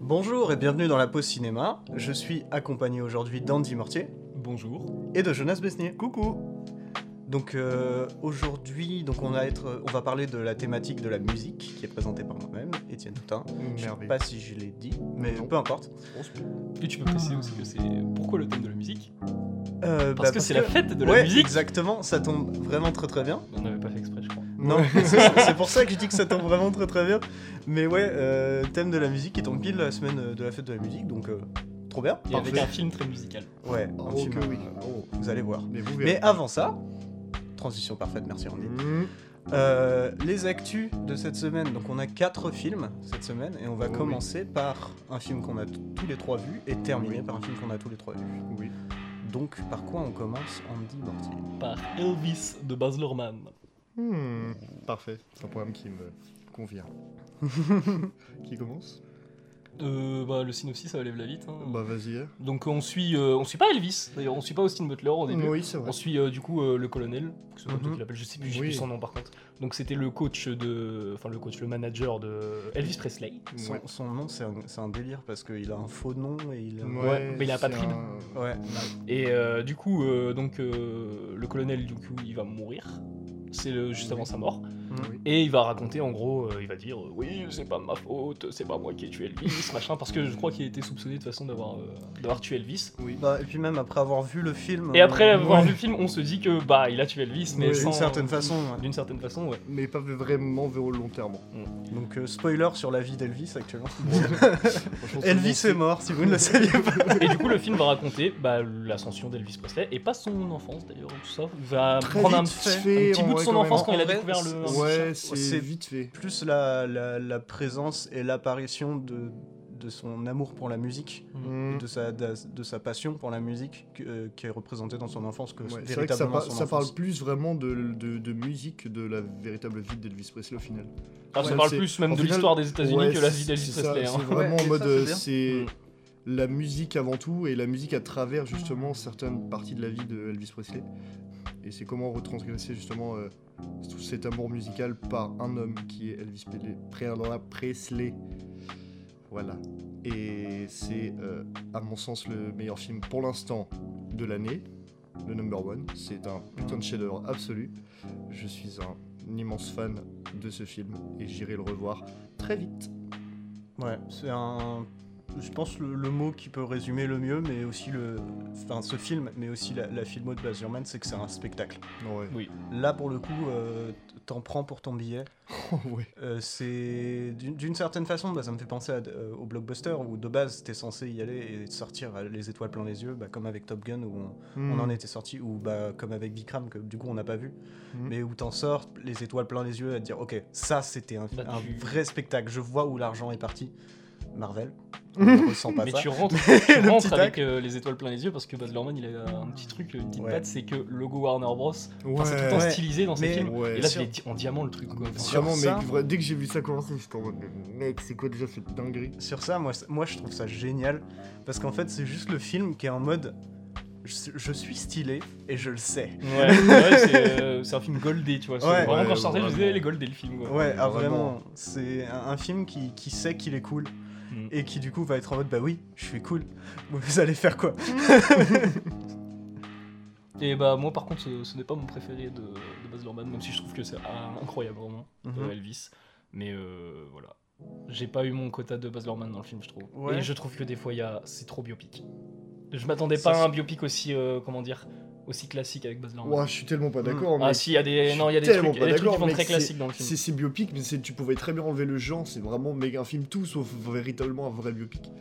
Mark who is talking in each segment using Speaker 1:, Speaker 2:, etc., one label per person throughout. Speaker 1: Bonjour et bienvenue dans la pause cinéma. Je suis accompagné aujourd'hui d'Andy Mortier
Speaker 2: Bonjour.
Speaker 1: et de Jonas Besnier.
Speaker 2: Coucou.
Speaker 1: Donc euh, aujourd'hui, donc on va être, on va parler de la thématique de la musique qui est présentée par moi-même, Étienne Toutin. Je sais
Speaker 2: Merveilleux.
Speaker 1: pas si je l'ai dit, mais
Speaker 2: Non.
Speaker 1: peu importe.
Speaker 2: Et tu peux préciser aussi que c'est pourquoi le thème de la musique
Speaker 1: Euh,
Speaker 2: Parce
Speaker 1: bah,
Speaker 2: que c'est la fête de la
Speaker 1: Ouais,
Speaker 2: musique.
Speaker 1: exactement. Ça tombe vraiment très très bien.
Speaker 2: On n'avait pas fait exprès, je crois.
Speaker 1: Non, c'est c'est pour ça que je dis que ça tombe vraiment très très bien. Mais ouais, euh, thème de la musique qui tombe pile la semaine de la fête de la musique, donc euh, trop bien.
Speaker 2: Et avec
Speaker 1: Parfait.
Speaker 2: un film très musical.
Speaker 1: Ouais, un
Speaker 3: Oh
Speaker 1: film,
Speaker 3: que oui.
Speaker 1: euh,
Speaker 3: Oh.
Speaker 1: vous allez voir.
Speaker 3: Mais vous verrez.
Speaker 1: Mais avant ça, transition parfaite, merci Andy.
Speaker 3: Mmh.
Speaker 1: Euh, les actus de cette semaine, donc on a quatre films cette semaine et on va
Speaker 3: Oui.
Speaker 1: commencer par un film qu'on a t- tous les trois vu et terminer
Speaker 3: Oui.
Speaker 1: par un film qu'on a tous les trois vu.
Speaker 3: Oui.
Speaker 1: Donc par quoi on commence Andy Mortier
Speaker 2: Par Elvis de Baz Luhrmann.
Speaker 3: Hmm. Parfait. C'est un programme qui me convient. qui commence
Speaker 2: Euh, bah, le synopsis, ça va lève la vite. hein.
Speaker 3: Bah vas-y.
Speaker 2: Donc on suit, euh, on suit pas Elvis. D'ailleurs, on suit pas Austin Butler au début.
Speaker 3: Oui, c'est vrai.
Speaker 2: On suit euh, du coup euh, le colonel, que c'est comme ça
Speaker 1: Mhm.
Speaker 2: qu'il l'appelle, je sais plus, j'ai
Speaker 3: Oui.
Speaker 2: plus son nom par contre. Donc c'était le coach de, enfin le coach, le manager de Elvis Presley.
Speaker 1: son,
Speaker 3: Ouais.
Speaker 1: son nom c'est un, c'est un délire parce qu'il a un faux nom et il a...
Speaker 2: Ouais, mais il a pas de
Speaker 3: c'est
Speaker 2: rime.
Speaker 3: un-
Speaker 1: Ouais.
Speaker 2: Et euh, du coup, euh, donc euh, le colonel, du coup, il va mourir. C'est le- juste
Speaker 3: Oui.
Speaker 2: avant sa mort.
Speaker 3: Oui.
Speaker 2: Et il va raconter, en gros, euh, il va dire euh, Oui, c'est pas ma faute, c'est pas moi qui ai tué Elvis, machin, parce que je crois qu'il a été soupçonné de toute façon d'avoir euh, d'avoir tué Elvis.
Speaker 3: Oui.
Speaker 1: Bah, et puis même après avoir vu le film...
Speaker 2: Et après
Speaker 1: euh,
Speaker 2: avoir
Speaker 1: ouais,
Speaker 2: vu le film, on se dit que bah il a tué Elvis, mais
Speaker 1: d'une
Speaker 2: sans-
Speaker 1: certaine façon, ouais.
Speaker 2: D'une certaine façon, ouais.
Speaker 3: Mais pas vraiment volontairement.
Speaker 1: Donc euh, spoiler sur la vie d'Elvis actuellement.
Speaker 3: Franchement, c'est
Speaker 1: Elvis
Speaker 3: bon.
Speaker 1: est mort si vous ne le saviez pas.
Speaker 2: Et du coup, le film va raconter bah, l'ascension d'Elvis Presley, et pas son enfance d'ailleurs, tout ça. Il va
Speaker 3: Très
Speaker 2: prendre un
Speaker 3: vite
Speaker 2: petit,
Speaker 3: fait,
Speaker 2: un petit
Speaker 3: en
Speaker 2: bout de
Speaker 3: vrai,
Speaker 2: son
Speaker 3: quand
Speaker 2: enfance quand
Speaker 3: même. hein.
Speaker 2: il a
Speaker 1: En vrai,
Speaker 2: découvert le.
Speaker 1: c'est-
Speaker 3: Ouais,
Speaker 1: C'est-
Speaker 3: c'est vite fait.
Speaker 1: plus la, la, la présence et l'apparition de, de son amour pour la musique,
Speaker 3: Hmm.
Speaker 1: et de, sa, de, de sa passion pour la musique que- euh, qui est représentée dans son enfance, que
Speaker 3: Ouais, c'est vrai que ça,
Speaker 1: véritablement
Speaker 3: par-
Speaker 1: son
Speaker 3: ça parle
Speaker 1: enfance.
Speaker 3: plus vraiment de, de, de musique que de la véritable vie d'Elvis Presley au final.
Speaker 2: Ah, ça
Speaker 3: Ouais,
Speaker 2: parle
Speaker 3: c'est-
Speaker 2: plus même
Speaker 3: en
Speaker 2: de
Speaker 3: final,
Speaker 2: l'histoire des États-Unis
Speaker 3: Ouais,
Speaker 2: que la
Speaker 3: c'est-
Speaker 2: vie d'Elvis
Speaker 3: c'est ça,
Speaker 2: Presley. hein.
Speaker 3: C'est vraiment
Speaker 1: Ouais, et
Speaker 3: en mode
Speaker 1: ça, c'est
Speaker 3: euh,
Speaker 1: bien.
Speaker 3: c'est
Speaker 2: Mm.
Speaker 3: la musique avant tout et la musique à travers justement certaines parties de la vie de Elvis Presley. Et c'est comment retransgresser justement euh, tout cet amour musical par un homme qui est Elvis Presley. Pre- Presley. Voilà. Et c'est euh, à mon sens le meilleur film pour l'instant de l'année. Le number one, c'est un putain de chef-d'œuvre absolu. Je suis un immense fan de ce film et j'irai le revoir très vite.
Speaker 1: Ouais, c'est un. Je pense le, le mot qui peut résumer le mieux, mais aussi le. Enfin, ce film, mais aussi la, la filmo de Baz Luhrmann, c'est que c'est un spectacle.
Speaker 3: Ouais.
Speaker 1: Là, pour le coup, euh, t'en prends pour ton billet.
Speaker 3: ouais.
Speaker 1: Euh, c'est d'une d'une certaine façon, bah, ça me fait penser à d- euh, au blockbuster où de base t'es censé y aller et sortir euh, les étoiles plein les yeux, bah, comme avec Top Gun où on, on en était sorti, ou bah, comme avec Bikram que du coup on n'a pas vu,
Speaker 3: Mhm.
Speaker 1: mais où t'en sors les étoiles plein les yeux à te dire ok ça c'était un,
Speaker 2: Bah,
Speaker 1: un
Speaker 2: tu-
Speaker 1: vrai spectacle, je vois où l'argent est parti. Marvel, on ne ressent pas
Speaker 2: Mais
Speaker 1: ça.
Speaker 2: tu rentres, tu
Speaker 1: Le
Speaker 2: rentres
Speaker 1: petit
Speaker 2: avec euh, les étoiles plein les yeux parce que Baz Luhrmann il a un petit truc, une petite
Speaker 1: Ouais.
Speaker 2: patte, c'est que logo Warner Bros. Enfin, c'est tout le temps
Speaker 3: Mmh. Ouais.
Speaker 1: Ouais.
Speaker 2: stylisé dans ses
Speaker 1: Mais-
Speaker 2: films.
Speaker 3: Ouais.
Speaker 2: Et là
Speaker 1: Sur-
Speaker 2: c'est en diamant le truc quoi. Enfin,
Speaker 1: Sur-
Speaker 3: Vraiment,
Speaker 1: ça-
Speaker 3: mec, vra- dès que j'ai vu ça commencer, j'étais en mode, mais mec, c'est quoi déjà cette dinguerie
Speaker 1: Sur ça, moi, c- moi je trouve ça génial parce qu'en fait c'est juste le film qui est en mode je, je suis stylé et je le sais.
Speaker 2: Ouais, ouais, c'est euh, c'est un film goldé, tu vois. c'est-
Speaker 1: Ouais.
Speaker 2: vraiment
Speaker 3: Ouais,
Speaker 2: quand je sortais, je disais
Speaker 3: vraiment.
Speaker 2: les goldés le film. Quoi.
Speaker 1: Ouais, ah, vraiment,
Speaker 3: vraiment.
Speaker 1: c'est un, un film qui, qui sait qu'il est cool
Speaker 2: Mm.
Speaker 1: et qui du coup va être en mode bah oui, je suis cool, vous allez faire quoi
Speaker 2: Et bah moi par contre ce, ce n'est pas mon préféré de, de Baz Luhrmann, même si je trouve que c'est ah, incroyable vraiment,
Speaker 1: Mhm.
Speaker 2: euh, Elvis. Mais euh, voilà. J'ai pas eu mon quota de Baz Luhrmann dans le film, je trouve.
Speaker 1: Ouais.
Speaker 2: Et je trouve que des fois il y a... c'est trop biopic. Je m'attendais
Speaker 1: Ça
Speaker 2: pas à
Speaker 1: se-
Speaker 2: un biopic aussi euh, comment dire aussi classique avec Baz Luhrmann.
Speaker 3: Ouah, je suis tellement pas
Speaker 1: Mm.
Speaker 3: d'accord,
Speaker 2: ah
Speaker 3: mec.
Speaker 2: si, il y a
Speaker 3: Je
Speaker 2: des
Speaker 3: suis
Speaker 2: non, il y a des
Speaker 3: tellement
Speaker 2: trucs, il y a
Speaker 3: pas
Speaker 2: des trucs qui
Speaker 3: d'accord,
Speaker 2: vont
Speaker 3: mec,
Speaker 2: très
Speaker 3: c'est-
Speaker 2: classiques dans le
Speaker 3: C'est
Speaker 2: film.
Speaker 3: c'est biopic, mais c'est- tu pouvais très bien enlever le genre, c'est vraiment méga un film tout sauf véritablement un vrai biopic.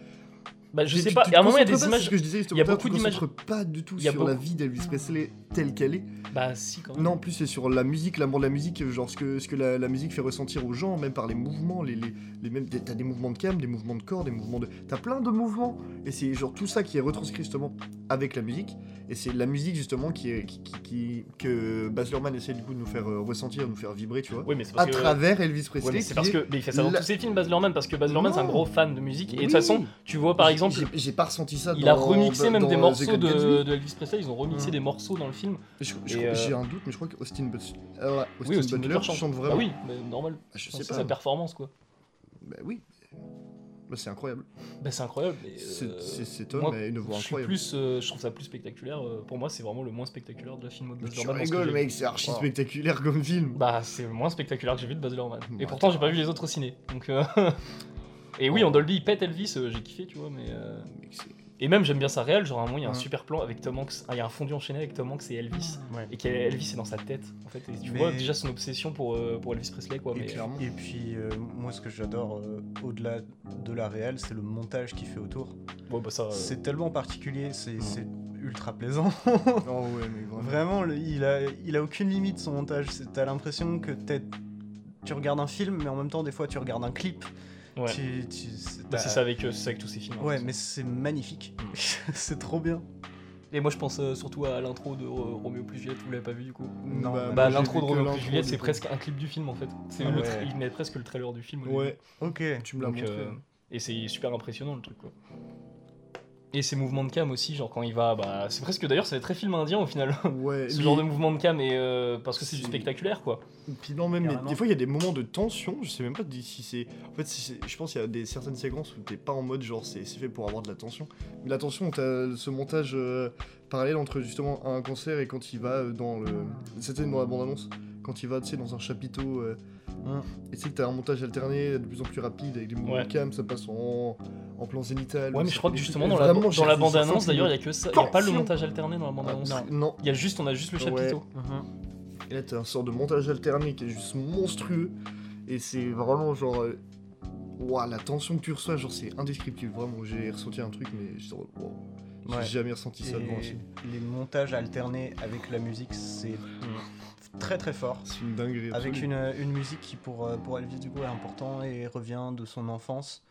Speaker 2: Bah je
Speaker 3: Mais
Speaker 2: sais
Speaker 3: tu-
Speaker 2: pas,
Speaker 3: tu
Speaker 2: et à un moment il y a des
Speaker 3: concentres pas,
Speaker 2: images
Speaker 3: c'est ce que je disais, justement,
Speaker 2: il y a
Speaker 3: toi,
Speaker 2: beaucoup
Speaker 3: tu
Speaker 2: d'images-
Speaker 3: concentres pas du tout
Speaker 2: Il y a
Speaker 3: sur la
Speaker 2: beaucoup-
Speaker 3: vie d'Elvis Presley telle qu'elle est.
Speaker 2: Bah si quand même.
Speaker 3: Non, en plus c'est sur la musique, l'amour de la musique, genre ce que, ce que la, la musique fait ressentir aux gens, même par les mouvements, les, les, les mêmes, des- t'as des mouvements de cam, des mouvements de corps, des mouvements de... T'as plein de mouvements, et c'est genre tout ça qui est retranscrit justement avec la musique, et c'est la musique justement qui est, qui, qui- qui- que Baz Luhrmann essaie du coup de nous faire euh, ressentir, de nous faire vibrer, tu vois,
Speaker 2: Oui, mais c'est parce
Speaker 3: à
Speaker 2: que
Speaker 3: travers Elvis
Speaker 2: Ouais,
Speaker 3: Presley.
Speaker 2: mais c'est parce
Speaker 3: qui est-
Speaker 2: que mais il fait ça dans
Speaker 3: la-
Speaker 2: tous ses films Baz Luhrmann parce que Baz Luhrmann c'est un
Speaker 3: Non.
Speaker 2: gros fan de musique et de
Speaker 3: Oui.
Speaker 2: toute façon, tu vois par
Speaker 3: J'ai-
Speaker 2: exemple
Speaker 3: j'ai- J'ai pas ressenti ça
Speaker 2: Il
Speaker 3: dans-
Speaker 2: a remixé
Speaker 3: dans-
Speaker 2: même
Speaker 3: dans Mmh.
Speaker 2: des
Speaker 3: The
Speaker 2: morceaux
Speaker 3: Great
Speaker 2: de,
Speaker 3: Gatsby.
Speaker 2: de Elvis Presley, ils ont remixé
Speaker 1: Mm.
Speaker 2: des morceaux dans le film.
Speaker 3: Je- je-
Speaker 2: et, euh,
Speaker 3: J'ai un doute, mais je crois qu'Austin Butler,
Speaker 2: Oui, Austin Butler
Speaker 3: chante
Speaker 2: chante.
Speaker 3: vraiment.
Speaker 2: Bah
Speaker 3: Ah,
Speaker 2: oui, bah, normal.
Speaker 3: Je sais
Speaker 2: C'est
Speaker 3: pas.
Speaker 2: sa performance quoi.
Speaker 3: Bah oui. Bah, c'est incroyable.
Speaker 2: Bah, c'est incroyable. Mais, euh,
Speaker 3: C'est- c'est- Cet homme
Speaker 2: moi,
Speaker 3: a une voix
Speaker 2: je, suis
Speaker 3: incroyable.
Speaker 2: plus, euh, je trouve ça plus spectaculaire. euh, Pour moi, c'est vraiment le moins spectaculaire de la film de
Speaker 3: Mais
Speaker 2: Baz
Speaker 3: tu
Speaker 2: Luhrmann, dans ce que
Speaker 3: rigoles,
Speaker 2: j'ai Oh. vu.
Speaker 3: mec, c'est archi
Speaker 2: Wow.
Speaker 3: spectaculaire comme film.
Speaker 2: Bah, c'est le moins spectaculaire que j'ai vu de Baz Luhrmann.
Speaker 3: Ouais,
Speaker 2: Et pourtant, j'ai pas vu les autres au ciné. Donc, euh, Et oui, en Dolby, il pète Elvis, euh, j'ai kiffé, tu vois, mais. euh,
Speaker 3: Mec, c'est-
Speaker 2: Et même, j'aime bien ça réel. Genre, à un moment, il y a un
Speaker 3: Ouais.
Speaker 2: super plan avec Tom Hanks. ah, Il y a un fondu enchaîné avec Tom Hanks et Elvis.
Speaker 1: Ouais.
Speaker 2: Et qu'Elvis est dans sa tête, en fait. Et tu
Speaker 1: Mais-
Speaker 2: vois déjà son obsession pour, euh, pour Elvis Presley, quoi.
Speaker 3: Et
Speaker 2: mais-
Speaker 3: clairement.
Speaker 1: Et puis, euh, moi, ce que j'adore euh, au-delà de la réelle, c'est le montage qu'il fait autour.
Speaker 2: Ouais, Mm. bah, ça. euh,
Speaker 1: C'est tellement particulier, c'est c'est ultra plaisant.
Speaker 3: Oh ouais, mais vraiment.
Speaker 1: Vraiment, le- il, a, il a aucune limite son montage. C'est- T'as l'impression que t'es- tu regardes un film, mais en même temps, des fois, tu regardes un clip.
Speaker 2: Ouais.
Speaker 1: Tu- tu- c'est
Speaker 2: bah,
Speaker 1: t'as-
Speaker 2: c'est ça avec, euh, c'est ça avec tous ces films. en
Speaker 1: Ouais,
Speaker 2: fait.
Speaker 1: mais c'est magnifique.
Speaker 2: Mm.
Speaker 1: c'est trop bien.
Speaker 2: Et moi, je pense euh, surtout à l'intro de euh, Roméo plus Juliette, vous l'avez pas vu du coup
Speaker 1: Non,
Speaker 3: Bah,
Speaker 1: bah,
Speaker 2: Bah,
Speaker 3: j'ai
Speaker 2: l'intro de
Speaker 3: vu que
Speaker 2: Roméo plus
Speaker 3: l'intro
Speaker 2: Juliette,
Speaker 3: du
Speaker 2: c'est
Speaker 3: coup.
Speaker 2: presque un clip du film en fait. C'est
Speaker 1: Ah
Speaker 2: le
Speaker 1: ouais.
Speaker 2: tra- Il met presque le trailer du film. au début.
Speaker 3: Ouais,
Speaker 1: Ok.
Speaker 3: tu me l'as
Speaker 2: Donc,
Speaker 3: montré. hein.
Speaker 2: euh, et c'est super impressionnant le truc quoi. Et ses mouvements de cam aussi, genre quand il va, bah c'est presque d'ailleurs c'est très film indien au final.
Speaker 3: hein. Ouais,
Speaker 2: Ce
Speaker 3: mais-
Speaker 2: genre de mouvement de cam et euh, parce que c'est du
Speaker 3: C'est-
Speaker 2: spectaculaire quoi.
Speaker 3: Et Puis non, même, mais
Speaker 1: Carrément.
Speaker 3: des fois, il y a des moments de tension, je sais même pas di- si c'est... En fait, si c'est- je pense qu'il y a des, certaines séquences où t'es pas en mode, genre, c'est c'est fait pour avoir de la tension. Mais la tension, t'as ce montage euh, parallèle entre, justement, un concert et quand il va euh, dans le... C'était dans la bande-annonce. Quand il va, tu sais, dans un chapiteau... euh,
Speaker 1: Hum.
Speaker 3: Et tu sais que t'as un montage alterné de plus en plus rapide avec des mouvements
Speaker 2: Mmh. Ouais.
Speaker 3: de cam, ça passe en, en plan zénital.
Speaker 2: Ouais mais
Speaker 3: ça
Speaker 2: je crois
Speaker 3: fait
Speaker 2: que
Speaker 3: des
Speaker 2: justement
Speaker 3: trucs-
Speaker 2: dans la,
Speaker 3: vraiment,
Speaker 2: dans la
Speaker 3: j'ai-
Speaker 2: bande
Speaker 3: j'ai
Speaker 2: annonce
Speaker 3: senti
Speaker 2: d'ailleurs il y a que ça, il y a pas le
Speaker 3: tension.
Speaker 2: montage alterné dans la bande annonce.
Speaker 3: Ah, Non,
Speaker 2: Il y a juste on a juste le
Speaker 3: Ouais.
Speaker 2: chapiteau.
Speaker 1: Mhm.
Speaker 3: Et là, t'as un sort de montage alterné qui est juste monstrueux. Et c'est vraiment genre. euh, Ouah, la tension que tu reçois, genre, c'est indescriptible. Vraiment, j'ai ressenti un truc, mais j'étais en mode, wow, j'ai
Speaker 1: Ouais.
Speaker 3: jamais ressenti ça devant un
Speaker 1: Et
Speaker 3: film.
Speaker 1: les montages alternés avec la musique, c'est
Speaker 2: Mm.
Speaker 1: très très fort.
Speaker 3: C'est une dinguerie.
Speaker 1: Avec
Speaker 3: absolue.
Speaker 1: une, une musique qui pour, euh, pour Elvis du coup est important et revient de son enfance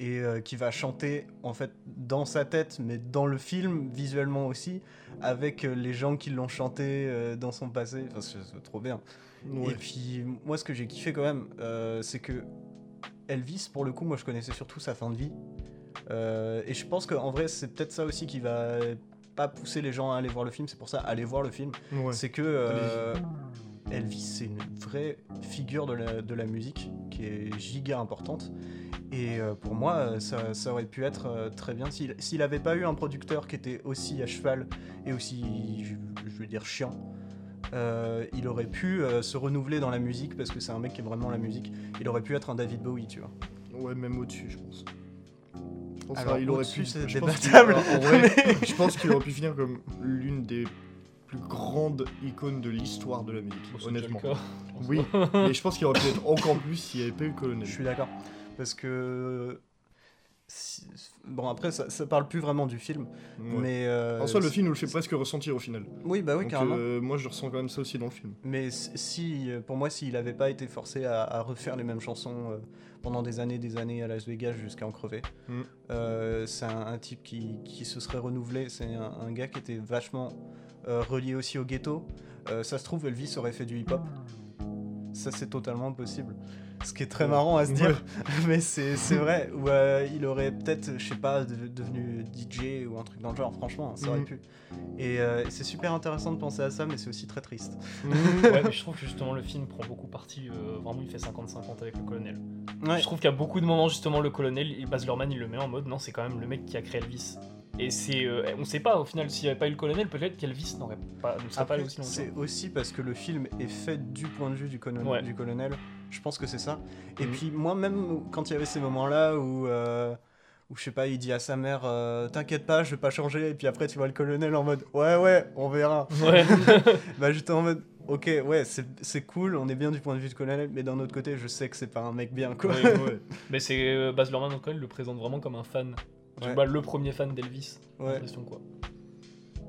Speaker 1: et euh, qui va chanter en fait dans sa tête mais dans le film visuellement aussi avec euh, les gens qui l'ont chanté euh, dans son passé. Enfin, c'est c'est trop bien.
Speaker 3: Ouais.
Speaker 1: Et puis moi ce que j'ai kiffé quand même euh, c'est que Elvis pour le coup moi je connaissais surtout sa fin de vie Euh, et je pense qu'en vrai c'est peut-être ça aussi qui va pas pousser les gens à aller voir le film c'est pour ça allez voir le film
Speaker 3: Ouais.
Speaker 1: c'est que euh, Elvis c'est une vraie figure de la, de la musique qui est giga importante et euh, pour moi euh, ça, ça aurait pu être euh, très bien s'il s'il avait pas eu un producteur qui était aussi à cheval et aussi je, je veux dire chiant euh, il aurait pu euh, se renouveler dans la musique parce que c'est un mec qui aime vraiment la musique il aurait pu être un David Bowie tu vois
Speaker 3: Ouais, même au-dessus, je pense. Je pense
Speaker 1: Alors,
Speaker 3: ah, il aurait
Speaker 1: au-dessus,
Speaker 3: pu.
Speaker 1: c'est
Speaker 3: je pense qu'il-
Speaker 1: débattable,
Speaker 3: alors, en vrai,
Speaker 1: mais-
Speaker 3: Je pense qu'il aurait pu finir comme l'une des plus grandes icônes de l'histoire de la musique,
Speaker 2: Bon, Oh, c'est déjà le
Speaker 3: honnêtement.
Speaker 2: cas.
Speaker 3: Oui, mais je pense qu'il aurait pu être encore plus s'il n'y avait pas eu le colonel.
Speaker 1: Je suis d'accord. Parce que. si- Bon, après, ça, ça parle plus vraiment du film.
Speaker 3: Ouais.
Speaker 1: Mais. euh,
Speaker 3: En soi, le
Speaker 1: si-
Speaker 3: film nous le fait presque ressentir au final.
Speaker 1: Oui, bah oui,
Speaker 3: Donc,
Speaker 1: carrément.
Speaker 3: euh, moi, je ressens quand même ça aussi dans le film.
Speaker 1: Mais si- si, euh, pour moi, s'il avait pas été forcé à, à refaire les mêmes chansons euh, pendant des années, des années à Las Vegas jusqu'à en crever,
Speaker 3: Mm.
Speaker 1: euh, c'est un, un type qui, qui se serait renouvelé. C'est un, un gars qui était vachement euh, relié aussi au ghetto. Euh, ça se trouve, Elvis aurait fait du hip-hop. Ça, c'est totalement possible. Ce qui est très
Speaker 3: Ouais.
Speaker 1: marrant à se dire,
Speaker 3: Ouais.
Speaker 1: mais c'est c'est vrai. Ou euh, il aurait peut-être, je sais pas, de- devenu DJ ou un truc dans le genre, franchement, ça aurait
Speaker 3: Mm.
Speaker 1: pu. Et euh, c'est super intéressant de penser à ça, mais c'est aussi très triste.
Speaker 3: Mmh.
Speaker 2: Ouais, mais je trouve que justement le film prend beaucoup parti, euh, vraiment il fait 50-50 avec le colonel.
Speaker 1: Ouais.
Speaker 2: Je trouve qu'à beaucoup de moments, justement, le colonel, il- Baz Luhrmann, il le met en mode non, c'est quand même le mec qui a créé Elvis. Et c'est. euh, on sait pas, au final, s'il n'y avait pas eu le colonel, peut-être qu'Elvis n'aurait pas, ne serait Ah, pas
Speaker 1: Après,
Speaker 2: allé aussi longtemps.
Speaker 1: c'est aussi parce que le film est fait du point de vue du colonel.
Speaker 2: Ouais.
Speaker 1: Du colonel. Je pense que c'est ça. Et
Speaker 3: Mhm.
Speaker 1: puis moi même quand il y avait ces moments-là où, euh, où je sais pas, il dit à sa mère, euh, t'inquiète pas, je vais pas changer. Et puis après tu vois le colonel en mode, ouais ouais, on verra.
Speaker 2: Ouais,
Speaker 1: bah j'étais en mode, ok ouais, c'est c'est cool, on est bien du point de vue du colonel, mais d'un autre côté, je sais que c'est pas un mec bien quoi.
Speaker 2: Ouais, mais c'est. euh, Baz Luhrmann, donc, il le présente vraiment comme un fan. Tu
Speaker 1: Ouais.
Speaker 2: vois, le premier fan d'Elvis, j'ai
Speaker 1: Ouais,
Speaker 2: l'impression, quoi.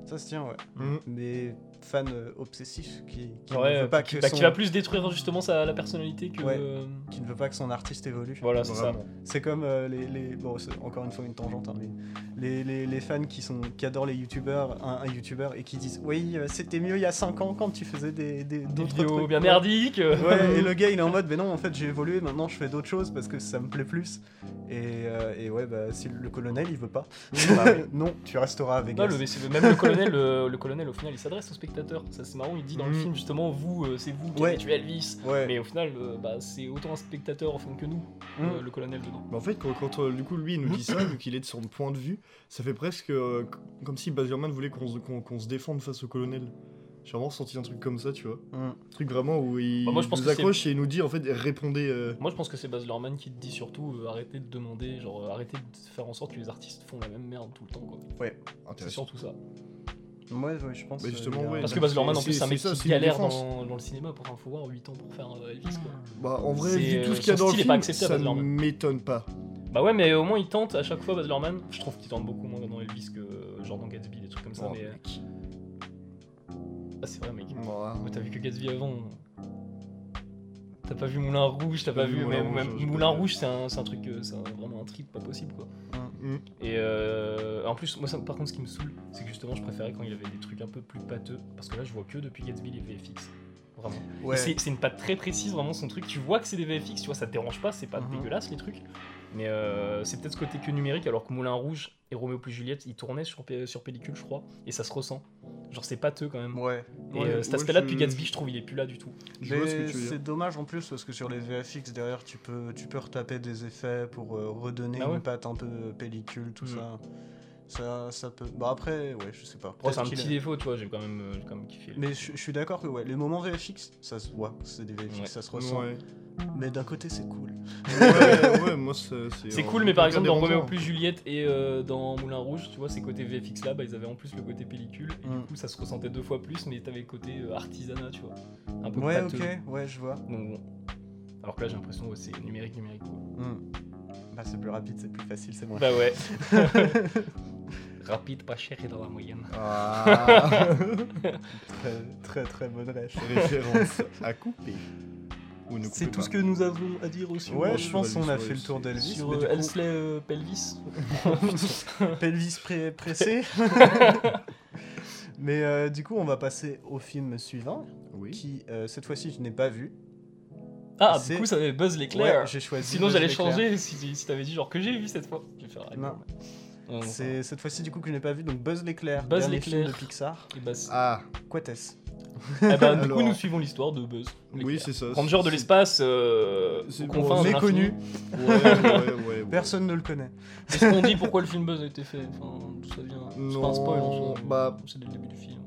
Speaker 1: ça se tient ouais.
Speaker 3: Mhm.
Speaker 1: Mais fan euh, obsessif qui, qui ne
Speaker 2: Ouais,
Speaker 1: veut pas
Speaker 2: qui,
Speaker 1: que
Speaker 2: bah,
Speaker 1: son-
Speaker 2: qui va plus détruire justement sa, la personnalité que.
Speaker 1: Ouais.
Speaker 2: euh,
Speaker 1: qui ne veut pas que son artiste évolue.
Speaker 2: Voilà, c'est ça.
Speaker 3: Vraiment.
Speaker 1: C'est comme euh, les, les- Bon, c'est encore une fois une tangente, hein, mais les, les- les fans qui, sont, qui adorent les youtubeurs, un, un youtubeur, et qui disent Oui, euh, c'était mieux il y a 5 ans quand tu faisais des, des-
Speaker 2: Des
Speaker 1: d'autres
Speaker 2: vidéos
Speaker 1: trucs.
Speaker 2: bien merdiques. euh.
Speaker 1: Ouais, et le gars il est en mode Mais non, en fait j'ai évolué, maintenant je fais d'autres choses parce que ça me plaît plus. Et, euh, et ouais, bah si le colonel il veut pas,
Speaker 3: Bah oui.
Speaker 1: non, tu resteras à
Speaker 2: Non,
Speaker 1: Vegas.
Speaker 2: le, c'est le- même le colonel, euh, le colonel, au final, il s'adresse au spectateurs. Ça c'est marrant, il dit dans le
Speaker 3: Mhm.
Speaker 2: film justement vous, euh, c'est vous qui
Speaker 1: Mm. Ouais.
Speaker 2: avez tué Elvis.
Speaker 1: Ouais.
Speaker 2: Mais au final, euh, bah, c'est autant un spectateur enfin, que nous,
Speaker 3: Mm.
Speaker 1: Mhm.
Speaker 2: euh, le colonel dedans.
Speaker 3: Mais en fait, quand, quand, euh, du coup, lui, il nous dit ça, vu qu'il est de son point de vue, ça fait presque euh, c- comme si Baz Luhrmann voulait qu'on se- qu'on- qu'on se défende face au colonel. J'ai vraiment senti un truc comme ça, tu vois.
Speaker 1: Mm.
Speaker 3: Un truc vraiment où il
Speaker 2: Bah, moi, je pense
Speaker 3: nous
Speaker 2: que c'est-
Speaker 3: accroche et il nous dit, en fait, répondez... euh,
Speaker 2: Moi je pense que c'est Baz Luhrmann qui te dit surtout euh, arrêtez de demander, genre euh, arrêtez de faire en sorte que les artistes font la même merde tout le temps quoi. C'est
Speaker 3: Intéressant.
Speaker 2: surtout ça.
Speaker 1: Ouais, ouais, je pense.
Speaker 3: Mais
Speaker 1: euh,
Speaker 3: justement,
Speaker 1: il y a-
Speaker 3: ouais.
Speaker 2: Parce que
Speaker 3: bah,
Speaker 2: Baz Luhrmann en
Speaker 3: c'est-
Speaker 2: plus c'est un
Speaker 3: c'est
Speaker 2: mec
Speaker 3: ça, c'est
Speaker 2: qui
Speaker 3: une
Speaker 2: galère
Speaker 3: défense.
Speaker 2: dans, dans le cinéma pour enfin, faut voir 8 ans pour faire euh, Elvis quoi.
Speaker 3: Bah, en vrai,
Speaker 2: C'est,
Speaker 3: vu tout
Speaker 2: euh,
Speaker 3: ce qu'il y a
Speaker 2: son
Speaker 3: dans le
Speaker 2: style est
Speaker 3: film,
Speaker 2: pas acceptable,
Speaker 3: ça ne
Speaker 2: normalement.
Speaker 3: m'étonne pas.
Speaker 2: Bah ouais mais au moins il tente à chaque fois Baz Luhrmann. Je trouve qu'il tente beaucoup moins dans Elvis que euh, genre dans Gatsby des trucs comme ça
Speaker 3: Oh,
Speaker 2: mais euh,
Speaker 3: mec.
Speaker 2: ah, c'est vrai mec.
Speaker 3: Ouah.
Speaker 2: Ouais, t'as vu que Gatsby avant. T'as pas vu Moulin Rouge, t'as pas vu. mais
Speaker 3: Moulin
Speaker 2: même-
Speaker 3: Rouge, j'ai pas
Speaker 2: Moulin
Speaker 3: vu.
Speaker 2: Rouge, c'est un, c'est un truc. euh, C'est un- vraiment un trip pas possible quoi.
Speaker 1: Mm.
Speaker 3: Mm.
Speaker 2: Et euh, en plus, moi, ça, par contre, ce qui me saoule, c'est que justement, je préférais quand il avait des trucs un peu plus pâteux. Parce que là, je vois que depuis Gatsby les VFX. Vraiment. Et
Speaker 1: Ouais.
Speaker 2: C'est c'est une patte très précise, vraiment, son truc. Tu vois que c'est des VFX, tu vois, ça te dérange pas, c'est pas
Speaker 1: Mhm.
Speaker 2: dégueulasse les trucs. Mais euh, c'est peut-être ce côté que numérique, alors que Moulin Rouge et Roméo plus Juliette, ils tournaient sur, pe- sur pellicule, je crois. Et ça se ressent. Genre, c'est pâteux quand même.
Speaker 1: Ouais.
Speaker 2: Et
Speaker 3: Ouais,
Speaker 2: euh, cet
Speaker 3: ouais,
Speaker 2: aspect-là,
Speaker 3: je-
Speaker 2: depuis Gatsby, je trouve, il est plus là du tout.
Speaker 3: Je vois ce que
Speaker 1: Mais
Speaker 3: tu veux
Speaker 1: c'est
Speaker 3: dire.
Speaker 1: dommage en plus parce que sur les VFX derrière tu peux tu peux retaper des effets pour euh, redonner
Speaker 2: Ah ouais.
Speaker 1: une patte un peu pellicule tout
Speaker 2: Mhm.
Speaker 1: ça. Ça ça peut bah après ouais je sais pas.
Speaker 2: Bon, Oh, c'est un
Speaker 1: Peut-être qu'il
Speaker 2: petit
Speaker 1: a-
Speaker 2: défaut, tu vois, j'ai quand même, euh, j'ai quand même kiffé.
Speaker 1: Mais je, je suis d'accord que ouais les moments VFX ça se voit c'est des VFX
Speaker 2: Ouais.
Speaker 1: ça se ressent.
Speaker 3: Ouais.
Speaker 1: Mais d'un côté c'est cool.
Speaker 3: ouais, ouais, moi, ça, c'est...
Speaker 2: C'est
Speaker 3: euh,
Speaker 2: cool, mais par
Speaker 3: hyper
Speaker 2: exemple, dans Roméo
Speaker 3: dérangeant.
Speaker 2: plus Juliette et euh, dans Moulin Rouge, tu vois, ces côtés VFX là, bah, ils avaient en plus le côté pellicule. Et
Speaker 1: Mm.
Speaker 2: du coup, ça se ressentait deux fois plus, mais t'avais le côté euh, artisanat, tu vois. Un peu
Speaker 1: Ouais
Speaker 2: pâteux.
Speaker 1: ok ouais je vois.
Speaker 2: Donc, bon. Alors que là, j'ai l'impression que c'est numérique, numérique. quoi.
Speaker 1: Mhm. Bah c'est plus rapide c'est plus facile c'est moins.
Speaker 2: Bah ouais. Rapide, pas cher et dans la moyenne.
Speaker 3: Ah.
Speaker 1: très très très bonne rêche.
Speaker 3: Référence à couper. Ou ne
Speaker 2: C'est
Speaker 3: coupez
Speaker 2: tout
Speaker 3: pas.
Speaker 2: ce que nous avons à dire aussi.
Speaker 1: Ouais
Speaker 3: moi,
Speaker 1: je
Speaker 3: je
Speaker 1: pense
Speaker 3: valide
Speaker 1: qu'on a
Speaker 3: sur
Speaker 1: fait le tour
Speaker 3: Elvis.
Speaker 1: d'Elvis.
Speaker 2: Sur
Speaker 1: mais
Speaker 2: euh,
Speaker 1: du coup,
Speaker 2: Hensley euh, Pelvis.
Speaker 1: Pelvis pré- pressé. Mais euh, du coup, on va passer au film suivant,
Speaker 3: Oui.
Speaker 1: qui euh, cette fois-ci je n'ai pas vu.
Speaker 2: Ah,
Speaker 1: C'est-
Speaker 2: du coup, ça avait Buzz l'éclair.
Speaker 1: Ouais, j'ai choisi.
Speaker 2: Sinon
Speaker 1: Buzz
Speaker 2: j'allais
Speaker 1: l'éclair.
Speaker 2: changer si, si t'avais dit genre que j'ai vu cette fois. Je vais faire arrête,
Speaker 1: Non.
Speaker 2: non, non,
Speaker 1: C'est cette fois-ci du coup que je n'ai pas vu, donc Buzz l'éclair,
Speaker 2: Buzz
Speaker 1: dernier
Speaker 2: l'éclair.
Speaker 1: film de Pixar.
Speaker 2: Et bah, c'est-
Speaker 3: Ah,
Speaker 1: Quates.
Speaker 2: Eh ben, du
Speaker 3: Alors.
Speaker 2: coup nous suivons l'histoire de Buzz.
Speaker 3: oui, c'est ça.
Speaker 2: Ranger de
Speaker 3: C'est-
Speaker 2: l'espace, euh,
Speaker 3: c'est-
Speaker 2: aux confins de
Speaker 1: méconnu.
Speaker 2: l'infini.
Speaker 3: Ouais, ouais, ouais, ouais.
Speaker 1: Personne ne le connaît.
Speaker 2: Est-ce qu'on dit pourquoi le film Buzz a été fait Enfin, d'où ça vient C'est pas un spoil en soi.
Speaker 3: Non,
Speaker 2: mais
Speaker 3: bah-
Speaker 2: C'est dès le début du film.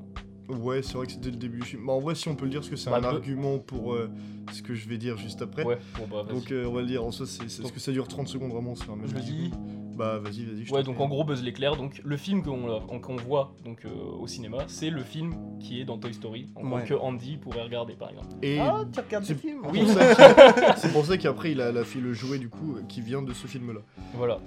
Speaker 3: Ouais, c'est vrai que c'est dès le début. du film. Bah, en vrai, si on peut le dire, parce que c'est
Speaker 2: Bah,
Speaker 3: un
Speaker 2: peu.
Speaker 3: argument pour euh, ce que je vais dire juste après.
Speaker 2: Ouais, bon bah vas-y.
Speaker 3: Donc, euh, on va le dire en soi, c'est, c'est- parce
Speaker 2: Donc-
Speaker 3: que ça dure 30 secondes vraiment, c'est un match
Speaker 2: Je
Speaker 3: de
Speaker 2: le dis.
Speaker 3: secondes. Bah, vas-y, vas-y. je
Speaker 2: Ouais,
Speaker 3: t'en
Speaker 2: donc
Speaker 3: prie.
Speaker 2: en gros Buzz l'éclair, donc le film qu'on l'a- qu'on- qu'on voit donc euh, au cinéma, c'est le film qui est dans Toy Story, en gros,
Speaker 1: Ouais.
Speaker 2: que Andy pourrait regarder par exemple.
Speaker 3: Et
Speaker 1: Ah, tu regardes
Speaker 3: c'est,
Speaker 1: films
Speaker 3: oui, ça- c'est pour ça qu'après, il a, la le jouet du coup euh, qui vient de ce film-là.
Speaker 2: Voilà.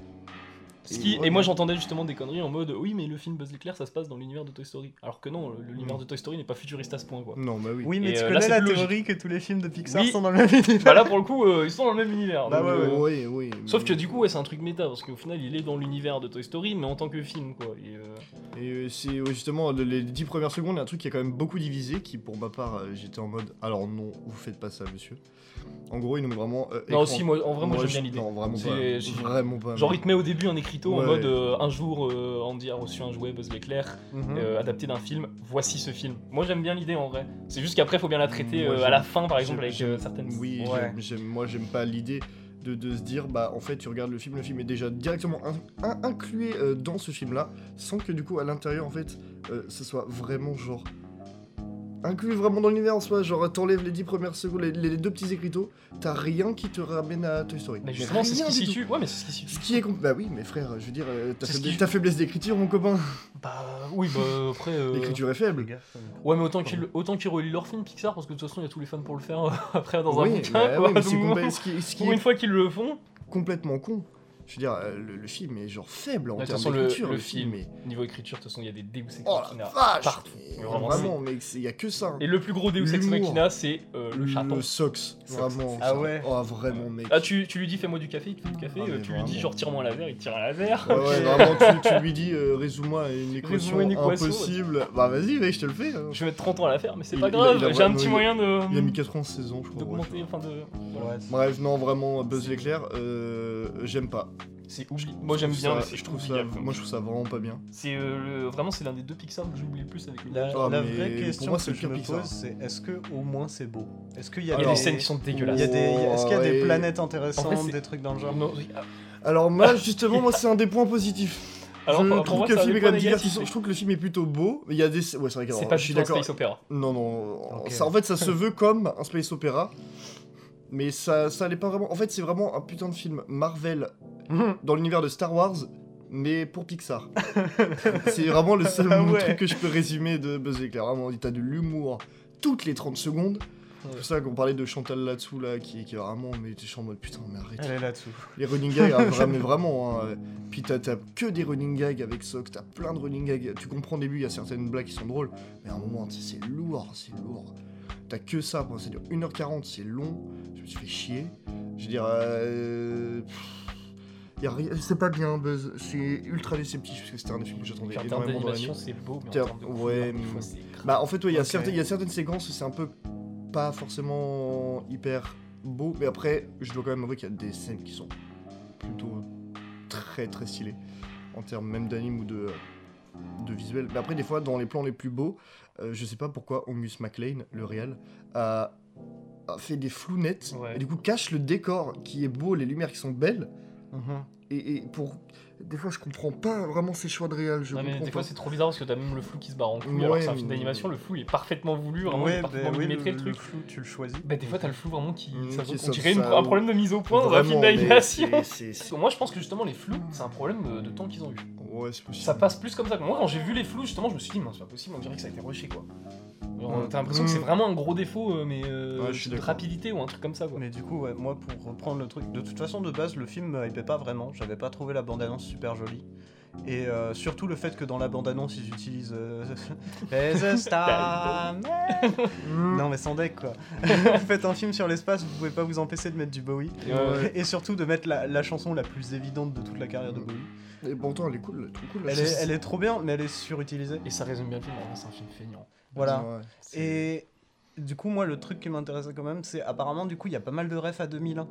Speaker 2: Ce
Speaker 3: Et
Speaker 2: qui-
Speaker 3: ouais,
Speaker 2: et moi
Speaker 3: mais-
Speaker 2: j'entendais justement des conneries en mode oui mais le film Buzz l'éclair ça se passe dans l'univers de Toy Story alors que non le- l'univers de Toy Story n'est pas futuriste à ce point quoi.
Speaker 3: Non, bah oui.
Speaker 1: Oui, mais
Speaker 2: Et,
Speaker 1: tu
Speaker 2: euh, là,
Speaker 1: connais
Speaker 2: c'est
Speaker 1: la
Speaker 2: plus
Speaker 1: théorie que tous les films de Pixar
Speaker 2: Oui.
Speaker 1: sont dans le même univers.
Speaker 2: bah là pour le coup euh, ils sont dans le même univers.
Speaker 1: Bah
Speaker 2: donc,
Speaker 1: ouais,
Speaker 2: euh,
Speaker 3: oui, oui.
Speaker 2: Sauf que du coup ouais c'est un truc méta parce qu'au final il est dans l'univers de Toy Story mais en tant que film quoi. Et, euh,
Speaker 3: Et euh, c'est ouais, justement le- les 10 premières secondes, il y a un truc qui a quand même beaucoup divisé, qui pour ma part, euh, j'étais en mode alors non, vous faites pas ça, monsieur. En gros, ils nous met vraiment. euh,
Speaker 2: Non
Speaker 3: écran.
Speaker 2: si moi en vrai moi, j'aime
Speaker 3: je-
Speaker 2: bien l'idée.
Speaker 3: Non, vraiment
Speaker 2: C'est-
Speaker 3: pas. Vraiment pas.
Speaker 2: Genre
Speaker 3: mais-
Speaker 2: il te met au début un écriteau en
Speaker 3: Ouais.
Speaker 2: mode euh, un jour euh, Andy a reçu un jouet Buzz l'éclair
Speaker 3: Mmh.
Speaker 1: Mhm.
Speaker 2: euh, adapté d'un film voici ce film. Moi j'aime bien l'idée en vrai. C'est juste qu'après faut bien la traiter
Speaker 3: Moi,
Speaker 2: euh, à
Speaker 3: j'aime-
Speaker 2: la fin par exemple
Speaker 3: j'aime-
Speaker 2: avec euh, certaines.
Speaker 3: Oui,
Speaker 1: Ouais.
Speaker 3: j'aime- j'aime- moi j'aime pas l'idée de, de se dire, bah en fait tu regardes le film, le film est déjà directement in- in- inclus euh, dans ce film là, sans que du coup à l'intérieur en fait euh, ce soit vraiment genre. Inclus vraiment dans l'univers en soi, genre t'enlèves les 10 premières secondes, les, les deux petits écriteaux, t'as rien qui te ramène à Toy Story.
Speaker 2: Mais justement c'est ce
Speaker 3: rien
Speaker 2: qui
Speaker 3: du tout.
Speaker 2: situe. Ouais mais c'est ce qui situe.
Speaker 3: Ce qui est compl- Bah oui, mais frère, je veux dire, euh, ta,
Speaker 2: C'est ce
Speaker 3: faibli-
Speaker 2: qui-
Speaker 3: ta faiblesse d'écriture, mon copain.
Speaker 2: Bah oui, bah après. euh,
Speaker 3: L'écriture est
Speaker 1: Fais
Speaker 3: faible.
Speaker 1: gaffe, euh.
Speaker 2: Ouais, mais autant qu'ils autant qu'ils relient leur film Pixar, parce que de toute façon, il y a tous les fans pour le faire euh, après dans un
Speaker 3: oui,
Speaker 2: bouquin.
Speaker 3: bah
Speaker 2: quoi.
Speaker 3: oui, mais c'est
Speaker 2: Donc,
Speaker 3: compl- ce qui, ce qui
Speaker 2: pour
Speaker 3: est
Speaker 2: une fois qu'ils le font,
Speaker 3: complètement con. Je veux dire, euh, le, le film est genre faible en
Speaker 2: De toute
Speaker 3: termes
Speaker 2: façon, le-
Speaker 3: d'écriture.
Speaker 2: le
Speaker 3: Le, film est.
Speaker 2: niveau écriture, de toute façon, il y a des Deus Ex
Speaker 3: Oh
Speaker 2: Machina
Speaker 3: la vache
Speaker 2: partout.
Speaker 3: mais
Speaker 2: Mais vraiment,
Speaker 3: Vraiment, mec, il y a que ça.
Speaker 2: Et le plus gros Deus Ex
Speaker 3: L'humour.
Speaker 2: Machina, c'est euh, le chaton.
Speaker 3: Sox, vraiment.
Speaker 1: Ah ouais.
Speaker 3: Oh, vraiment, mec.
Speaker 2: Ah, tu, tu lui dis fais-moi du café, il te fait du café.
Speaker 3: Ah,
Speaker 2: euh,
Speaker 3: mais
Speaker 2: tu lui dis
Speaker 3: vraiment.
Speaker 2: genre tire-moi un laser, il te tire un laser.
Speaker 3: Ouais, ouais,
Speaker 1: Ok.
Speaker 3: vraiment, tu, tu lui dis, euh, résume-moi une équation,
Speaker 2: Résume-moi une équation,
Speaker 3: impossible. Bah vas-y, mec, je te le fais. hein.
Speaker 2: Je vais mettre 30 ans à la faire, mais c'est
Speaker 3: Il-
Speaker 2: pas
Speaker 3: il a- il
Speaker 2: grave,
Speaker 3: a
Speaker 2: j'ai un
Speaker 3: vraiment-
Speaker 2: petit moyen
Speaker 3: Il a mis
Speaker 2: de.
Speaker 3: 96 ans, je crois. ouais, je sais
Speaker 2: d'augmenter, enfin de. voilà.
Speaker 1: Ouais, c'est-
Speaker 3: Bref, non, vraiment, Buzz l'éclair, euh, j'aime pas.
Speaker 2: C'est oubli- Moi j'aime bien, mais
Speaker 3: Ça-
Speaker 2: c'est
Speaker 3: je trouve ça,
Speaker 2: oubliable, quoi.
Speaker 3: moi je trouve ça vraiment pas bien.
Speaker 2: C'est euh, le- vraiment c'est l'un des deux Pixar que j'oublie le plus avec le.
Speaker 1: La,
Speaker 3: Ah,
Speaker 1: la
Speaker 3: mais
Speaker 1: vraie
Speaker 3: pour
Speaker 1: question
Speaker 3: moi,
Speaker 1: que
Speaker 3: c'est le
Speaker 1: je
Speaker 3: pire
Speaker 1: me
Speaker 3: Pixar.
Speaker 1: pose, c'est est-ce que au moins c'est beau Est-ce qu'il y a
Speaker 2: Il y a
Speaker 3: Alors,
Speaker 2: des Ah, scènes qui sont
Speaker 1: il
Speaker 2: dégueulasses.
Speaker 1: y a des- Est-ce qu'il y a des
Speaker 3: Ouais.
Speaker 1: planètes intéressantes,
Speaker 2: Oh, En fait, c'est-
Speaker 1: des trucs dans le genre
Speaker 2: Non, oui, ah,
Speaker 3: Alors moi justement moi c'est un des points positifs.
Speaker 2: Alors
Speaker 3: je
Speaker 2: pour, pour
Speaker 3: trouve
Speaker 2: moi
Speaker 3: que
Speaker 2: c'est
Speaker 3: le
Speaker 2: un
Speaker 3: film
Speaker 2: des
Speaker 3: est quand
Speaker 2: points
Speaker 3: même
Speaker 2: négatifs.
Speaker 3: divertissant. Je trouve que le film est plutôt beau. mais Il y a des ouais c'est vrai que
Speaker 2: C'est
Speaker 3: alors,
Speaker 2: pas
Speaker 3: je suis
Speaker 2: du tout un
Speaker 3: d'accord.
Speaker 2: space opéra.
Speaker 3: Non non.
Speaker 1: Ok.
Speaker 3: Ça en fait ça se veut comme un space opéra. Mais ça ça l'est pas vraiment. En fait c'est vraiment un putain de film Marvel
Speaker 2: Mmh.
Speaker 3: dans l'univers de Star Wars, mais pour Pixar. c'est vraiment le seul
Speaker 1: Ah ouais.
Speaker 3: truc que je peux résumer de Buzz Éclair. Vraiment, t'as de l'humour toutes les 30 secondes. C'est pour ça qu'on parlait de Chantal là-dessous, là, qui, qui est vraiment, mais t'es en mode putain, mais arrête.
Speaker 1: Elle est là-dessous.
Speaker 3: Les running gags, ah, vra- mais vraiment, hein, euh, puis t'as t'as que des running gags avec Sock, t'as plein de running gags. Tu comprends au début, il y a certaines blagues qui sont drôles, mais à un moment, tu sais, c'est lourd, c'est lourd. T'as que ça, quoi, c'est-à-dire 1h40, c'est long, je me suis fait chier. Je veux dire, euh, pff, y a rien- c'est pas bien, Buzz, c'est ultra déceptif, parce que c'était un des films que j'attendais
Speaker 2: En termes
Speaker 3: énormément dans l'année.
Speaker 2: d'animation c'est beau, mais
Speaker 3: Tiens,
Speaker 2: en termes de
Speaker 3: ouais,
Speaker 2: couleurs, des fois,
Speaker 3: mais-
Speaker 2: c'est crade.
Speaker 3: Bah, en fait, ouais, il y a
Speaker 1: Ok.
Speaker 3: certaines- il y a certaines séquences où c'est un peu pas forcément hyper beau, mais après, je dois quand même avouer qu'il y a des scènes qui sont plutôt très très stylées, en termes même d'anime ou de, de visuel. Mais après, des fois, dans les plans les plus beaux, euh, je sais pas pourquoi Angus MacLean, le réel, a, a fait des flounettes,
Speaker 2: Ouais.
Speaker 3: et du coup cache le décor qui est beau, les lumières qui sont belles,
Speaker 1: Mhm.
Speaker 3: et, et pour... Des fois, je comprends pas vraiment ces choix de réel, je
Speaker 2: Non, mais
Speaker 3: comprends
Speaker 2: des fois
Speaker 3: pas.
Speaker 2: c'est trop bizarre parce que t'as même le flou qui se barre en couille alors que c'est un
Speaker 3: Ouais,
Speaker 2: film
Speaker 3: mais- ben
Speaker 2: d'animation, le flou il est parfaitement voulu, vraiment il
Speaker 1: Ouais,
Speaker 2: est
Speaker 1: bah
Speaker 2: parfaitement
Speaker 1: oui,
Speaker 2: millimétré le truc.
Speaker 1: flou, tu le choisis.
Speaker 2: Bah des fois t'as le flou vraiment qui...
Speaker 3: Mm,
Speaker 2: ça,
Speaker 3: qui
Speaker 2: on
Speaker 3: saute,
Speaker 2: dirait une-
Speaker 3: ça,
Speaker 2: un problème de mise au point dans un film
Speaker 3: Vraiment, mais
Speaker 2: d'animation.
Speaker 3: c'est- c'est-
Speaker 2: Moi je pense que justement les flous c'est un problème euh, de temps qu'ils ont eu.
Speaker 3: Ouais, c'est possible.
Speaker 2: Ça passe plus comme ça. Moi quand j'ai vu les flous justement je me suis dit mais c'est pas possible on dirait que ça a été rushé quoi. Genre,
Speaker 3: Mm.
Speaker 2: T'as l'impression que c'est
Speaker 3: Mm.
Speaker 2: vraiment un gros défaut euh, mais euh,
Speaker 3: Ouais, je suis
Speaker 2: de
Speaker 3: d'accord.
Speaker 2: rapidité ou un truc comme ça quoi.
Speaker 1: Mais du coup, ouais, moi, pour reprendre le truc, de toute façon, de base, le film me hypait pas vraiment. J'avais pas trouvé la bande-annonce super jolie. Et euh, surtout le fait que dans la bande-annonce, ils utilisent. euh, There's a star man.
Speaker 3: Hmm.
Speaker 1: Non, mais sans deck, quoi. vous faites un film sur l'espace, vous pouvez pas vous empêcher de mettre du Bowie.
Speaker 2: Et, euh,
Speaker 3: Ouais.
Speaker 1: Et surtout de mettre la, la chanson la plus évidente de toute la carrière de Bowie.
Speaker 3: Et pourtant, elle est cool, elle est trop cool. la
Speaker 1: Elle est,
Speaker 3: sauce.
Speaker 1: elle est trop bien, mais elle est surutilisée.
Speaker 2: et ça résume bien le film, vraiment, c'est un film feignant.
Speaker 1: Voilà.
Speaker 3: Ouais.
Speaker 1: Et du coup, moi, le truc qui m'intéressait quand même, c'est apparemment, du coup, il y a pas mal de refs à 2001.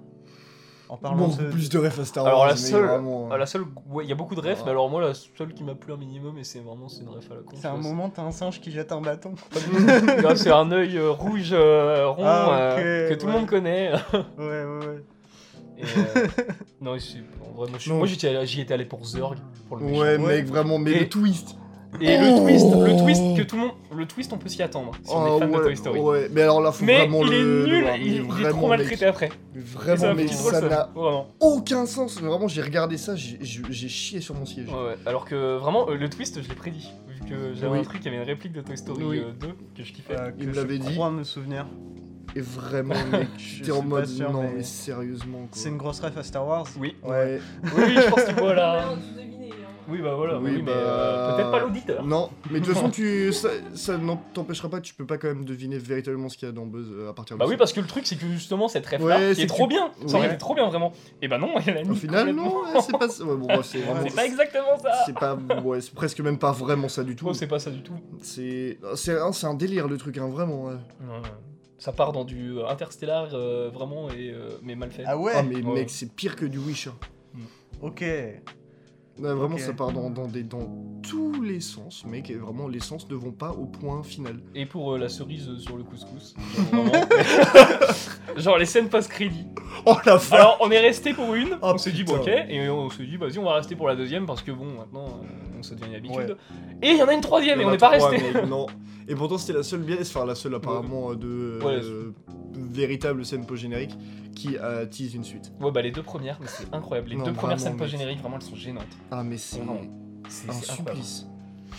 Speaker 1: En parlant
Speaker 3: Bon,
Speaker 1: de...
Speaker 3: plus de ref à Star Wars.
Speaker 2: Alors, la
Speaker 3: mais
Speaker 2: seule-
Speaker 3: vraiment,
Speaker 2: Ah, la seule, ouais, il y a beaucoup de refs,
Speaker 3: Ah.
Speaker 2: mais alors moi la seule qui m'a plu un minimum, et c'est vraiment c'est une ref à la con.
Speaker 1: C'est un
Speaker 2: tu vois,
Speaker 1: moment, t'as un singe qui jette un bâton.
Speaker 2: c'est- Non, c'est un œil euh, rouge euh, rond
Speaker 1: Ah, ok,
Speaker 2: euh, que tout le
Speaker 1: ouais.
Speaker 2: monde connaît.
Speaker 1: Ouais, ouais, ouais.
Speaker 2: Et, euh, non, c'est- en vrai, moi, je-
Speaker 3: Non.
Speaker 2: moi, j'étais allé- j'y étais allé pour Zurg, pour le méchant.
Speaker 3: euh, Ouais,
Speaker 1: méchant.
Speaker 3: mec, vraiment, mais
Speaker 2: Et-
Speaker 3: le twist.
Speaker 2: Et le twist, le
Speaker 3: Oh.
Speaker 2: twist que tout le monde, le twist, on peut s'y attendre si on
Speaker 3: Ah,
Speaker 2: est fan
Speaker 3: ouais,
Speaker 2: de Toy Story.
Speaker 3: ouais, mais alors là, faut
Speaker 2: Mais
Speaker 3: vraiment
Speaker 2: il est
Speaker 3: le. le
Speaker 2: nul,
Speaker 3: voir, mais
Speaker 2: il, il est
Speaker 3: vraiment,
Speaker 2: trop maltraité après.
Speaker 3: mec,
Speaker 2: Et c'est
Speaker 3: Vraiment,
Speaker 2: un
Speaker 3: mais
Speaker 2: petit drôle,
Speaker 3: ça n'a
Speaker 2: Vraiment.
Speaker 3: aucun sens. Vraiment, j'ai regardé ça, j'ai- j'ai j'ai chié sur mon siège.
Speaker 2: Ouais, ouais. Alors que vraiment, euh, le twist, je l'ai prédit. Vu que j'avais
Speaker 3: Oui.
Speaker 2: un truc, il y avait une réplique de Toy Story
Speaker 3: Oui.
Speaker 2: euh, 2 que je kiffais.
Speaker 1: Euh,
Speaker 3: Il
Speaker 1: que
Speaker 3: me
Speaker 1: je
Speaker 3: l'avait dit.
Speaker 1: crois me souvenir.
Speaker 3: Et vraiment, mec,
Speaker 1: Je
Speaker 3: j'étais
Speaker 1: suis
Speaker 3: en
Speaker 1: pas
Speaker 3: mode
Speaker 1: sûr,
Speaker 3: non,
Speaker 1: mais-
Speaker 3: mais sérieusement quoi.
Speaker 1: C'est une grosse ref à Star Wars.
Speaker 2: Oui.
Speaker 3: Ouais.
Speaker 2: oui, oui, je pense que voilà.
Speaker 4: On a tous deviné, hein.
Speaker 2: Oui, bah voilà,
Speaker 3: Oui,
Speaker 2: oui, mais euh,
Speaker 3: bah-
Speaker 2: peut-être pas l'auditeur.
Speaker 3: Non, mais de toute façon, tu, ça, ça n'en- t'empêchera pas, tu peux pas quand même deviner véritablement ce qu'il y a dans Buzz euh, à partir de
Speaker 2: Bah
Speaker 3: ça.
Speaker 2: oui, parce que le truc, c'est que justement, cette ref là,
Speaker 3: Ouais,
Speaker 2: qui
Speaker 3: c'est
Speaker 2: est trop
Speaker 3: que-
Speaker 2: bien, ça aurait
Speaker 3: Ouais.
Speaker 2: été trop bien vraiment. Et bah non, elle a
Speaker 3: Au
Speaker 2: niqué
Speaker 3: final,
Speaker 2: complètement.
Speaker 3: non, ouais, c'est pas ça. Ouais, bon, bah, c'est vraiment.
Speaker 2: C'est pas exactement ça.
Speaker 3: C'est pas. Ouais, c'est presque même pas vraiment ça du tout.
Speaker 2: Toi, Oh, c'est pas ça du tout.
Speaker 3: C'est. C'est un, c'est un délire le truc, hein, vraiment. ouais.
Speaker 2: Non, non. Ça part dans du euh, interstellar euh, vraiment, et, euh, mais mal fait.
Speaker 1: Ah ouais
Speaker 3: Ah, mais
Speaker 2: Ouais.
Speaker 3: mec, c'est pire que du Wish. hein.
Speaker 1: Ok.
Speaker 3: Ouais, vraiment,
Speaker 1: Ok.
Speaker 3: ça part dans, dans des, dans tous les sens, mec. Et vraiment, les sens ne vont pas au point final.
Speaker 2: Et pour euh, la cerise euh, sur le couscous. Genre, vraiment. Genre les scènes post-crédit.
Speaker 3: Oh la vache
Speaker 2: Alors on est resté pour une,
Speaker 3: Oh,
Speaker 2: on s'est dit bon, ok,
Speaker 3: putain.
Speaker 2: et on s'est dit vas-y on va rester pour la deuxième parce que bon maintenant euh, on se devient une habitude.
Speaker 1: Ouais.
Speaker 2: Et il y en a une troisième
Speaker 3: Il y
Speaker 2: et
Speaker 3: en
Speaker 2: on
Speaker 3: a
Speaker 2: n'est pas
Speaker 3: trois,
Speaker 2: resté.
Speaker 3: mec, non. Et pourtant, c'était la seule biaise, enfin la seule apparemment euh, de
Speaker 2: Ouais,
Speaker 3: euh, véritable scène post-générique qui euh, tease une suite.
Speaker 2: Ouais, bah les deux premières, mais c'est incroyable. Les
Speaker 3: Non,
Speaker 2: deux premières
Speaker 3: vraiment,
Speaker 2: scènes
Speaker 3: mais-
Speaker 2: post-génériques, vraiment, elles sont gênantes.
Speaker 3: Ah, mais c'est
Speaker 2: Non. C'est
Speaker 3: un
Speaker 2: c'est incroyable.
Speaker 3: supplice.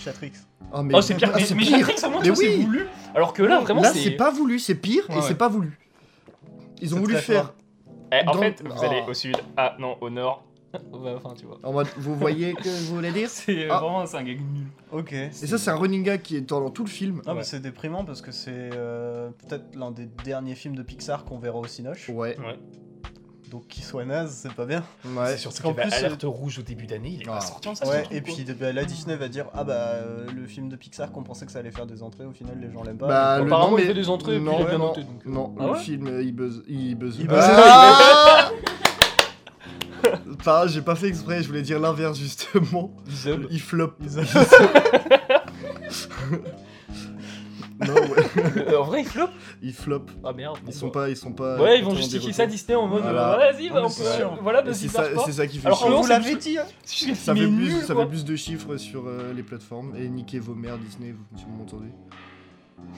Speaker 1: Chatrix.
Speaker 3: Ah, mais,
Speaker 2: Oh, c'est pire.
Speaker 3: ah,
Speaker 2: mais
Speaker 3: c'est
Speaker 2: mais
Speaker 3: pire.
Speaker 2: Chatrix, au moins,
Speaker 3: Mais
Speaker 2: tu vois, c'est
Speaker 3: oui.
Speaker 2: voulu. Alors que là, vraiment,
Speaker 3: Là,
Speaker 2: c'est.
Speaker 3: c'est pas voulu, c'est pire
Speaker 2: Ouais,
Speaker 3: et c'est
Speaker 2: ouais.
Speaker 3: pas voulu. Ils ont
Speaker 1: C'est
Speaker 3: voulu
Speaker 1: très
Speaker 3: faire.
Speaker 1: fort.
Speaker 2: Eh, en
Speaker 3: dans-
Speaker 2: fait, vous
Speaker 3: Ah.
Speaker 2: allez au sud. Ah non, au nord. Ouais, Enfin, tu vois.
Speaker 3: En mode, vous voyez que je voulais dire
Speaker 2: C'est euh,
Speaker 3: Ah.
Speaker 2: vraiment, c'est un gag nul.
Speaker 1: Ok.
Speaker 3: Et ça, c'est un running gag qui est dans, dans tout le film.
Speaker 1: Ah,
Speaker 2: Ouais.
Speaker 1: mais c'est déprimant parce que c'est euh, peut-être l'un des derniers films de Pixar qu'on verra au Cinoche.
Speaker 3: Ouais,
Speaker 1: Donc qu'il soit naze, c'est pas bien.
Speaker 3: ouais.
Speaker 2: C'est surtout
Speaker 1: Parce
Speaker 2: qu'il
Speaker 1: qu'en
Speaker 2: avait
Speaker 1: plus,
Speaker 2: alerte rouge au début d'année, il est
Speaker 3: euh, Ah.
Speaker 2: pas sorti en salle.
Speaker 1: ouais,
Speaker 2: ce truc,
Speaker 1: et
Speaker 2: quoi.
Speaker 1: puis bah, la Disney va dire Ah bah euh, le film de Pixar qu'on pensait que ça allait faire des entrées, au final les gens l'aiment pas.
Speaker 3: Bah,
Speaker 1: donc,
Speaker 3: le-
Speaker 2: Apparemment,
Speaker 3: non,
Speaker 2: il
Speaker 3: mais-
Speaker 2: fait des entrées et puis
Speaker 3: non,
Speaker 2: il est bien
Speaker 3: non,
Speaker 2: noté. Donc...
Speaker 3: Non,
Speaker 2: Ah
Speaker 3: le
Speaker 2: ouais
Speaker 3: film, euh, il buzz. Il buzz.
Speaker 1: Il
Speaker 3: Ah
Speaker 1: buzz.
Speaker 3: Ah Pareil, j'ai pas fait exprès, je voulais dire l'inverse justement.
Speaker 2: Isob.
Speaker 3: Il flop.
Speaker 1: Ils ont-
Speaker 3: Non, ouais.
Speaker 2: Le- Euh, En vrai, ils flopent
Speaker 3: Il flop.
Speaker 2: Ah merde. bon,
Speaker 3: Ils sont
Speaker 2: bah.
Speaker 3: pas. Ils sont pas
Speaker 2: Ouais, ils vont
Speaker 3: dans des
Speaker 2: justifier
Speaker 3: retours.
Speaker 2: ça à Disney en mode.
Speaker 3: Voilà.
Speaker 2: euh, Vas-y, bah,
Speaker 1: Non, mais
Speaker 2: on
Speaker 1: c'est
Speaker 2: peut.
Speaker 1: sûr.
Speaker 2: Voilà,
Speaker 3: Et
Speaker 2: Buffy
Speaker 3: C'est
Speaker 2: marche
Speaker 3: ça,
Speaker 2: pas.
Speaker 3: Oh, c'est ça qui fait
Speaker 2: Alors,
Speaker 3: chier.
Speaker 2: non,
Speaker 1: On vous
Speaker 2: ça me-
Speaker 1: l'avait dit hein.
Speaker 2: Je
Speaker 3: Ça
Speaker 2: mais
Speaker 3: fait, plus,
Speaker 2: nul,
Speaker 3: ça
Speaker 2: quoi.
Speaker 3: fait plus de chiffres sur euh, les plateformes. Et niquez vos mères Disney, vous, si vous m'entendez.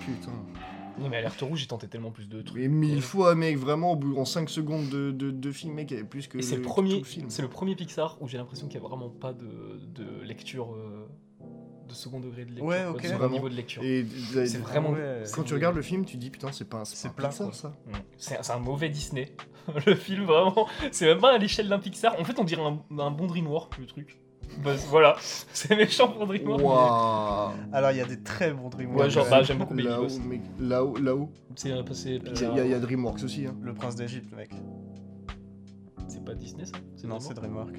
Speaker 3: Putain.
Speaker 2: Non, mais Alerte Rouge, j'ai tenté tellement plus de trucs.
Speaker 3: Mais mille fois, mec, vraiment, au bout- en 5 secondes de, de, de film, mec, il y avait plus que
Speaker 2: Et c'est le
Speaker 3: tout
Speaker 2: premier,
Speaker 3: film.
Speaker 2: c'est le premier Pixar où j'ai l'impression qu'il n'y a vraiment pas de, de lecture, euh, de second degré de lecture,
Speaker 1: Ouais,
Speaker 2: quoi,
Speaker 1: ok.
Speaker 2: de second
Speaker 3: Vraiment.
Speaker 2: niveau de lecture.
Speaker 3: Et
Speaker 2: C'est vraiment.
Speaker 1: Ouais.
Speaker 3: quand tu regardes le film, tu dis putain, c'est pas, c'est
Speaker 1: C'est plat,
Speaker 3: pas un Pixar,
Speaker 1: quoi.
Speaker 3: ça.
Speaker 2: Mm. C'est c'est un mauvais Disney. le film, vraiment, c'est même pas à l'échelle d'un Pixar. En fait, on dirait un, un bon DreamWorks, le truc. Bah, voilà, c'est méchant pour DreamWorks. mais-
Speaker 3: Waouh.
Speaker 1: Alors il y a des très bons DreamWorks.
Speaker 2: Ouais, genre, bah, j'aime beaucoup Baby
Speaker 3: Là-haut,
Speaker 2: Boss.
Speaker 3: mec, là-haut, là-haut.
Speaker 2: C'est euh, c'est-
Speaker 3: Il y, a- il y a- il y a Dreamworks aussi. Hein.
Speaker 1: Le prince d'Égypte, mec.
Speaker 2: c'est pas Disney ça C'est
Speaker 1: Non,
Speaker 2: vraiment-
Speaker 1: c'est DreamWorks.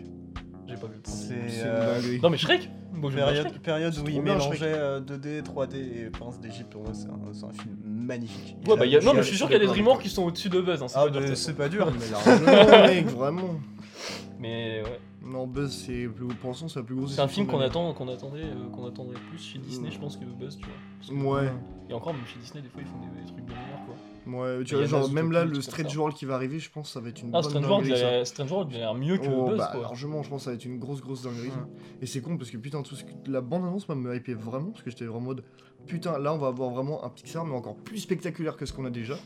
Speaker 2: J'ai pas vu le premier.
Speaker 1: C'est
Speaker 3: C'est
Speaker 1: euh,
Speaker 3: une dinguerie.
Speaker 2: Non, mais Shrek Bon, je Shrek.
Speaker 1: période, période où
Speaker 3: trop
Speaker 1: il
Speaker 3: bien, Shrek.
Speaker 1: mélangeait euh, 2D, 3D et prince d'Égypte. Pour moi, c'est un, c'est un film magnifique. Il
Speaker 2: Ouais, bah, il y a- Non, mais
Speaker 3: je
Speaker 2: je suis
Speaker 3: suis
Speaker 2: sûr qu'il y a des
Speaker 3: d'accord.
Speaker 2: DreamWorks qui sont au-dessus de Buzz. hein, c'est
Speaker 1: Ah,
Speaker 2: pas dur, de
Speaker 1: bah,
Speaker 2: toute
Speaker 1: c'est
Speaker 2: façon.
Speaker 1: pas dur.
Speaker 3: Mais largement, mec, vraiment.
Speaker 2: Mais ouais.
Speaker 3: Non, Buzz, c'est plus pensons, c'est la plus grosse.
Speaker 2: C'est un film qu'on
Speaker 3: déception
Speaker 2: attend, qu'on attendait, euh, qu'on attendrait plus chez Disney,
Speaker 3: Mm.
Speaker 2: je pense que Buzz, tu vois. Parce que-
Speaker 3: de l'année. Ouais.
Speaker 2: Et encore, même chez Disney, des fois, ils font des, des trucs de meilleurs, quoi.
Speaker 3: Ouais,
Speaker 2: Il y
Speaker 3: tu vois,
Speaker 2: a
Speaker 3: genre,
Speaker 2: Nas,
Speaker 3: même
Speaker 2: tout
Speaker 3: là,
Speaker 2: le
Speaker 3: le
Speaker 2: truc
Speaker 3: Strange
Speaker 2: comme ça.
Speaker 3: World qui va arriver, je pense, ça va être une
Speaker 2: Ah,
Speaker 3: bonne
Speaker 2: Strange World, il
Speaker 3: dinguerie, ça.
Speaker 2: a- Strange World, il a l'air mieux que
Speaker 3: Oh,
Speaker 2: Buzz,
Speaker 3: bah,
Speaker 2: quoi.
Speaker 3: largement, je pense que ça va être une grosse, grosse dinguerie. ça.
Speaker 1: Ouais.
Speaker 3: Et c'est con parce que putain, tout ce que- la bande-annonce m'a- me hypait vraiment parce que j'étais en mode putain, là on va avoir vraiment un Pixar, mais encore plus spectaculaire que ce qu'on a déjà.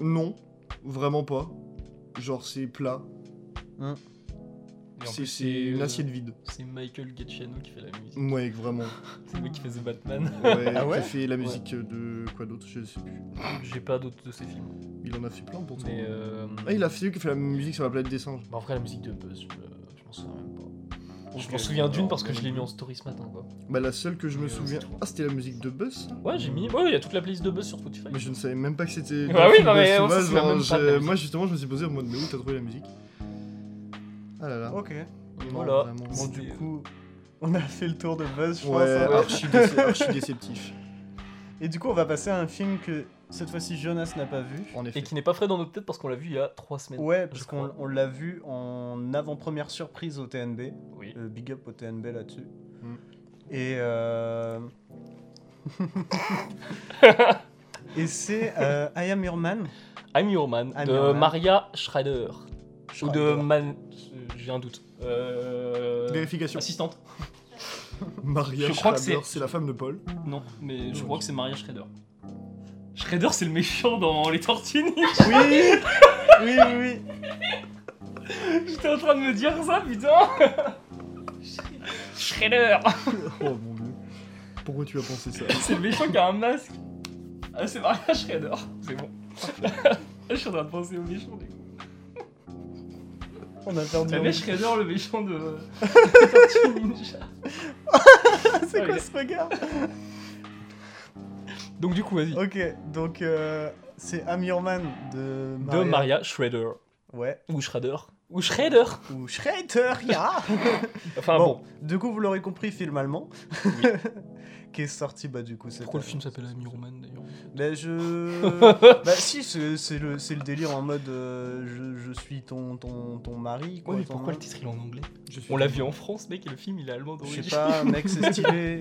Speaker 3: Non, vraiment pas. Genre, c'est plat,
Speaker 2: Et en
Speaker 3: c'est
Speaker 2: plus,
Speaker 3: c'est une Hmm.
Speaker 2: euh,
Speaker 3: assiette vide.
Speaker 2: C'est Michael Giacchino qui fait la musique.
Speaker 3: Ouais, vraiment.
Speaker 2: C'est le mec qui fait The Batman.
Speaker 3: Ouais,
Speaker 1: Ah ouais
Speaker 3: qui a fait la musique de quoi d'autre, je sais plus.
Speaker 2: J'ai pas d'autres de ses films.
Speaker 3: Il en a fait plein pourtant.
Speaker 2: Mais euh...
Speaker 3: Ah, il a fait, qui a fait la musique sur la planète des singes.
Speaker 2: bah, en vrai, la musique de Buzz, je, me- je m'en souviens même pas. Je
Speaker 3: Ok.
Speaker 2: m'en souviens d'une
Speaker 3: Alors,
Speaker 2: parce que
Speaker 3: moi
Speaker 2: je
Speaker 3: non
Speaker 2: l'ai mis
Speaker 3: plus.
Speaker 2: en story ce matin, quoi.
Speaker 3: Bah, la seule que je me
Speaker 2: Mais, euh,
Speaker 3: souviens.
Speaker 2: c'est tout.
Speaker 3: Ah, c'était la musique de Buzz ça
Speaker 2: Ouais, j'ai mis. Ouais, il y a toute la playlist de Buzz sur Spotify.
Speaker 3: Mais je ne savais même pas que c'était.
Speaker 2: Bah
Speaker 3: dans le
Speaker 2: oui,
Speaker 3: film
Speaker 2: non,
Speaker 3: de
Speaker 2: mais on
Speaker 3: Souvaz,
Speaker 2: se souvient
Speaker 3: genre,
Speaker 2: même pas de la
Speaker 3: je-
Speaker 2: musique.
Speaker 3: Moi justement, je me suis posé en mode, mais où t'as trouvé la musique Ah là là.
Speaker 1: Ok.
Speaker 2: Et
Speaker 3: Non,
Speaker 2: voilà.
Speaker 3: vraiment.
Speaker 1: Bon,
Speaker 2: C'était-
Speaker 1: du coup, on a fait le tour de Buzz, je pense.
Speaker 3: Ouais,
Speaker 1: hein.
Speaker 3: archi, déce- archi déceptif.
Speaker 2: Ah.
Speaker 1: Et du coup, on va passer à un film que cette fois-ci Jonas n'a pas vu.
Speaker 3: En
Speaker 2: Et
Speaker 3: effet.
Speaker 2: qui n'est pas frais dans notre tête parce qu'on l'a vu il y a 3 semaines.
Speaker 1: Ouais,
Speaker 2: je
Speaker 1: parce
Speaker 2: crois.
Speaker 1: qu'on on l'a vu en avant-première surprise au TNB.
Speaker 2: Oui.
Speaker 1: Euh, big up au TNB là-dessus.
Speaker 3: Mm.
Speaker 1: Et euh, et c'est euh, I Am Your Man.
Speaker 2: I'm Your Man
Speaker 1: I'm
Speaker 2: de
Speaker 1: Your Man.
Speaker 2: Maria Schrader. Ou de
Speaker 1: Schrader.
Speaker 2: Man. J'ai un doute. Euh...
Speaker 3: Vérification.
Speaker 2: Assistante
Speaker 3: Maria
Speaker 2: Je crois que
Speaker 3: Schrader,
Speaker 2: c'est-
Speaker 3: c'est la femme de Paul.
Speaker 2: Non, mais je
Speaker 3: Ok.
Speaker 2: crois que c'est Maria Schrader. Schrader, c'est le méchant dans Les Tortues Ninja.
Speaker 1: Oui, oui, oui, oui.
Speaker 2: J'étais en train de me dire ça, putain Schrader
Speaker 3: Oh mon dieu. Pourquoi tu as pensé ça
Speaker 2: C'est le méchant qui a un masque. Ah, c'est Maria Schrader. C'est bon. je suis en train de penser au méchant, du coup.
Speaker 1: On a perdu.
Speaker 2: Maria
Speaker 1: un-
Speaker 2: Schrader, le méchant de. des Tortues Ninja.
Speaker 1: c'est quoi
Speaker 2: Ouais.
Speaker 1: ce regard
Speaker 2: Donc, du coup, vas-y.
Speaker 1: Ok, donc euh, c'est I'm Your Man de Maria.
Speaker 2: De Maria Schrader.
Speaker 1: Ouais.
Speaker 2: Ou Schrader. Ou Schrader
Speaker 1: Ou Schrader, ya.
Speaker 2: Enfin
Speaker 1: bon,
Speaker 2: Ah bon.
Speaker 1: du coup, vous l'aurez compris, film allemand. qui est sorti, bah, du coup, c'est.
Speaker 2: Pourquoi le film s'appelle Ami Roman d'ailleurs
Speaker 1: Bah, je. bah, si, c'est c'est le, c'est le délire en mode euh, je, je suis ton, ton, ton mari. Quoi,
Speaker 2: Ouais, mais
Speaker 1: ton-
Speaker 2: pourquoi le titre il est en anglais
Speaker 3: Je suis-
Speaker 2: On l'a vu en France, mec, et le film il est allemand
Speaker 1: hein. Je
Speaker 2: d'origine.
Speaker 1: sais pas, mec, c'est stylé.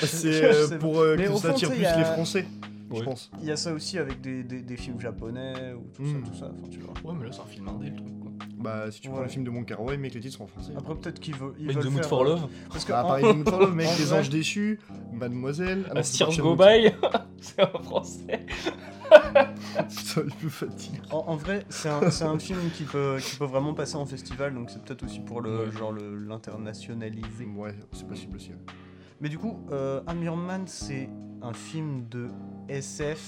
Speaker 3: C'est
Speaker 1: Je
Speaker 3: euh,
Speaker 1: sais
Speaker 3: pour euh,
Speaker 1: Mais
Speaker 3: que
Speaker 1: au
Speaker 3: ça
Speaker 1: fond,
Speaker 3: attire
Speaker 1: tu sais, il
Speaker 3: plus
Speaker 1: y a-
Speaker 3: les Français, je
Speaker 2: Ouais.
Speaker 3: pense.
Speaker 1: Il y a ça aussi avec des, des, des films japonais ou tout
Speaker 3: Mm.
Speaker 2: Hmm.
Speaker 1: ça, tout ça. Enfin, tu vois.
Speaker 2: Ouais, mais là c'est un film indé le truc quoi.
Speaker 3: Bah, si tu prends
Speaker 1: Ouais.
Speaker 3: le film de Mon Kar-wai, mec, les titres sont en français.
Speaker 1: Après, peut-être qu'ils veulent. ils
Speaker 2: Made
Speaker 1: veulent
Speaker 2: the Mood
Speaker 1: faire- euh,
Speaker 2: for Love,
Speaker 1: Parce que.
Speaker 3: Bah,
Speaker 1: en-
Speaker 3: pareil, Moon for Love, mec,
Speaker 1: en
Speaker 3: Les
Speaker 1: vrai-
Speaker 3: Anges Déchus, Mademoiselle. Ah non, c'est
Speaker 2: Sir
Speaker 3: pas Pierre
Speaker 2: Go
Speaker 3: Moutier.
Speaker 2: By, c'est en français.
Speaker 3: Putain, il me fatigue.
Speaker 1: En, en vrai, c'est un, c'est un film qui peut, qui peut vraiment passer en festival, donc c'est peut-être aussi pour le
Speaker 2: Ouais.
Speaker 1: genre le- l'internationaliser.
Speaker 3: Ouais, c'est possible aussi. ouais.
Speaker 1: Mais du coup, euh, Amirman, c'est un film de SF.